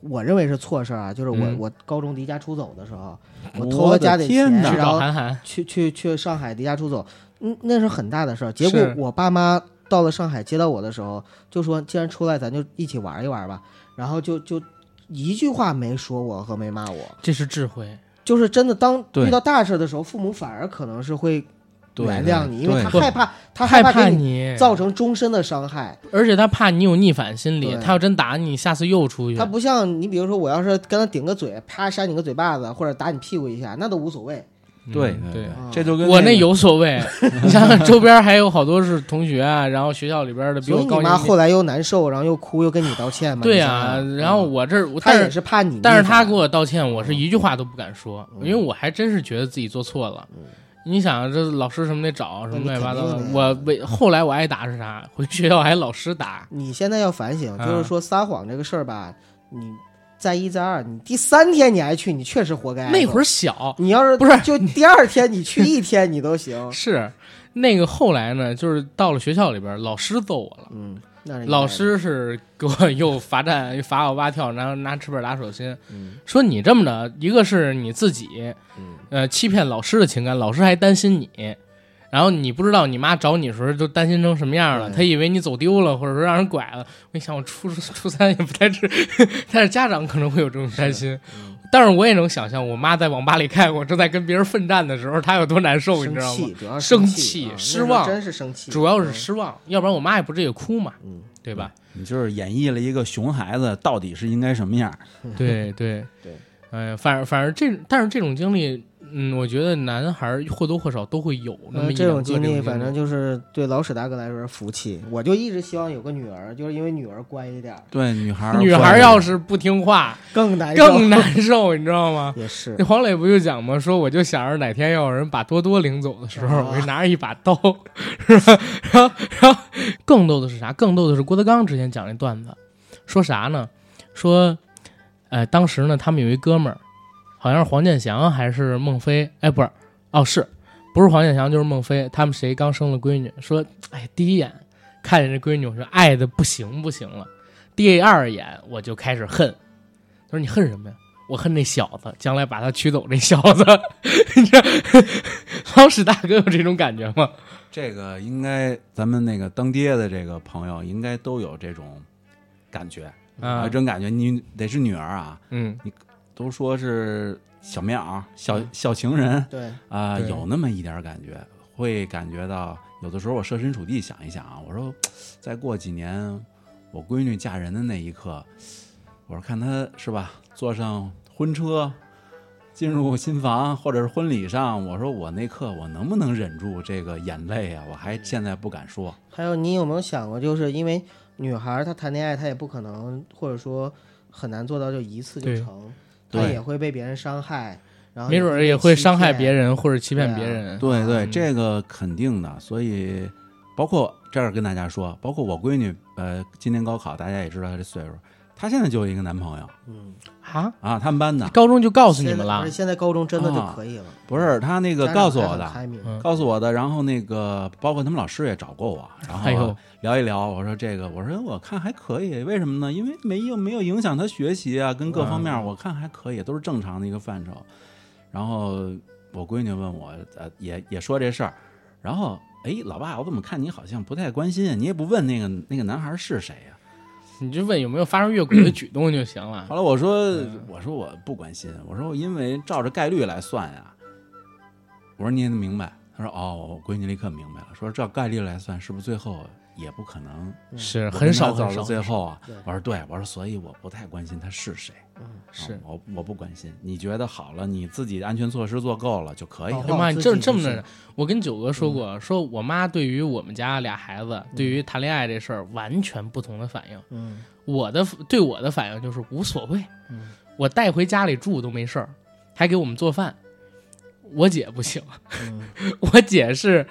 Speaker 2: 我认为是错事儿啊，就是我、
Speaker 1: 嗯
Speaker 2: 我高中离家出走的时候，我
Speaker 3: 我
Speaker 2: 偷了家里
Speaker 3: 的天
Speaker 2: 钱，
Speaker 3: 哪
Speaker 1: 去
Speaker 2: 然
Speaker 1: 找
Speaker 2: 后
Speaker 1: 韩寒，
Speaker 2: 去去去上海离家出走，嗯，那是很大的事儿。结
Speaker 1: 是
Speaker 2: 果我爸妈到了上海接到我的时候，就说既然出来，咱就一起玩一玩吧。然后就就一句话没说我和没骂我，
Speaker 1: 这是智慧。
Speaker 2: 就是真的当
Speaker 3: 对
Speaker 2: 遇到大事的时候，父母反而可能是会
Speaker 3: 对
Speaker 2: 原谅你，因为
Speaker 3: 对
Speaker 2: 他
Speaker 1: 对
Speaker 2: 害怕，他
Speaker 1: 害
Speaker 2: 害怕
Speaker 1: 怕
Speaker 2: 给你
Speaker 1: 你
Speaker 2: 造成终身的伤害。
Speaker 1: 而且他怕你有逆反心理，
Speaker 2: 对
Speaker 1: 他要真打你，下次又出去。
Speaker 2: 他不像你，比如说我要是跟他顶个嘴，啪扇你个嘴巴子，或者打你屁股一下，那都无所谓。
Speaker 3: 对
Speaker 1: 嗯对
Speaker 3: 对
Speaker 2: 啊，
Speaker 3: 这就跟
Speaker 1: 我
Speaker 3: 那
Speaker 1: 那
Speaker 3: 个
Speaker 1: 有所
Speaker 3: [LAUGHS]
Speaker 1: 谓，你想想周边还有好多是同学啊，然后学校里边的比
Speaker 2: 所以
Speaker 1: 我
Speaker 2: 你
Speaker 1: 高
Speaker 2: 妈
Speaker 1: 年级。
Speaker 2: 后来又难受，然后又哭，又跟你道歉嘛。
Speaker 1: 对
Speaker 2: 呀、
Speaker 1: 啊，然后我这儿，
Speaker 2: 他
Speaker 1: 但
Speaker 2: 也
Speaker 1: 是
Speaker 2: 是怕你，
Speaker 1: 但是他给我道歉，我是一句话都不敢说，
Speaker 2: 嗯
Speaker 1: 因为我还真是觉得自己做错了
Speaker 2: 嗯。
Speaker 1: 你想，这老师什么得找，什么乱七八糟
Speaker 2: 那
Speaker 1: 的
Speaker 2: 你肯。定的
Speaker 1: 我
Speaker 2: 呀
Speaker 1: 为后来我挨打是啥？回学校挨老师打。
Speaker 2: 你现在要反省，
Speaker 1: 啊
Speaker 2: 就是说撒谎这个事儿吧，你再一再二，你第三天你还去，你确实活该。
Speaker 1: 那会儿小，
Speaker 2: 你要是
Speaker 1: 不是。
Speaker 2: 就第二天你去一天你都行
Speaker 1: 是那个后来呢，就是到了学校里边，老师揍我了。
Speaker 2: 嗯，那是应该的
Speaker 1: 老，师是给我 [LAUGHS] 又罚站，又罚我蛙跳，然后拿尺板打手心，
Speaker 2: 嗯
Speaker 1: 说你这么着，一个是你自己，
Speaker 2: 嗯
Speaker 1: 呃，欺骗老师的情感，老师还担心你，然后你不知道你妈找你的时候都担心成什么样了，
Speaker 2: 对
Speaker 1: 她以为你走丢了，或者说让人拐了。我一想，我初 [LAUGHS] 初三也不太知， [LAUGHS] 但是家长可能会有这种担心，
Speaker 2: 嗯
Speaker 1: 但是我也能想象，我妈在网吧里看我正在跟别人奋战的时候，她有多难受，你知
Speaker 2: 生
Speaker 1: 道吗？
Speaker 2: 气，主要是
Speaker 1: 生气
Speaker 2: 气，啊那
Speaker 1: 失
Speaker 2: 时候
Speaker 1: 望
Speaker 2: 真是生气，
Speaker 1: 主要是
Speaker 2: 嗯
Speaker 1: 失望，要不然我妈也不至于哭嘛，
Speaker 2: 嗯
Speaker 1: 对吧？
Speaker 3: 你就是演绎了一个熊孩子到底是应该什么样儿。
Speaker 2: [LAUGHS]
Speaker 1: 对对
Speaker 2: 对，
Speaker 1: 哎、反正反正这但是这种经历，嗯，我觉得男孩儿或多或少都会有那么
Speaker 2: 呃
Speaker 1: 一
Speaker 2: 这种
Speaker 1: 两个
Speaker 2: 经
Speaker 1: 这
Speaker 2: 历，反正就是对老史大哥来说是福气。我就一直希望有个女儿，就是因为女儿乖一点儿，
Speaker 3: 对，女孩儿
Speaker 1: 女
Speaker 3: 或
Speaker 1: 孩
Speaker 3: 者
Speaker 1: 儿要是不听话，
Speaker 2: 更难受。
Speaker 1: 更难受，你知道吗？
Speaker 2: 也是
Speaker 1: 那，黄磊不就讲吗？说我就想着哪天要有人把多多领走的时候，
Speaker 2: 啊
Speaker 1: 我就拿着一把刀，是吧？然后，然后更逗的是啥？更逗的是郭德纲之前讲那段子，说啥呢？说，呃，当时呢，他们有一哥们儿，好像是黄健翔还是孟非，哎，不是，哦，是不是黄健翔就是孟非？他们谁刚生了闺女？说，哎，第一眼看见这闺女，我说爱的不行不行了。第二眼我就开始恨，他说你恨什么呀？我恨那小子，将来把他娶走那小子， [LAUGHS] 你知道 [LAUGHS] 老史大哥有这种感觉吗？
Speaker 3: 这个应该咱们那个当爹的这个朋友应该都有这种感觉
Speaker 1: 啊，
Speaker 3: 真感觉你得是女儿啊，
Speaker 1: 嗯，
Speaker 3: 都说是小棉袄、小小情人
Speaker 2: 对，
Speaker 3: 啊、
Speaker 1: 对
Speaker 3: 有那么一点儿感觉，会感觉到有的时候我设身处地想一想啊，我说再过几年我闺女嫁人的那一刻，我说看她是吧，坐上婚车。进入新房，或者是婚礼上，我说我那刻我能不能忍住这个眼泪啊？我还现在不敢说。
Speaker 2: 还有，你有没有想过，就是因为女孩儿她谈恋爱，她也不可能，或者说很难做到就一次就
Speaker 1: 对
Speaker 2: 成，她
Speaker 3: 对
Speaker 2: 也会被别人伤害，然后
Speaker 1: 没准儿也
Speaker 2: 被
Speaker 1: 会
Speaker 2: 欺
Speaker 1: 伤害
Speaker 2: 骗
Speaker 1: 别。人或者欺骗
Speaker 2: 对
Speaker 1: 别
Speaker 2: 啊
Speaker 1: 人。
Speaker 3: 对对，
Speaker 1: 嗯
Speaker 3: 这个肯定的。所以，包括这儿跟大家说，包括我闺女，呃，今年高考，大家也知道她这岁数，她现在就有一个男朋友
Speaker 2: 嗯，
Speaker 1: 啊，
Speaker 3: 啊，他们班的
Speaker 1: 高中就告诉你
Speaker 2: 现
Speaker 1: 们
Speaker 2: 在
Speaker 1: 了
Speaker 2: 而且，现在高中真的就
Speaker 3: 啊
Speaker 2: 可以了。
Speaker 3: 不是她那个
Speaker 2: 家长
Speaker 3: 告诉
Speaker 2: 还
Speaker 3: 我
Speaker 2: 很
Speaker 3: 的，
Speaker 2: 开明，
Speaker 1: 嗯
Speaker 3: 告诉我的。然后那个包括他们老师也找过我，然
Speaker 1: 哎
Speaker 3: 后
Speaker 1: 呦
Speaker 3: 聊一聊。我说这个，我说我看还可以，为什么呢？因为没有没有影响她学习啊，跟各方面
Speaker 1: 嗯
Speaker 3: 我看还可以，都是正常的一个范畴。然后我闺女问我，呃，也也说这事儿，然后哎，老爸，我怎么看你好像不太关心啊？你也不问那个那个男孩是谁啊呀、
Speaker 1: 你就问有没有发生越轨的举动就行了
Speaker 3: 后。来我说，
Speaker 1: 嗯
Speaker 3: 我说我不关心，我说因为照着概率来算呀。我说你也能明白，他说哦，我闺女立刻明白了，说照概率来算，是不是最后也不可能
Speaker 1: 是
Speaker 3: 我跟
Speaker 1: 很
Speaker 3: 她
Speaker 1: 少
Speaker 3: 走
Speaker 1: 很
Speaker 3: 到
Speaker 1: 少，
Speaker 3: 最后啊
Speaker 2: 对？
Speaker 3: 我说对，我说所以我不太关心他是谁，
Speaker 1: 是哎
Speaker 3: 啊。我我不关心。你觉得好了，你自己的安全措施做够了就可以
Speaker 2: 哦
Speaker 3: 了。
Speaker 1: 对妈，你
Speaker 2: 自
Speaker 1: 这
Speaker 2: 己
Speaker 1: 这么
Speaker 2: 自
Speaker 1: 着，我跟九哥说过，说我妈对于我们家俩孩子，对于谈恋爱这事儿完全不同的反应。
Speaker 2: 嗯，
Speaker 1: 我的对我的反应就是无所谓，
Speaker 2: 嗯
Speaker 1: 我带回家里住都没事儿，还给我们做饭。我姐不行，
Speaker 2: 嗯
Speaker 1: [LAUGHS] 我姐是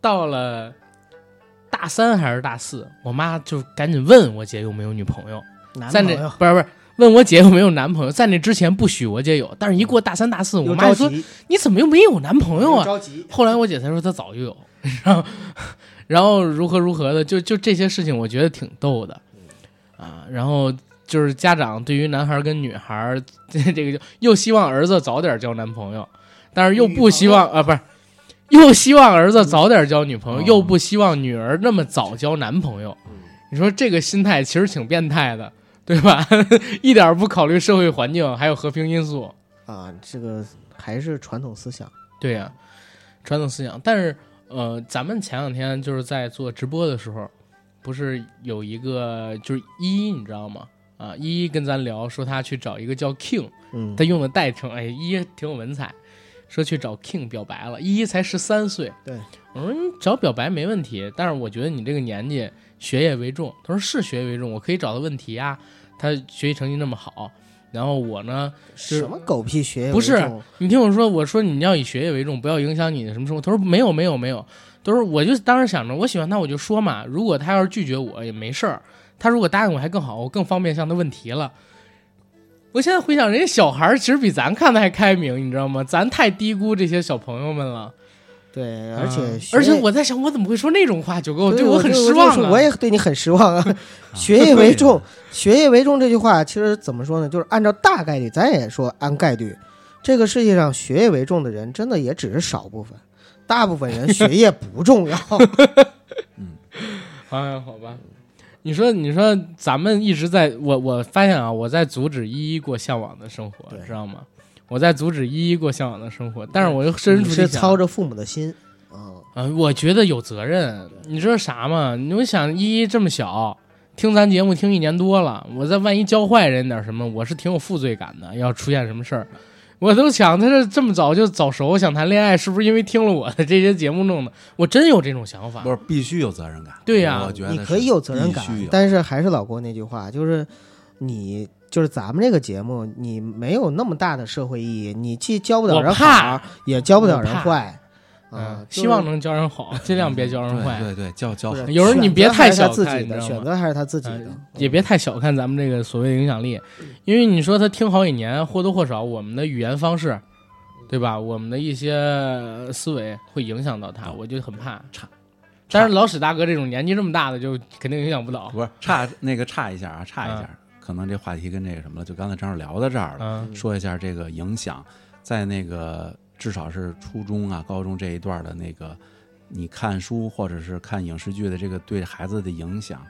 Speaker 1: 到了大三还是大四，我妈就赶紧问我姐有没有女朋友，
Speaker 2: 男
Speaker 1: 在
Speaker 2: 朋
Speaker 1: 那
Speaker 2: 友
Speaker 1: 不是不是问我姐有没有男朋友，在那之前不许我姐有，但是一过大三大四，我
Speaker 2: 又
Speaker 1: 妈
Speaker 2: 着
Speaker 1: 就说
Speaker 2: 急，
Speaker 1: 你怎么又没有男朋友
Speaker 2: 又
Speaker 1: 啊？
Speaker 2: 着急，
Speaker 1: 后来我姐才说她早就有，然后然后如何如何的，就就这些事情，我觉得挺逗的啊。然后就是家长对于男孩儿跟女孩儿这这个就又希望儿子早点交男朋友，但是又不希望啊，不是。又希望儿子早点交女朋友，
Speaker 3: 嗯
Speaker 1: 又不希望女儿那么早交男朋友。
Speaker 2: 嗯
Speaker 1: 你说这个心态其实挺变态的，对吧？ [LAUGHS] 一点儿不考虑社会环境还有和平因素。
Speaker 2: 啊，这个还是传统思想。
Speaker 1: 对呀、传统思想。但是呃，咱们前两天就是在做直播的时候，不是有一个就是依依，你知道吗？啊，依依跟咱聊说他去找一个叫 King，
Speaker 2: 嗯
Speaker 1: 他，用的代称，哎，依依挺有文采，说去找 King 表白了。依依才十三岁，
Speaker 2: 对，
Speaker 1: 我说你找表白没问题，但是我觉得你这个年纪学业为重。他说是学业为重，我可以找他问题啊。他学习成绩那么好，然后我呢，
Speaker 2: 什么狗屁学业
Speaker 1: 不是
Speaker 2: 为重
Speaker 1: 你听我说，我说你要以学业为重，不要影响你的什么生活。他说没有没有没有，他说我就当时想着我喜欢他我就说嘛，如果他要是拒绝我也没事儿，他如果答应我还更好，我更方便向他问题了。我现在回想，人家小孩儿其实比咱看的还开明，你知道吗？咱太低估这些小朋友们了。
Speaker 2: 对，而且
Speaker 1: 嗯
Speaker 2: 学
Speaker 1: 而且我在想，我怎么会说那种话？九哥，我
Speaker 2: 对
Speaker 1: 我
Speaker 2: 我
Speaker 1: 很
Speaker 2: 就
Speaker 1: 失
Speaker 2: 就
Speaker 1: 望
Speaker 2: 是
Speaker 1: 啊。
Speaker 2: 我也对你很失
Speaker 1: [LAUGHS]
Speaker 2: 望啊。学业为重，学业为重这句话其实怎么说呢？就是按照大概率，咱也说按概率，这个世界上学业为重的人真的也只是少部分，大部分人学业不
Speaker 1: [LAUGHS]
Speaker 2: 重要。
Speaker 1: 哎呀，好吧。你说，你说，咱们一直在我我发现啊，我在阻止依依过向往的生活，
Speaker 2: 对
Speaker 1: 知道吗？我在阻止依依过向往的生活，但是我又设身
Speaker 2: 你
Speaker 1: 处地
Speaker 2: 是
Speaker 1: 想
Speaker 2: 操着父母的心，嗯，
Speaker 1: 啊、我觉得有责任。你知道啥吗？你就想依依这么小，听咱节目听一年多了，我再万一教坏人点什么，我是挺有负罪感的。要出现什么事儿，我都想他这这么早就早熟，想谈恋爱，是不是因为听了我的这些节目弄的？我真有这种想法
Speaker 3: 不。是必须有责任感。
Speaker 1: 对呀
Speaker 3: 我觉得
Speaker 2: 你
Speaker 3: 是
Speaker 2: 可以有责任感
Speaker 3: 必须有，
Speaker 2: 但是还是老郭那句话，就是你就是咱们这个节目，你没有那么大的社会意义，你既教不了
Speaker 1: 我
Speaker 2: 人
Speaker 1: 怕
Speaker 2: 好，也教不了人
Speaker 1: 我怕
Speaker 2: 坏，啊
Speaker 1: 嗯，，
Speaker 2: 就是
Speaker 1: 希望能教人好，尽量别教人坏。
Speaker 3: 对对对，教教
Speaker 2: 不
Speaker 3: 好
Speaker 2: 是
Speaker 1: 有时候你别
Speaker 2: 选择还
Speaker 1: 太
Speaker 2: 是
Speaker 1: 小
Speaker 2: 他自
Speaker 1: 看
Speaker 2: 己
Speaker 1: 你知
Speaker 2: 的
Speaker 1: 道吗
Speaker 2: 选择还是他自己的，
Speaker 1: 嗯也别太小看咱们这个所谓的影响力，
Speaker 3: 嗯
Speaker 1: 因为你说他听好几年，或多或少我们的语言方
Speaker 3: 嗯
Speaker 1: 式，对吧？我们的一些呃思维会影响到他，
Speaker 3: 嗯
Speaker 1: 我就很怕
Speaker 3: 差。
Speaker 1: 但是老史大哥这种年纪这么大的，就肯定影响不到。
Speaker 3: 不是差那个差一下啊，差一下，可能这话题跟这个什么了，就刚才正好聊到这儿
Speaker 1: [LAUGHS]
Speaker 3: 了。
Speaker 1: 嗯，
Speaker 3: 说一下这个影响，在那个至少是初中啊、高中这一段的那个，你看书或者是看影视剧的这个对孩子的影响，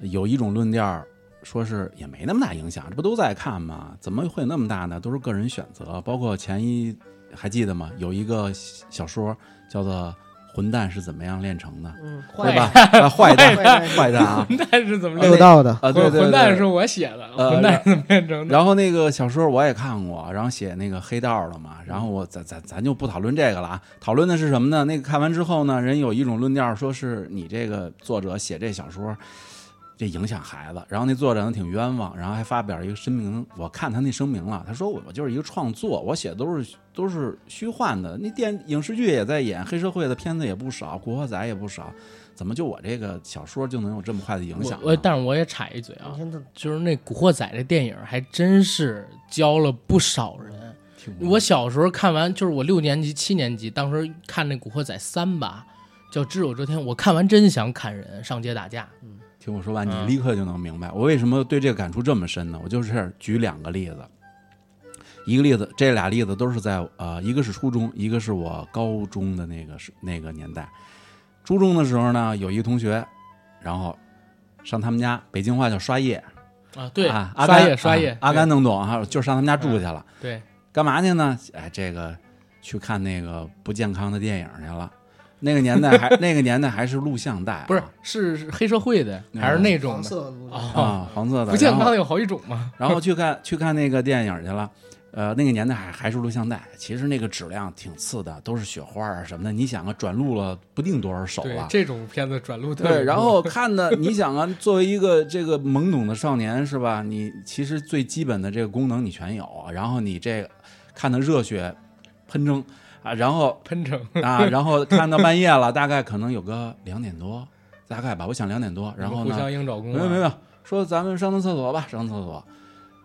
Speaker 3: 有一种论调说是也没那么大影响，这不都在看吗？怎么会那么大呢？都是个人选择，包括前一还记得吗？有一个小说叫做《混蛋是怎么样炼成的》，
Speaker 2: 嗯，
Speaker 3: 对吧？啊，坏蛋，
Speaker 2: 坏蛋
Speaker 3: 坏蛋啊！
Speaker 1: 混蛋是怎么
Speaker 2: 六
Speaker 1: 着？
Speaker 2: 道的，
Speaker 3: [LAUGHS] 啊，对对
Speaker 1: 混
Speaker 3: 对，
Speaker 1: 混蛋是我写的，
Speaker 3: 呃
Speaker 1: 混蛋是怎么 [LAUGHS] 变成的？
Speaker 3: 然后 [LAUGHS] 那个小说我也看过，然后写那个黑道
Speaker 1: [LAUGHS]
Speaker 3: 的嘛，然后我咱咱咱就不讨论这个了啊，讨论的是什么呢？那个看完之后呢，人有一种论调说是你这个作者写这小说，这影响孩子，然后那作者呢挺冤枉，然后还发表一个声明，我看他那声明了，他说我我就是一个创作，我写的都是都是虚幻的，那电影视剧也在演，黑社会的片子也不少，古惑仔也不少，怎么就我这个小说就能有这么坏的影响啊
Speaker 1: 我我
Speaker 3: 呢？
Speaker 1: 但是我也插一嘴啊
Speaker 2: 你，看他
Speaker 1: 就是那《古惑仔》这电影，还真是教了不少人。
Speaker 3: 挺
Speaker 1: 我小时候看完，就是我六年级、七年级，当时看那《古惑仔三》吧，叫《只有遮天》，我看完真想砍人，上街打架。
Speaker 3: 听我说完，你
Speaker 1: 嗯
Speaker 3: 立刻就能明白我为什么对这个感触这么深呢？我就是举两个例子，一个例子，这俩例子都是在呃，一个是初中，一个是我高中的那个是那个年代。初中的时候呢，有一个同学，然后上他们家，北京话叫刷夜，
Speaker 1: 啊，对，
Speaker 3: 啊、阿
Speaker 1: 刷
Speaker 3: 甘
Speaker 1: 夜刷夜
Speaker 3: 啊，阿
Speaker 1: 对嗯
Speaker 3: 甘能懂啊，就是上他们家住去了。
Speaker 1: 对，
Speaker 3: 干嘛去呢？哎，这个去看那个不健康的电影去了。那个年代
Speaker 1: [LAUGHS]
Speaker 3: 还那个年代还是录像带啊、
Speaker 1: 不是是是黑社会的，
Speaker 3: 嗯
Speaker 1: 还是那种
Speaker 2: 黄
Speaker 1: 的
Speaker 2: 色路的
Speaker 1: 啊？
Speaker 3: 啊，黄色的
Speaker 1: 不健
Speaker 3: 然后
Speaker 1: 康的有好几种嘛。
Speaker 3: 然后去看 [LAUGHS] 去看那个电影去了。呃，那个年代还还是录像带，其实那个质量挺次的，都是雪花啊什么的。你想啊，转录了不定多少首
Speaker 1: 对
Speaker 3: 啊，。
Speaker 1: 这种片子转录特别
Speaker 3: 对，
Speaker 1: 多
Speaker 3: 然后看的， [LAUGHS] 你想啊，作为一个这个懵懂的少年是吧？你其实最基本的这个功能你全有，然后你这个看的热血喷蒸啊，然后 [LAUGHS]
Speaker 1: 喷成
Speaker 3: 啊，然后看到半夜了，大概可能有个两点多，大概吧，我想两点多，然后
Speaker 1: 互
Speaker 3: 呢，
Speaker 1: 相硬找工
Speaker 3: 没
Speaker 1: 啊，
Speaker 3: 有没有没有，说咱们上趟厕所吧，上厕所。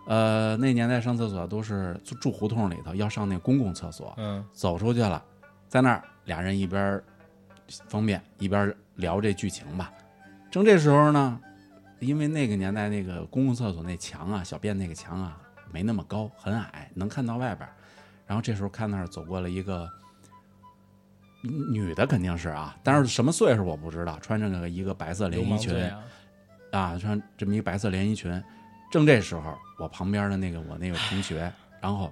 Speaker 3: 呃，那年代上厕所都是住住胡同里头，要上那公共厕所，
Speaker 1: 嗯，
Speaker 3: 走出去了，在那儿俩人一边儿方便一边儿聊这剧情吧。正这时候呢，因为那个年代那个公共厕所那墙啊，小便那个墙啊没那么高，很矮，能看到外边儿。然后这时候看那儿走过了一个女的，肯定是啊，但是什么岁数我不知道，穿着个一个白色
Speaker 1: 流
Speaker 3: 连衣
Speaker 1: 氓
Speaker 3: 裙
Speaker 1: 罪，啊，
Speaker 3: 啊，穿这么一白色连衣裙。正这时候，我旁边的那个我那个同学，然后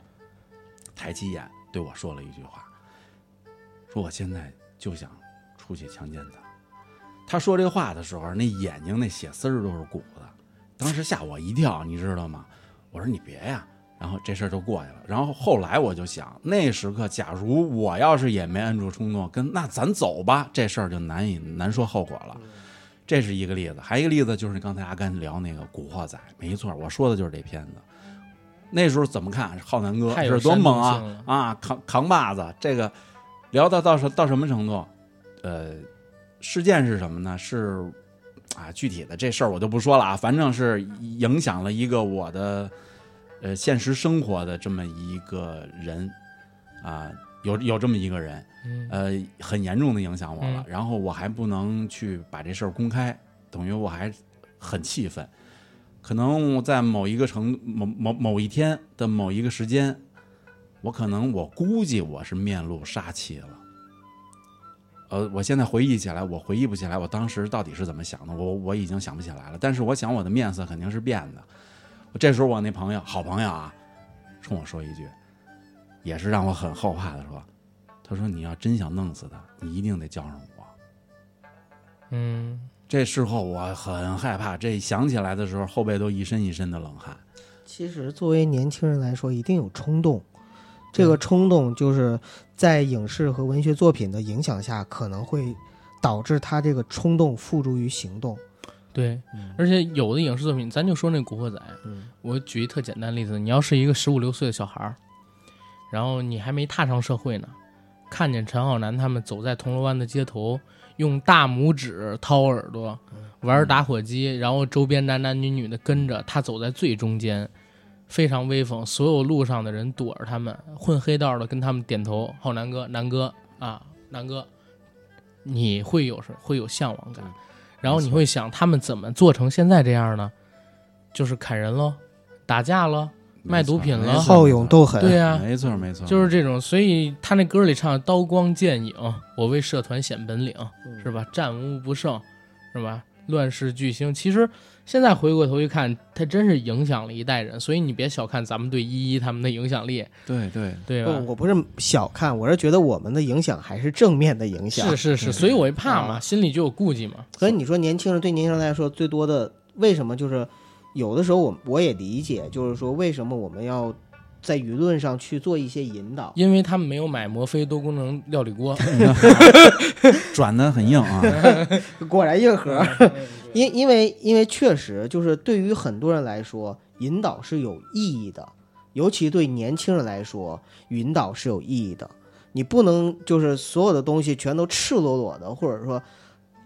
Speaker 3: 抬起眼对我说了一句话，说我现在就想出去强奸她。他说这话的时候，那眼睛那血丝儿都是鼓的，当时吓我一跳，你知道吗？我说你别呀，然后这事儿就过去了。然后后来我就想，那时刻假如我要是也没摁住冲动，跟那咱走吧，这事儿就难以难说后果
Speaker 1: 嗯
Speaker 3: 了。这是一个例子，还有一个例子就是刚才阿甘聊那个《古惑仔》，没错，我说的就是这片子。那时候怎么看浩南哥
Speaker 1: 太有
Speaker 3: 是多猛
Speaker 1: 煽动
Speaker 3: 啊
Speaker 1: 性
Speaker 3: 啊，扛扛把子，这个聊到到什到什么程度？呃，事件是什么呢？是啊，具体的这事儿我就不说了啊，反正是影响了一个我的呃现实生活的这么一个人啊，有有这么一个人，
Speaker 1: 嗯
Speaker 3: 呃，很严重的影响我了。
Speaker 1: 嗯
Speaker 3: 然后我还不能去把这事儿公开，等于我还很气愤。可能我在某一个程某某某一天的某一个时间，我可能我估计我是面露杀气了。呃，我现在回忆起来，我回忆不起来我当时到底是怎么想的，我我已经想不起来了。但是我想我的面色肯定是变的。这时候我那朋友，好朋友啊，冲我说一句，也是让我很后怕的说，他说：“你要真想弄死他，你一定得叫上我。
Speaker 1: 嗯，”
Speaker 3: 这事后我很害怕，这想起来的时候，后背都一身一身的冷汗。
Speaker 2: 其实作为年轻人来说，一定有冲动，这个冲动就是在影视和文学作品的影响下，可能会导致他这个冲动付诸于行动。
Speaker 1: 对，
Speaker 3: 嗯
Speaker 1: 而且有的影视作品，咱就说那《古惑仔》，
Speaker 2: 嗯，
Speaker 1: 我举一特简单的例子，你要是一个十五六岁的小孩儿，然后你还没踏上社会呢，看见陈浩南他们走在铜锣湾的街头，用大拇指掏耳朵，玩打火机，然后周边男男女女的跟着他走在最中间，非常威风，所有路上的人躲着他们，混黑道的跟他们点头，浩南哥，南哥啊，南哥，你会有什会有向往感
Speaker 3: 嗯，
Speaker 1: 然后你会想他们怎么做成现在这样呢？就是砍人喽，打架喽，卖毒品了
Speaker 3: 没错
Speaker 2: 好勇斗狠，
Speaker 1: 啊对呀、
Speaker 3: 没错没错，
Speaker 1: 就是这种，所以他那歌里唱的“刀光剑影，我为社团显本领”，
Speaker 2: 嗯
Speaker 1: 是吧？战无不胜，是吧？乱世巨星，其实现在回过头一看，他真是影响了一代人，所以你别小看咱们对依依他们的影响力，
Speaker 3: 对对，
Speaker 1: 对吧？
Speaker 2: 不，我不是小看，我是觉得我们的影响还是正面的影响。
Speaker 1: 是是是，所以我一怕嘛，
Speaker 2: 啊
Speaker 1: 心里就有顾忌嘛。
Speaker 2: 所以你说年轻人对年轻人来说最多的为什么就是有的时候我我也理解，就是说为什么我们要在舆论上去做一些引导。
Speaker 1: 因为他们没有买摩飞多功能料理锅，
Speaker 3: 转的很硬啊。
Speaker 2: 果然硬核， [LAUGHS] 因因为因为确实就是对于很多人来说，引导是有意义的，尤其对年轻人来说，引导是有意义的。你不能就是所有的东西全都赤裸裸的，或者说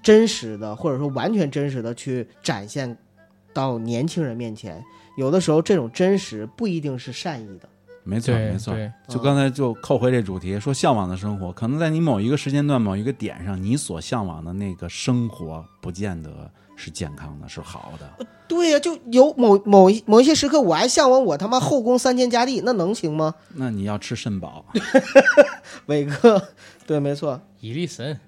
Speaker 2: 真实的，或者说完全真实的去展现到年轻人面前。有的时候，这种真实不一定是善意的。
Speaker 3: 没错
Speaker 1: 对
Speaker 3: 没错，
Speaker 1: 对
Speaker 3: 就刚才就扣回这主题，说向往的生活，可能在你某一个时间段、某一个点上，你所向往的那个生活，不见得是健康的，是好的。
Speaker 2: 对呀、就有某某一某一些时刻，我还向往我他妈后宫三千佳丽，那能行吗？
Speaker 3: 那你要吃肾宝，
Speaker 2: 伟哥， [LAUGHS] 对，没错，
Speaker 1: 伊力神、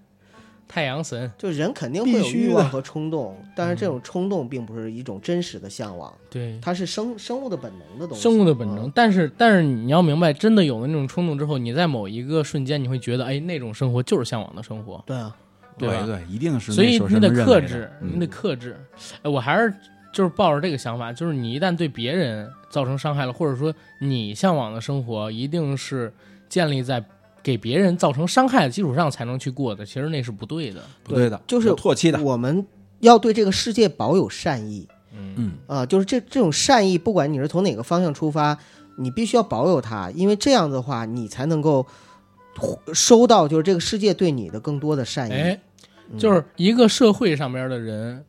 Speaker 1: 太阳神，
Speaker 2: 就人肯定会有
Speaker 3: 必须
Speaker 2: 欲
Speaker 3: 的
Speaker 2: 望和冲动，但是
Speaker 1: 嗯
Speaker 2: 这种冲动并不是一种真实的向往，
Speaker 1: 对，
Speaker 2: 它是生生物的本能的东西。
Speaker 1: 生物的本能。
Speaker 3: 啊
Speaker 2: 嗯，
Speaker 1: 但是，但是你要明白，真的有了那种冲动之后，你在某一个瞬间，你会觉得，哎，那种生活就是向往的生活，
Speaker 2: 对啊，
Speaker 1: 对吧？
Speaker 3: 对，一定是
Speaker 1: 所
Speaker 3: 那
Speaker 1: 以
Speaker 3: 时候
Speaker 1: 你
Speaker 3: 什
Speaker 1: 得
Speaker 3: 么认
Speaker 1: 克
Speaker 3: 为的
Speaker 1: 制，
Speaker 3: 嗯
Speaker 1: 你得克制。哎，我还是就是抱着这个想法，就是你一旦对别人造成伤害了，或者说你向往的生活一定是建立在给别人造成伤害的基础上才能去过的，其实那是不对的。
Speaker 3: 不对的，
Speaker 2: 就是
Speaker 3: 有唾弃的。
Speaker 2: 我们要对这个世界保有善意
Speaker 1: 嗯，
Speaker 3: 嗯，
Speaker 2: 啊、就是这这种善意，不管你是从哪个方向出发，你必须要保有它，因为这样的话，你才能够收到就是这个世界对你的更多的善意。
Speaker 1: 哎，
Speaker 2: 嗯
Speaker 1: 就是一个社会上边的人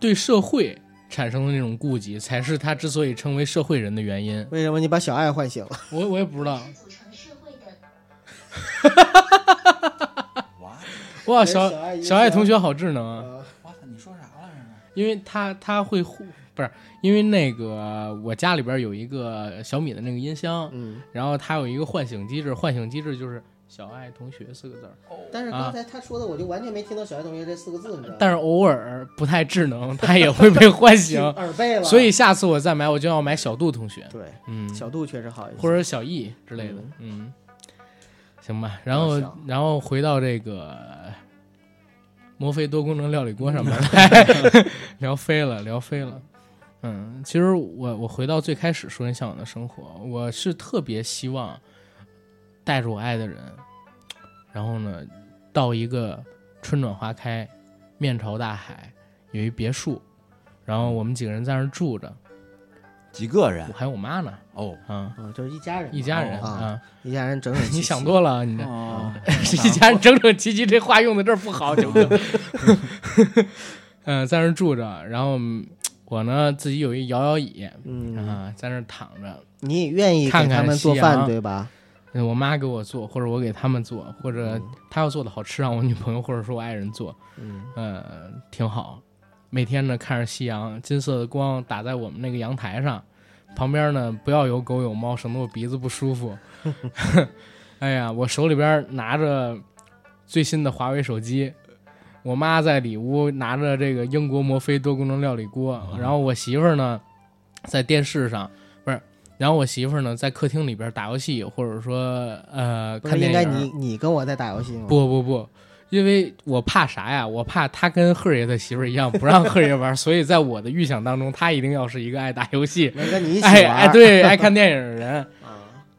Speaker 1: 对社会产生的那种顾忌，才是他之所以成为社会人的原因。
Speaker 2: 为什么你把小爱唤醒了？
Speaker 1: 我我也不知道，
Speaker 4: 组成社会的
Speaker 1: 哇，啊小
Speaker 2: 哎小爱一
Speaker 1: 小爱
Speaker 2: 下
Speaker 1: 同学好智能啊！
Speaker 3: 我操，你说啥了？
Speaker 1: 因为他他会互不是因为那个我家里边有一个小米的那个音箱，
Speaker 2: 嗯，
Speaker 1: 然后它有一个唤醒机制，唤醒机制就是“小爱同学”四个字儿，
Speaker 2: 但是刚才他说的，我就完全没听到小爱同学这四个字，你知道吗？
Speaker 1: 啊但是偶尔不太智能，它也会被唤
Speaker 2: [LAUGHS]
Speaker 1: 醒，
Speaker 2: 耳背了，
Speaker 1: 啊所以下次我再买我就要买小度同学，
Speaker 2: 对。
Speaker 1: 嗯，
Speaker 2: 小度确实好一些，
Speaker 1: 或者小易之类的，嗯，行吧。然后
Speaker 2: 小
Speaker 1: 然后回到这个摩飞多功能料理锅上面来聊飞了，聊飞了。嗯，其实我我回到最开始说人向往的生活，我是特别希望带着我爱的人，然后呢，到一个春暖花开、面朝大海，有一别墅，然后我们几个人在那儿住着，
Speaker 3: 几个人
Speaker 1: 我还有我妈呢，
Speaker 3: 哦，
Speaker 1: 啊，
Speaker 2: 啊，就是一家人，
Speaker 1: 一家人啊
Speaker 2: 啊，一家人整整齐
Speaker 1: [LAUGHS]
Speaker 2: 齐。
Speaker 1: 你想多了，你这。
Speaker 3: 哦，
Speaker 1: 一家人整整齐齐，这话用的这不好，九哥。 [LAUGHS] 嗯，在那儿住着，然后嗯我呢自己有一摇摇椅
Speaker 2: 嗯，
Speaker 1: 啊，在那儿躺着，
Speaker 2: 你也愿意给
Speaker 1: 看看
Speaker 2: 他们做
Speaker 1: 夕阳
Speaker 2: 饭对吧？
Speaker 1: 嗯我妈给我做，或者我给他们做，或者她要做的好吃，让我女朋友或者说我爱人做，
Speaker 2: 嗯，
Speaker 1: 呃，挺好。每天呢看着夕阳，金色的光打在我们那个阳台上，旁边呢不要有狗有猫，省得我鼻子不舒服。 [LAUGHS] 哎呀，我手里边拿着最新的华为手机，我妈在里屋拿着这个英国摩飞多功能料理锅，
Speaker 2: 啊
Speaker 1: 然后我媳妇儿呢在电视上不是，然后我媳妇儿呢在客厅里边打游戏，或者说呃
Speaker 2: 不
Speaker 1: 看
Speaker 2: 是
Speaker 1: 电
Speaker 2: 应
Speaker 1: 影儿。
Speaker 2: 该你你跟我在打游戏吗？，
Speaker 1: 不不不，因为我怕啥呀？我怕他跟赫爷的媳妇儿一样，不让赫爷玩儿，所以在我的预想当中，他一定要是一个爱打游戏、
Speaker 2: 能跟你一起
Speaker 1: 爱
Speaker 2: 玩。
Speaker 1: 爱对爱看电影的人
Speaker 2: [LAUGHS]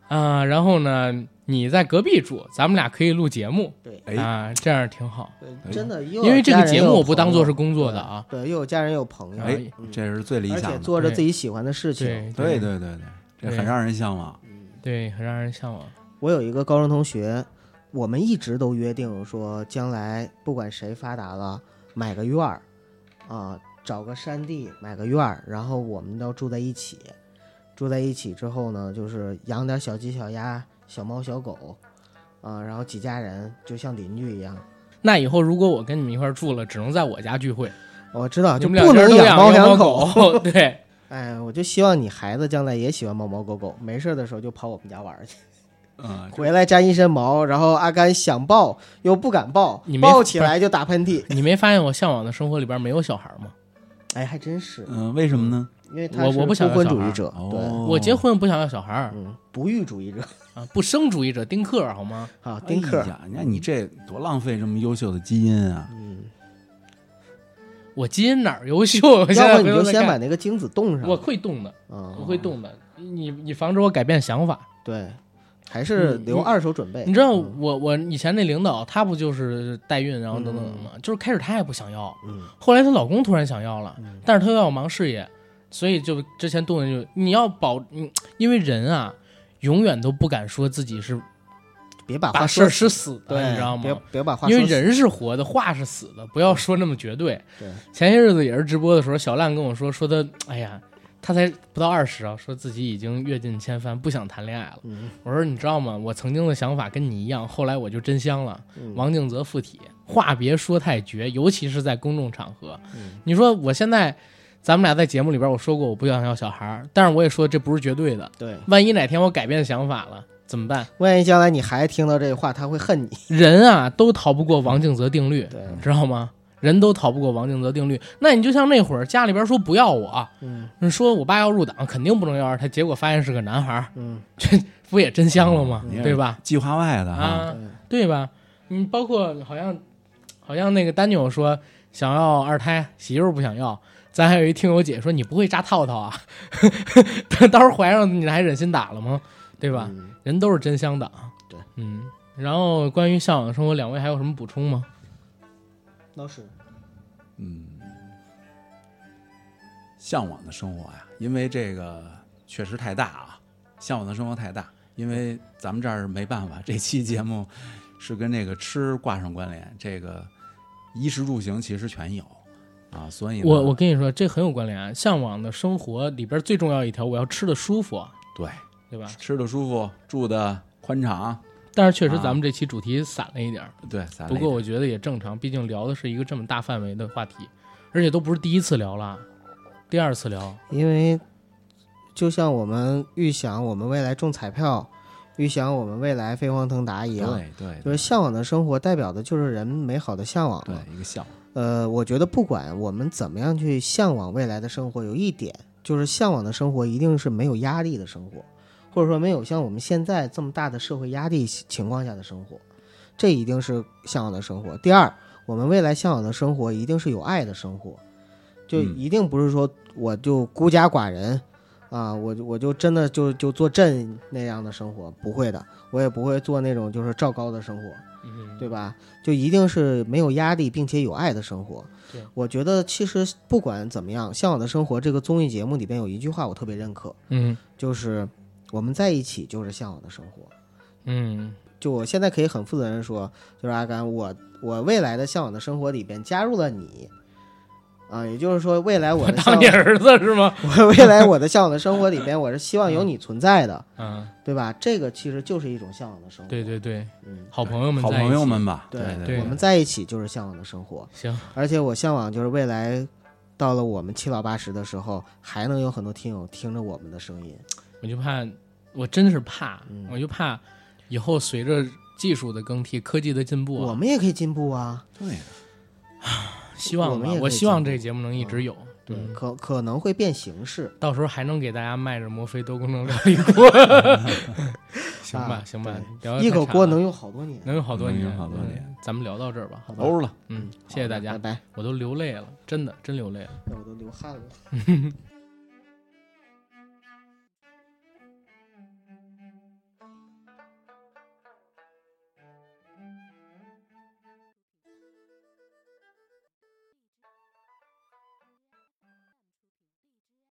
Speaker 2: 啊，
Speaker 1: 啊、然后呢，你在隔壁住，咱们俩可以录节目
Speaker 2: 对，
Speaker 1: 啊、
Speaker 3: 哎，
Speaker 1: 这样挺好。
Speaker 2: 对真的，因
Speaker 1: 哎因为这个节目我不当做是工作的啊，
Speaker 2: 对，又有家人又有朋友，嗯
Speaker 3: 哎，这是最理
Speaker 2: 而且
Speaker 3: 想的，
Speaker 2: 做着
Speaker 1: 对
Speaker 2: 自己喜欢的事情。
Speaker 1: 对对
Speaker 3: 对对对对，这
Speaker 1: 对
Speaker 3: 很让人向
Speaker 2: 嗯
Speaker 3: 往。
Speaker 1: 对，很让人向往。
Speaker 2: 我有一个高中同学，我们一直都约定说，将来不管谁发达了，买个院儿，啊，找个山地买个院儿，然后我们都住在一起。住在一起之后呢，就是养点小鸡、小鸭、小猫、小狗，啊，然后几家人就像邻居一样。
Speaker 1: 那以后如果我跟你们一块儿住了，只能在我家聚会，
Speaker 2: 我知道，
Speaker 1: 你
Speaker 2: 啊就
Speaker 1: 们
Speaker 2: 不
Speaker 1: 两个人
Speaker 2: 能
Speaker 1: 都
Speaker 2: 养猫
Speaker 1: 养
Speaker 2: 养狗。 [LAUGHS]
Speaker 1: 狗，对。
Speaker 2: 哎，我就希望你孩子将来也喜欢猫猫狗狗，没事儿的时候就跑我们家玩儿去，
Speaker 3: 嗯，
Speaker 2: 回来粘一身毛，然后阿甘想抱又不敢抱
Speaker 1: 你，没
Speaker 2: 抱起来就打喷嚏。
Speaker 1: 你没发现我向往的生活里边没有小孩儿吗？
Speaker 2: 哎，还真是，
Speaker 3: 嗯，为什么呢？
Speaker 2: 因为他
Speaker 1: 我
Speaker 2: 是
Speaker 1: 我不想
Speaker 2: 不婚
Speaker 1: 要小
Speaker 2: 主
Speaker 1: 孩儿
Speaker 2: 义者，对，
Speaker 3: 哦，
Speaker 1: 我结婚不想要小孩儿
Speaker 2: 嗯，不育主义者
Speaker 1: 啊，不生主义者丁克儿好吗？
Speaker 2: 啊，
Speaker 3: 哎
Speaker 2: 丁克儿，
Speaker 3: 呀，你看你这多浪费这么优秀的基因啊！
Speaker 2: 嗯，
Speaker 1: 我基因哪儿优秀？ [LAUGHS] 我现在
Speaker 2: 要不
Speaker 1: 回
Speaker 2: 你
Speaker 1: 头
Speaker 2: 就
Speaker 1: 再
Speaker 2: 先
Speaker 1: 看
Speaker 2: 把那个精子冻上，
Speaker 1: 我会动的，
Speaker 2: 啊，
Speaker 1: 我会动的。你你防止我改变想法。
Speaker 2: 对，还是
Speaker 1: 嗯
Speaker 2: 留
Speaker 1: 你
Speaker 2: 二手准备。
Speaker 1: 你知道
Speaker 2: 嗯
Speaker 1: 我我以前那领导，她不就是代孕，然后等等
Speaker 2: 嗯
Speaker 1: 等吗？就是开始她也不想要，
Speaker 2: 嗯
Speaker 1: 后来她老公突然想要了
Speaker 2: 嗯，
Speaker 1: 但是她又要忙事业，所以就之前动的就你要保，嗯因为人啊，永远都不敢说自己是
Speaker 2: 别把
Speaker 1: 把
Speaker 2: 话
Speaker 1: 事儿
Speaker 2: 说
Speaker 1: 是死的，
Speaker 2: 对，
Speaker 1: 你知道吗？
Speaker 2: 别别把话
Speaker 1: 因
Speaker 2: 说
Speaker 1: 为
Speaker 2: 死，
Speaker 1: 人是活的，话是死的，不要说那么绝对。
Speaker 2: 对
Speaker 1: 前些日子也是直播的时候，小烂跟我说，说他，哎呀，他才不到二十啊，说自己已经阅尽千帆，不想谈恋爱了。
Speaker 2: 嗯
Speaker 1: 我说，你知道吗？我曾经的想法跟你一样，后来我就真香了。
Speaker 2: 嗯
Speaker 1: 王静泽附体，话别说太绝，尤其是在公众场合。
Speaker 2: 嗯
Speaker 1: 你说我现在，咱们俩在节目里边我说过我不想要小孩儿，但是我也说这不是绝对的，
Speaker 2: 对，
Speaker 1: 万一哪天我改变想法了怎么办？
Speaker 2: 万一将来你孩子听到这话，他会恨你。
Speaker 1: 人啊，都逃不过王静泽定律。
Speaker 2: 对，
Speaker 1: 知道吗？人都逃不过王静泽定律。那你就像那会儿家里边说不要我，
Speaker 2: 嗯
Speaker 1: 说我爸要入党，肯定不能要二胎，结果发现是个男孩儿，
Speaker 2: 嗯，
Speaker 1: 不也真香了吗？
Speaker 3: 你也
Speaker 1: 对吧？
Speaker 3: 计划外的哈，
Speaker 1: 啊，对吧？你包括好像好像那个丹友说想要二胎，媳妇儿不想要。咱还有一听友姐说你不会扎套套啊， [LAUGHS] 到时候怀上你还忍心打了吗？对吧？
Speaker 2: 嗯
Speaker 1: 人都是真香党。
Speaker 2: 对，
Speaker 1: 嗯。然后关于向往的生活，两位还有什么补充吗？
Speaker 2: 老师，
Speaker 3: 嗯，向往的生活呀，因为这个确实太大啊，向往的生活太大，因为咱们这儿没办法，这期节目是跟这个吃挂上关联，这个衣食住行其实全有啊，所以呢
Speaker 1: 我我跟你说，这很有关联啊。向往的生活里边最重要一条，我要吃的舒服，啊
Speaker 3: 对
Speaker 1: 对吧？
Speaker 3: 吃的舒服，住的宽敞，
Speaker 1: 但是确实
Speaker 3: 啊
Speaker 1: 咱们这期主题散了一点儿，
Speaker 3: 对，咱
Speaker 1: 不过我觉得也正常，毕竟聊的是一个这么大范围的话题，而且都不是第一次聊了，第二次聊。
Speaker 2: 因为就像我们预想我们未来中彩票，预想我们未来飞黄腾达一
Speaker 3: 对
Speaker 2: 样，
Speaker 3: 对
Speaker 2: 就是向往的生活代表的就是人美好的向往。
Speaker 3: 对一个向往，
Speaker 2: 呃，我觉得不管我们怎么样去向往未来的生活，有一点就是向往的生活一定是没有压力的生活，或者说没有像我们现在这么大的社会压力情况下的生活，这一定是向往的生活。第二，我们未来向往的生活一定是有爱的生活，就
Speaker 3: 嗯
Speaker 2: 一定不是说我就孤家寡人啊，我就我就真的就就做朕那样的生活，不会的，我也不会做那种就是赵高的生活，
Speaker 1: 嗯，
Speaker 2: 对吧？就一定是没有压力并且有爱的生活
Speaker 1: 对。
Speaker 2: 我觉得其实不管怎么样，《向往的生活》这个综艺节目里边有一句话我特别认可，
Speaker 1: 嗯
Speaker 2: 就是我们在一起就是向往的生活。
Speaker 1: 嗯
Speaker 2: 就我现在可以很负责任说，就是阿甘，我我未来的向往的生活里边加入了你，啊，也就是说，未来我
Speaker 1: [LAUGHS]
Speaker 2: 的向
Speaker 1: 当你
Speaker 2: 往，
Speaker 1: 儿子是吗？
Speaker 2: 我未来我的向往的生活里边，我是希望有你存在的，
Speaker 1: 嗯，
Speaker 2: 对吧？这个其实就是一种向往的生活。
Speaker 1: 对，对对，
Speaker 2: 嗯，
Speaker 1: 好朋友们，
Speaker 3: 好朋友，们吧，
Speaker 2: 对
Speaker 3: 对
Speaker 2: 我们在一起就是向往的生活，
Speaker 1: 行，
Speaker 2: 而且我向往就是未来。到了我们七老八十的时候，还能有很多听友听着我们的声音，
Speaker 1: 我就怕，我真是怕，
Speaker 2: 嗯
Speaker 1: 我就怕以后随着技术的更替、科技的进步
Speaker 2: 我
Speaker 1: 啊，
Speaker 2: 们也可以进步啊。
Speaker 3: 对，
Speaker 1: 希望
Speaker 2: 我们
Speaker 1: 吧
Speaker 2: 也可，以
Speaker 1: 我希望
Speaker 2: 进步
Speaker 1: 这节目能一直有。
Speaker 2: 对，
Speaker 1: 嗯
Speaker 2: 可可能会变形式，
Speaker 1: 到时候还能给大家卖着摩飞多功能料理
Speaker 2: [LAUGHS]
Speaker 1: 锅，行吧
Speaker 2: 啊
Speaker 1: 行吧
Speaker 2: 对，
Speaker 1: 聊得
Speaker 2: 一
Speaker 1: 太
Speaker 2: 口
Speaker 1: 差
Speaker 2: 锅
Speaker 1: 了
Speaker 2: 能用好多年。
Speaker 1: 能有好多
Speaker 3: 能
Speaker 1: 年，
Speaker 3: 有好多
Speaker 1: 嗯
Speaker 3: 年，
Speaker 1: 咱们聊到这儿吧，好吧，
Speaker 3: 欧了。
Speaker 1: 嗯，谢谢大家
Speaker 2: 拜，拜。
Speaker 1: 我都流泪了，真的真流泪了。
Speaker 2: 那我都流汗了。